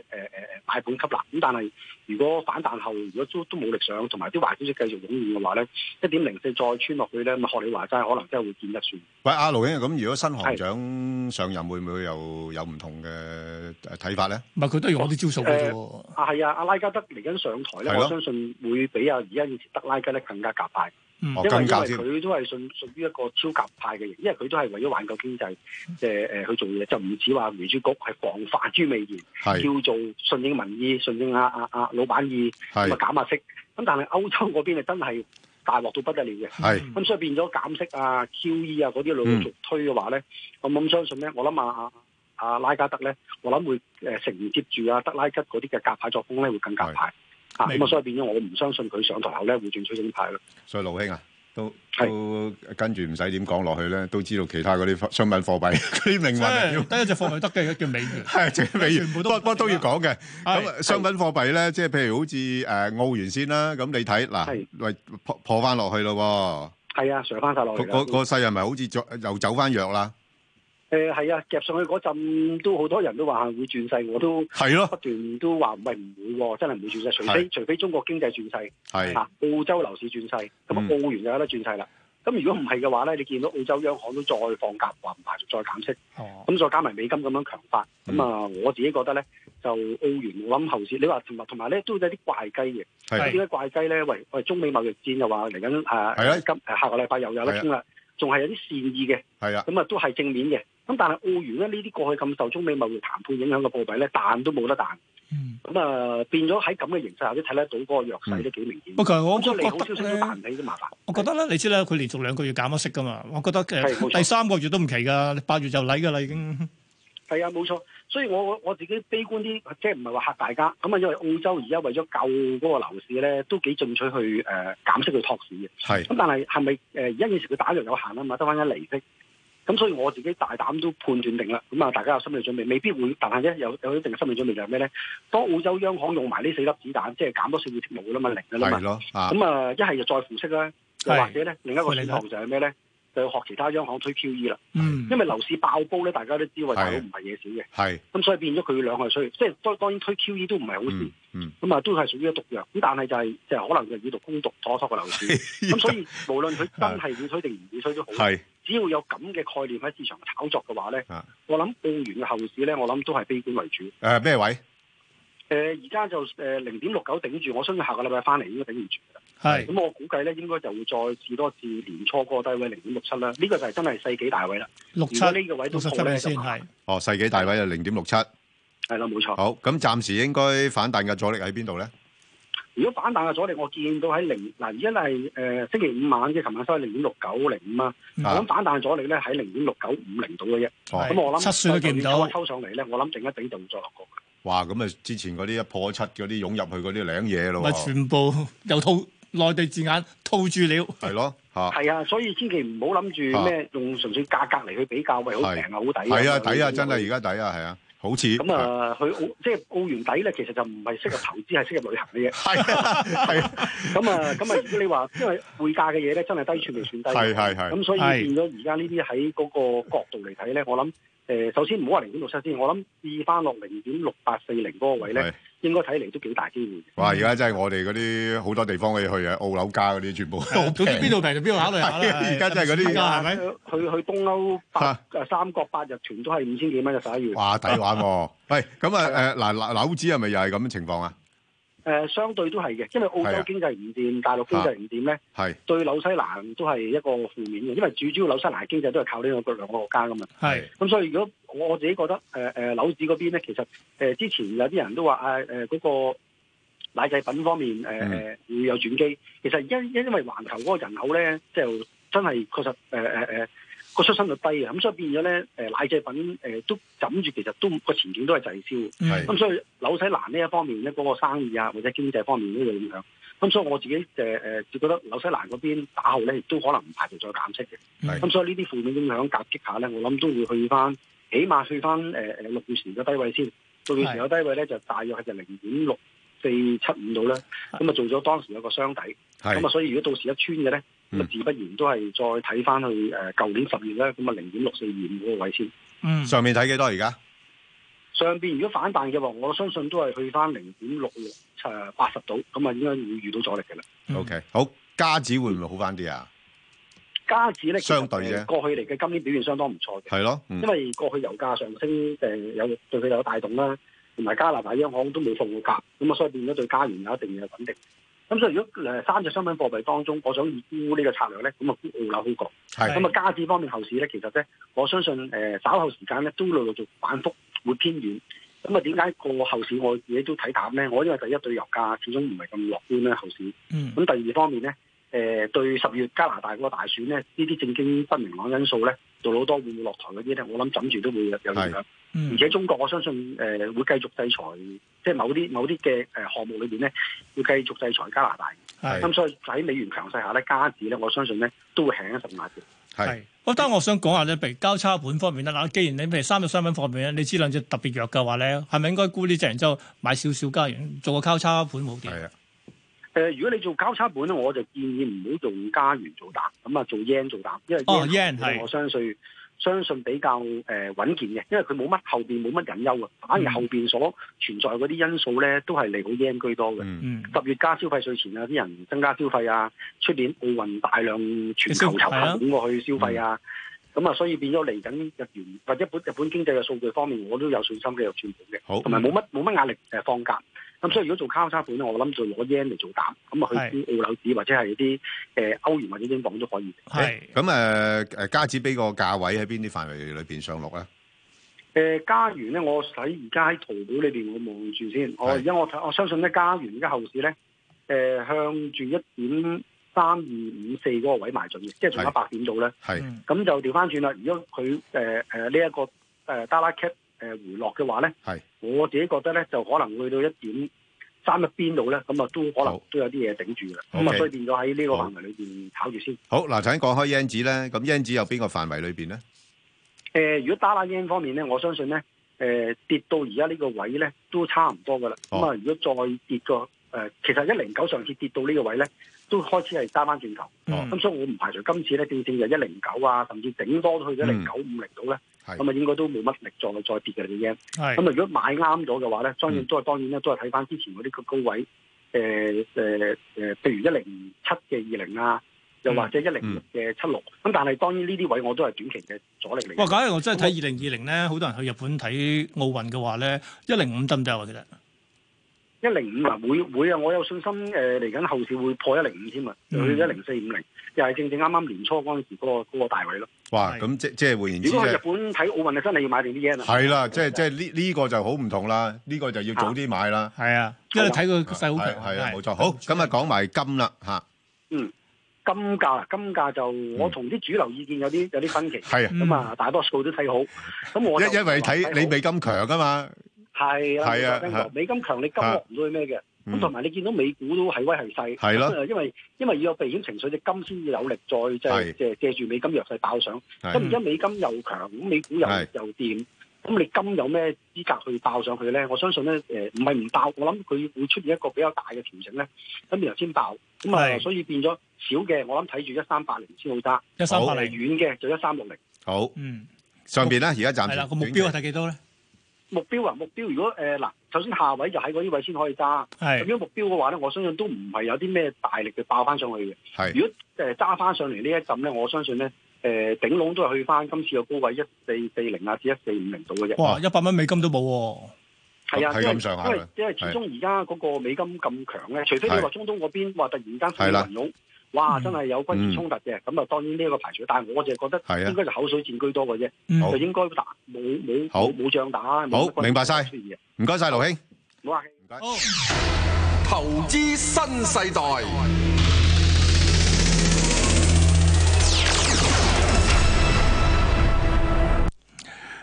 誒誒買盤吸納。咁但係如果反彈後，如果都都冇力上，同埋啲壞消息繼續湧現嘅話咧，一點零四再穿落去咧，咁學你話齋，可能真係會見一算。
喂，阿盧兄，咁如果新行長上任，會唔會又有唔同嘅睇法咧？
唔係佢都用我啲招數嘅啫喎。
誒啊，係啊，阿拉加德嚟緊上台咧，
係咯
我相信會比啊而家以前德拉加咧更加夾派。
嗯
因
哦
為因為
更加添
佢都係屬屬於一個超夾派嘅型，因為佢都係為咗挽救經濟，
嗯
誒、誒去做嘢，就唔止話聯儲局係防範於未
係
然，叫做順應民意、順應啊啊啊老闆意，
係
咁啊減下息。咁但係歐洲嗰邊係真係大鑊到不得了嘅，
係
咁所以變咗減息啊、QE 啊嗰啲陸
嗯
陸續續推嘅話咧，我咁相信咧，我諗啊啊啊拉加德咧，我諗會呃誒承接住啊德拉吉嗰啲嘅夾派作風咧，會更夾派。啊，
明
咁啊，所以變咗我唔相信佢上台後咧會轉取正派咯。
所以盧兄啊，都都跟住唔使點講落去咧，都知道其他嗰啲商品貨 <laughs> 幣嗰啲命運係
<laughs>
要
即係得一隻貨幣得嘅，叫美元。
係即係美元，不過不過都要講嘅。
係
咁啊商品貨幣咧，即係譬如好似誒澳元先啦，咁你睇嗱
係，
喂破破翻落去咯
係啊，上翻晒落
喎，
嚟
個
啦。
個個勢係咪好似再又走翻弱啦？
誒係啊，夾上去嗰陣都好多人都話啊會轉勢，我都
係咯
不斷都話唔係唔會喎，真係唔會轉勢，除非
係
除非中國經濟轉勢，
係
啊澳洲樓市轉勢，咁啊
嗯
澳元就有得轉勢啦。咁如果唔係嘅話咧，你見到澳洲央行都再放鴿，話唔排除再減息，
哦
咁再加埋美金咁樣強化，咁啊
嗯
我自己覺得咧，就澳元我諗後市，你話同埋同埋咧都有啲怪雞嘅，
係
點解怪雞咧？喂喂，中美貿易戰又話嚟緊誒
係啊
今誒下個禮拜又有得
係啊
傾啦，仲係有啲善意嘅。
係啊，
咁啊都係正面嘅。咁但係澳元咧，呢啲過去咁受中美貿易談判影響嘅貨幣咧，彈都冇得彈。
嗯
咁啊變咗喺咁嘅形勢下，都睇得到嗰個弱
嗯
勢都幾明顯。
不過我
咁所以利好
覺得
消息都
咧
彈起都麻煩。
我覺得咧，你知啦，佢連續兩個月減咗息噶嘛，我覺得
係冇
誒
錯
第三個月都唔奇㗎，八月就嚟㗎啦已經。
係啊，冇錯。所以我我我自己悲觀啲，即係唔係話嚇大家。咁啊，因為澳洲而家為咗救嗰個樓市咧，都幾進取去誒、呃、減息去托市嘅。
係
咁但係係咪誒呃而家現時佢打藥有限啊嘛，得翻一厘息。咁所以我自己大膽都判斷定啦。咁啊，大家有心理準備，未必會，但係咧有有一定嘅心理準備就係咩咧？當澳洲央行用埋呢四粒子彈，即係減多少會冇啦嘛，零㗎啦
係
嘛。
咯，啊
咁啊，一係就再負息啦，又
係
或者咧另一個選項就係咩咧？就要學其他央行推 QE 啦。
嗯
因為樓市爆煲咧，大家都知喎，大佬
係
唔係嘢少嘅。
係
咁所以變咗佢兩害相權，即係當當然推 QE 都唔係好事，
嗯
咁啊都係屬於一毒藥。咁但係就係、就係、可能就以毒攻毒，妥妥個樓
<laughs>
市。咁所以無論佢真係會推定唔會推都好，
啊係
只要有咁嘅概念喺市場炒作嘅話咧
啊，
我諗澳元嘅後市咧，我諗都係悲觀為主。誒
誒咩位？
而家就誒零點六九頂住，我相信下個禮拜翻嚟應該頂唔住㗎啦。
係
咁我估計咧應該就會再試多次年初嗰個低位零點六七啦。呢個就係真係世紀大位啦。
六
如果呢個位都
六十
破
七
咧
你
就
先
麻煩
係。
哦，世紀大位就零點六七。
係啦，冇錯。
好，咁暫時應該反彈嘅阻力喺邊度咧？
而如果反彈嘅阻力，我見到喺零嗱，而家係誒星期五晚即係琴晚收喺零點六九零五啊，
嗯
我諗反彈阻力咧喺零點六九五零度嘅啫。
哦
咁我諗
七算都見唔到
就算抽上嚟咧，我諗定一定就會再落過。
哇！咁啊，之前嗰啲一破七嗰啲湧入去嗰啲領嘢咯
咪
喎，
全部又套內地字眼套住了，
係咯嚇。
係啊，所以千祈唔好諗住咩用純粹價格嚟去比較，喂，好平啊，好抵
啊係啊，抵啊，真係而家抵啊，係啊，好似
咁啊，去澳即係澳元底咧，其實就唔係適合投資，係適合旅行嘅嘢。
係啊，係啊。
咁啊，咁啊，如果你話因為匯價嘅嘢咧，真係低處未算低。
係係係
咁所以
係
變咗而家呢啲喺嗰個角度嚟睇咧，我諗誒、呃首先唔好話零點六七先，我諗跌翻落零點六八四零嗰個位
係
咧，應該睇嚟都幾大機會嘅。
哇！而家真係我哋嗰啲好多地方可以去啊，澳樓價嗰啲全
<laughs>
部都好
總之邊度平就邊度考慮下啦
係 <laughs> 啊而家真係嗰啲
係啊係咪
去去東歐八誒三國八日團都係五千幾蚊嘅十一月。
哇，抵玩喎！喂，咁啊誒嗱嗱樓指係咪又係咁嘅情況啊？
誒、相對都係嘅，因為澳
係啊
洲經濟唔掂，大陸經濟唔掂咧，
係
對紐西蘭都係一個負面嘅，因為最主要紐西蘭經濟都係靠呢個兩個國家噶嘛。
係
咁所以如果我我自己覺得呃誒誒樓市嗰邊咧，其實誒、呃之前有啲人都話啊誒嗰個奶製品方面誒誒、呃
嗯
會有轉機，其實因因因為環球嗰個人口咧，就真係確實誒誒誒個出生率低啊，咁所以變咗咧誒奶製品誒、呃都枕住，其實都個前景都係滯銷。
係
咁所以紐西蘭呢一方面咧，嗰、個生意啊或者經濟方面都有影響。咁所以我自己誒誒，呃就覺得紐西蘭嗰邊打後咧，亦都可能唔排除再減息嘅。
係
咁所以呢啲負面影響夾擊下咧，我諗都會去翻，起碼去翻誒誒六月時嘅低位先。六月時嘅低位咧，就大約係就零點六四七五度啦。咁啊，做咗當時有個雙底。
係
咁啊，所以如果到時一穿嘅咧，咁啊，自不然都係再睇翻去誒舊年十月咧，咁啊零點六四二五嗰個位先。
嗯，
上面睇幾多而家？
上邊如果反彈嘅話，我相信都係去翻零點六六誒八十度，咁啊應該會遇到阻力嘅啦。
嗯
O K，好，家指會唔會好翻啲啊？
加指咧，其實
相對啫
誒過去嚟嘅今年表現相當唔錯嘅，
係咯嗯
因為過去油價上升誒有對佢有帶動啦，同埋加拿大央行都冇放過鴿，咁啊所以變咗對加元有一定嘅穩定。咁所以如果誒三隻商品貨幣當中，我想以沽呢個策略咧，咁啊沽澳樓好過。
係
咁啊，加指方面後市咧，其實咧，我相信誒、呃稍後時間咧都陸陸續反覆會偏軟。咁啊，點解個後市我自己都睇淡咧？我因為第一對油價始終唔係咁樂觀咧，後市。
嗯
咁第二方面咧，誒、對十月加拿大嗰個大選咧，呢啲政經不明朗因素咧，杜魯多會唔會落台嗰啲咧，我諗枕住都會有有影響。
嗯
而且中國我相信誒、呃、會繼續制裁，即係某啲某啲嘅誒項目裏邊咧，會繼續制裁加拿大。
係
咁所以喺美元強勢下咧，加指咧，我相信咧都會輕一十壓嘅。
係。我但我想講下咧，譬如交叉盤方面咧，嗱，既然你譬如三隻商品方面咧，你知兩隻特別弱嘅話咧，係咪應該沽呢只然之後買少少加元做個交叉盤好啲？係
啊，
誒、呃如果你做交叉盤咧，我就建議唔好用加元做膽，咁啊做 yen 做膽，因為
哦 yen
後面
係
我相信相信比較誒、呃、穩健嘅，因為佢冇乜後邊冇乜隱憂啊，反
嗯
而後邊所存在嗰啲因素咧，都係利好 yen 居多嘅。
嗯
十月加消費税前啊，啲人增加消費啊，出年奧運大量全
消
球遊
係啊
客湧過去消費啊，咁啊、所以變咗嚟緊日元或者本日本經濟嘅數據方面，我都有信心繼續轉盤嘅。
好
同埋冇乜冇乜壓力誒放假。咁所以如果做交叉盤咧，我諗就攞 yen 嚟做膽，咁啊去啲澳樓指或者係啲誒歐元或者英鎊都可以。
係。
咁誒誒，家指俾個價位喺邊啲範圍裏邊上落咧？啊
誒、呃加元咧，我睇而家喺淘寶裏邊，我望住先。我而家我睇我相信咧，加元而家後市咧，誒、呃向住一點三二五四嗰個位埋進嘅，即係仲有一百點度咧。
係
咁就調翻轉啦。如果佢誒誒呢一個誒、dollar 呃 cap 誒、回落嘅話咧，
係
我自己覺得咧就可能去到一點三一邊度咧，咁啊都可能都有啲嘢頂住啦。咁啊
OK
所以變咗喺呢個範圍裏邊炒住先。
好嗱，頭先講開 yen 指咧，咁 yen 指有邊個範圍裏邊咧？
誒、呃如果打拉 yen 方面咧，我相信咧，誒、跌到而家呢個位咧都差唔多噶啦。咁啊、如果再跌個誒、呃其實一零九上次跌到呢個位咧，都開始係揸翻轉頭。
哦
咁、所以我唔排除今次咧正正就一零九啊，甚至頂多都去咗零九五零到咧，
係
咁啊應該都冇乜力再再跌嘅啦 yen。
係
咁啊，如果買啱咗嘅話咧，當然都係當然咧，都係睇翻之前嗰啲高位，誒誒誒，譬如一零七嘅二零啊，
嗯
又或者一零六嘅七六。咁但係當然呢啲位我都係短期嘅阻力嚟嘅。
哇！假如我真係睇二零二零咧，好多人去日本睇奧運嘅話咧，一零五得唔得啊？其實
一零五啊，會會啊，我有信心誒嚟緊後市會破一零五添啊，去
嗯
一零四五零，又係正正啱啱年初嗰陣時嗰、個嗰個大位咯。
哇！咁即即係換言之
如果去
咧
日。本睇奧運，你真係要買定啲 yen 啊。
係啦，即係即係呢呢個就好唔同啦，呢個就要早啲買啦。
係啊，因為你睇佢個勢好強
係啊，
係
冇錯。好，咁啊講埋金啦嚇，
嗯，金價金價就我同啲主流意見有啲有啲分歧，
嗯係啊
咁啊，大多數都睇好。咁我就
因因為睇你美金強啊嘛，
係
係啊
啦，
嚇
美金美金強，你金落唔到去咩嘅。
嗯
咁同埋你見到美股都係威係勢，
係咯
咁啊因為因為要有避險情緒，只金先至有力再即係
係
借借住美金弱勢爆上。
係
咁而家美金又強，咁美股又
係
又掂，咁你金有咩資格去爆上去咧？我相信咧，誒唔係唔爆，我諗佢會出現一個比較大嘅調整咧，咁然後先爆。咁啊，
係
所以變咗少嘅，我諗睇住一三八零先好揸，
1380
遠嘅就一三六零。
好。
嗯，
上邊咧而家暫
係
時
啦，個目
短
標係
期
睇幾多咧？
目標啊，目標如果誒嗱、首先下位就喺嗰啲位先可以揸。
係
咁樣目標嘅話咧，我相信都唔係有啲咩大力嘅爆翻上去嘅。
係
如果誒揸翻上嚟呢一陣咧，我相信咧誒、頂籠都係去翻今次嘅高位一四四零啊至一四五零度嘅啫。
哇！一百蚊美金都冇喎。
係啊，
係
因為
咁上下
因為
啦
因為始終而家嗰個美金咁強咧，除非你話
係
中東嗰邊話突然間
嗯係
風
啦嗯
雲湧，哇！真係有軍事衝突嘅，咁啊當然呢一個排除，但係我就覺得
係啊
應該就口水戰居多嘅
嗯
啫，就應該打冇冇
好
冇冇仗打，冇乜
好
軍事
明白晒
出現嘅，
唔該晒，盧兄。
冇話唔
該。
投資新世代，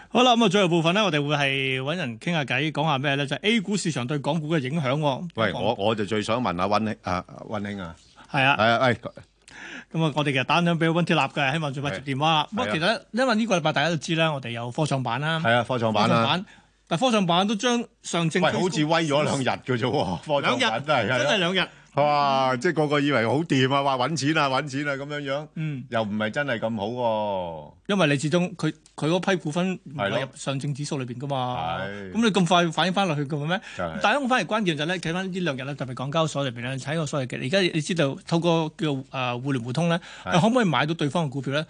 好啦，咁啊，最後部分咧，我哋會係揾人傾下偈，講下咩咧？就係 A 股市場對港股嘅影響喎。啊
喂，我我就最想問阿温兄啊，温兄啊，
係啊，
係啊，喂，
咁啊，我哋其實打緊俾温鐵立嘅，希望最快接電話啦。不過
係啊
其實因為呢個禮拜大家都知啦，我哋有科創板啦，
係啊，科創板
科創
啦，
板，但科創板都將上證
喂，好似威咗兩日嘅啫
<laughs>
喎，科
兩
創
日
板真係
真係兩日，
哇！即係個個以為好掂啊，話揾錢啊，揾錢啊咁樣樣，
嗯，
又唔係真係咁好喎。
因為你始終佢佢嗰批股份唔
係咯
係入上證指數裏邊噶嘛，
係
咁你咁快反映翻落去嘅咩？
就係
但係我反而關鍵就係咧，睇翻呢兩日咧，特別港交所裏邊咧，睇個所謂嘅，而家你知道透過叫誒、呃互聯互通咧，
係
可唔可以買到對方嘅股票咧？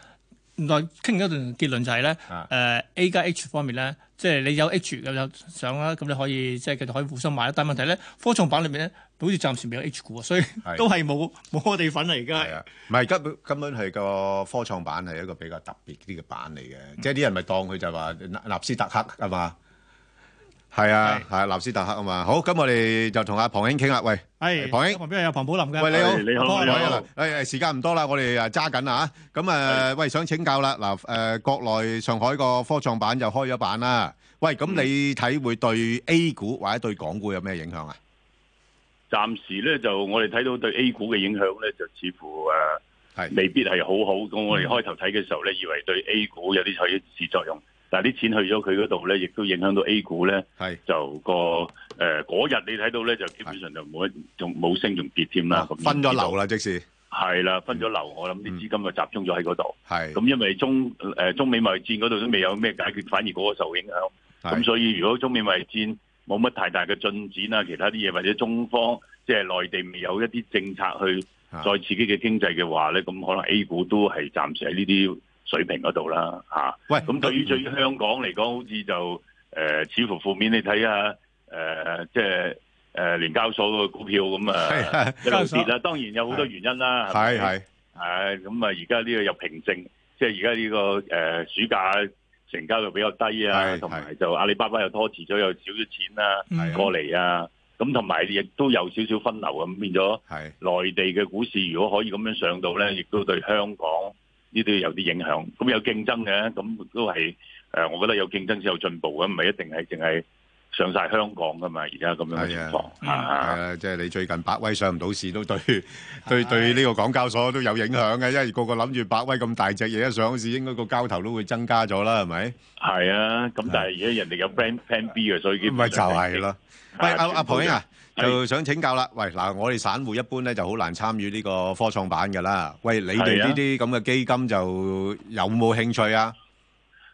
原來傾咗一段結論就係咧，誒、
啊
A 加 H 方面咧，即係你有 H 又有上啦，咁你可以即係繼續可以互相買啦。但係問題咧，科創板裏面咧，好似暫時未有 H 股啊，所以
係
都係冇冇我哋份嚟㗎。
係啊，唔係根本根本係個科創板係一個比較特別啲嘅板嚟嘅，即係啲人咪當佢就話納納斯達克啊嘛，係啊，係啊納斯達克啊嘛。好，咁我哋就同阿龐兄傾啦，喂，
係
龐兄。
旁邊有龐寶林嘅。
喂，你好，
龐寶林
你好，誒誒，時間唔多啦，我哋誒揸緊啦嚇。咁誒，喂，想請教啦，嗱誒，國內上海個科創板又開咗板啦。喂，咁你睇會對 A 股或者對港股有咩影響啊？
暫時咧就我哋睇到對 A 股嘅影響咧，就似乎誒、
呃
未必係好好。咁我哋開頭睇嘅時候咧，以為對 A 股有啲起始作用，但係啲錢去咗佢嗰度咧，亦都影響到 A 股咧。
係
就個誒嗰日你睇到咧，就基本上就冇一仲冇升仲跌添啦。咁
啊分咗流啦，即是
係啦，分咗流，我諗啲資金就集中咗喺嗰度。
嗯係
咁，因為中誒、呃中美貿易戰嗰度都未有咩解決，反而嗰個受影響。
係
咁所以如果中美貿易戰冇乜太大嘅進展啊，其他啲嘢或者中方即係內地未有一啲政策去
啊
再刺激嘅經濟嘅話咧，咁可能 A 股都係暫時喺呢啲水平嗰度啦嚇。
喂，嗯
咁對於對於香港嚟講，好似就誒、呃似乎負面，你睇下誒即係。誒聯交所個股票咁啊，一路跌啦。當然有好多原因啦，咪
係係。
係咁啊！而家呢個又平靜，即係而家呢個誒、呃暑假成交又比較低啊，同埋就阿里巴巴又拖遲咗，又少咗錢啦、
係啊
過嚟啊，咁同埋亦都有少少分流啊咁變咗，內地嘅股市如果可以咁樣上到咧，亦都對香港呢啲有啲影響。咁有競爭嘅，咁都係誒、呃我覺得有競爭先有進步嘅，唔係一定係淨係上晒香港噶嘛。而家咁樣嘅情況。
係啊，即係你最近百威上唔到市都
<laughs>
對對對呢個港交所都有影響嘅，因為個個諗住百威咁大隻嘢一上市，應該個交投都會增加咗啦，係咪？
係啊，咁但係而家人哋有 plan plan B 嘅，所以基本
咪就
上
係咯。喂，阿阿
全部
龐
都
兄啊，就想請教啦。喂，嗱，我哋散户一般咧就好難參與呢個科創板㗎啦。喂，你哋
係啊
呢啲咁嘅基金就有冇興趣啊？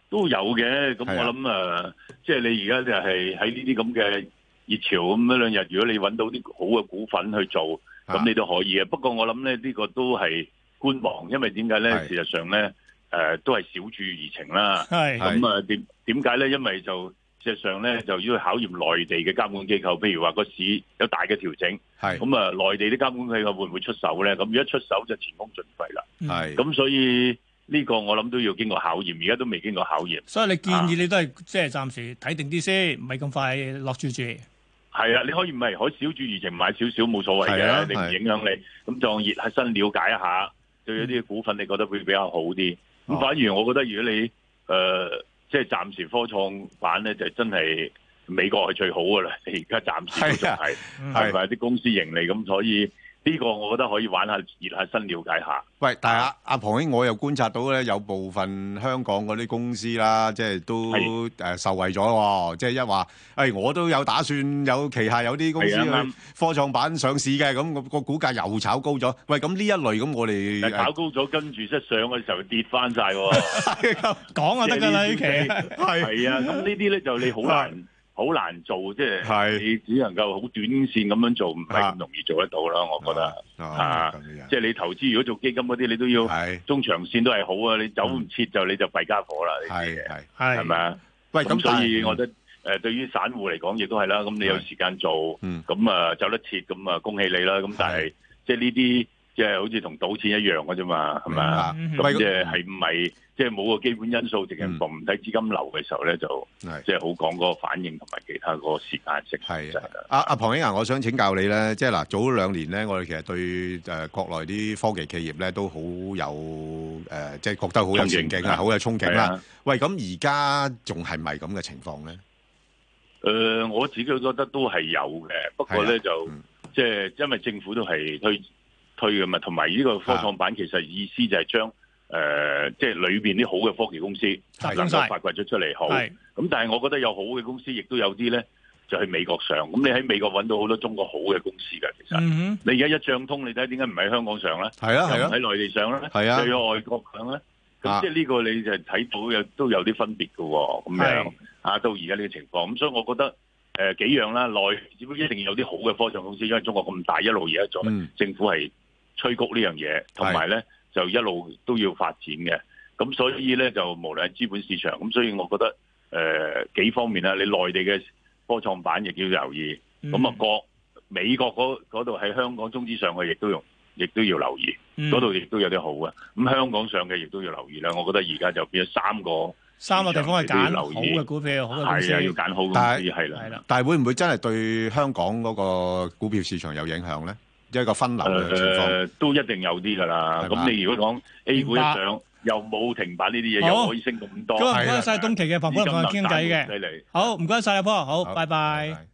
都有嘅。咁
係啊
我諗誒，呃即係你而家就係喺呢啲咁嘅熱潮咁一兩日，如果你揾到啲好嘅股份去做，
啊
咁你都可以嘅。不過我諗咧，呢個都係觀望，因為點解咧？事實呃上咧，誒都係小注怡情啦。呃
係
咁啊，點點解咧？因為就事實上咧就要考驗內地嘅監管機構，譬如話個市有大嘅調整，
係
咁啊，內地啲監管機構會唔會出手咧？咁如果出手就前功盡廢啦。
係
咁，所以呢個我諗都要經過考驗，而家都未經過考驗。
所以你建議你都係即係暫時睇定啲先，唔係咁快落注住。
係啊，你可以唔係可以小注怡情買少少冇所謂
係啊
嘅，你唔
係
影響你。咁當熱係新了解一下，對有啲股份你覺得會比較好啲。
嗯
咁反而我覺得如果你誒、呃即係暫時科創板咧，就真係美國係最好噶啦。你 <laughs> 而家暫時都仲
啊
係
嗯
係咪啲公司盈利咁？所以呢個我覺得可以玩下熱下新了解下。
喂，但係阿阿龐兄，我又觀察到咧，有部分香港嗰啲公司啦，即係都
係
誒受惠咗喎，即係一話，誒我都有打算有旗下有啲公司
係啊啱
去科創板上市嘅，咁個個股價又炒高咗。喂，咁呢一類咁，我哋
但
誒
炒高咗，跟住即係上嘅時候跌翻晒
<laughs>
喎。
講就得㗎啦，呢期
係係啊，咁呢啲咧就你好難好難做，即係你只能夠好短線咁樣做，唔係咁容易做得到啦。我覺得啊，即係你投資如果做基金嗰啲，你都要中長線都係好啊。你走唔切就你就弊家伙啦。係
係
係
係咪啊？
喂咁
咁所以
但係
我覺得。誒對於散戶嚟講，亦都係啦。咁你有時間做，咁啊走得切，咁啊恭喜你啦。咁但係即係呢啲，即係好似同賭錢一樣嘅啫嘛，係咪啊？
明白
咁即係係唔係即係冇個基本因素，淨係逢唔睇資金流嘅時候咧，就即係好講嗰個反應同埋其他嗰個時間性。係
阿阿龐英啊，我想請教你咧，即係嗱，早兩年咧，我哋其實對誒國內啲科技企業咧都好有誒，即係覺得好有前景啊，好有憧憬
係
啦
啊。
喂，咁而家仲係咪咁嘅情況咧？
誒、呃我自己覺得都係有嘅，不過咧就即係、因為政府都係推推嘅嘛，同埋呢個科創板其實意思就係將誒即係裏邊啲好嘅科技公司
中
能
晒
夠發掘咗出嚟好。
係
咁但係我覺得有好嘅公司，亦都有啲咧就去美國上。咁你喺美國揾到好多中國好嘅公司㗎，其實。
嗯
你而家一漲通，你睇點解唔喺香港上咧？
係啊係啊
又唔喺內地上咧？
係啊
又要外國上咧？
啊
咁即係呢個你就睇到有都有啲分別嘅喎，咁樣
係
啊，到而家呢個情況，咁所以我覺得誒、呃、幾樣啦，內只不過一定要有啲好嘅科創公司，因為中國咁大，一路而家做，
嗯
政府係催谷呢樣嘢，同埋咧就一路都要發展嘅，咁所以咧就無論係資本市場，咁所以我覺得誒、呃、幾方面啦，你內地嘅科創板亦要留意，咁啊
嗯
國美國嗰嗰度喺香港中資上去，亦都用，亦都要留意，
嗯
嗰度亦都有啲好嘅。咁香港上嘅亦都要留意啦。我覺得而家就變咗三個
三個地方係
市場你
揀
都要
好
留意
嘅股票，好嘅公司。
係啊，要揀好公
但
司係啦。
但係會唔會真係對香港嗰個股票市場有影響咧？即係個分流嘅情況。
誒呃都一定有啲㗎啦。
係嘛
咁你如果講 A 股一
明白
上，又冇停板呢啲嘢，
好
又可以升咁多。
咁啊，唔
係
該
啊
晒東期嘅彭
資
博
金
同我
流
哋傾
散
偈
戶犀
嘅
利。
好，唔該晒阿波，好，拜拜。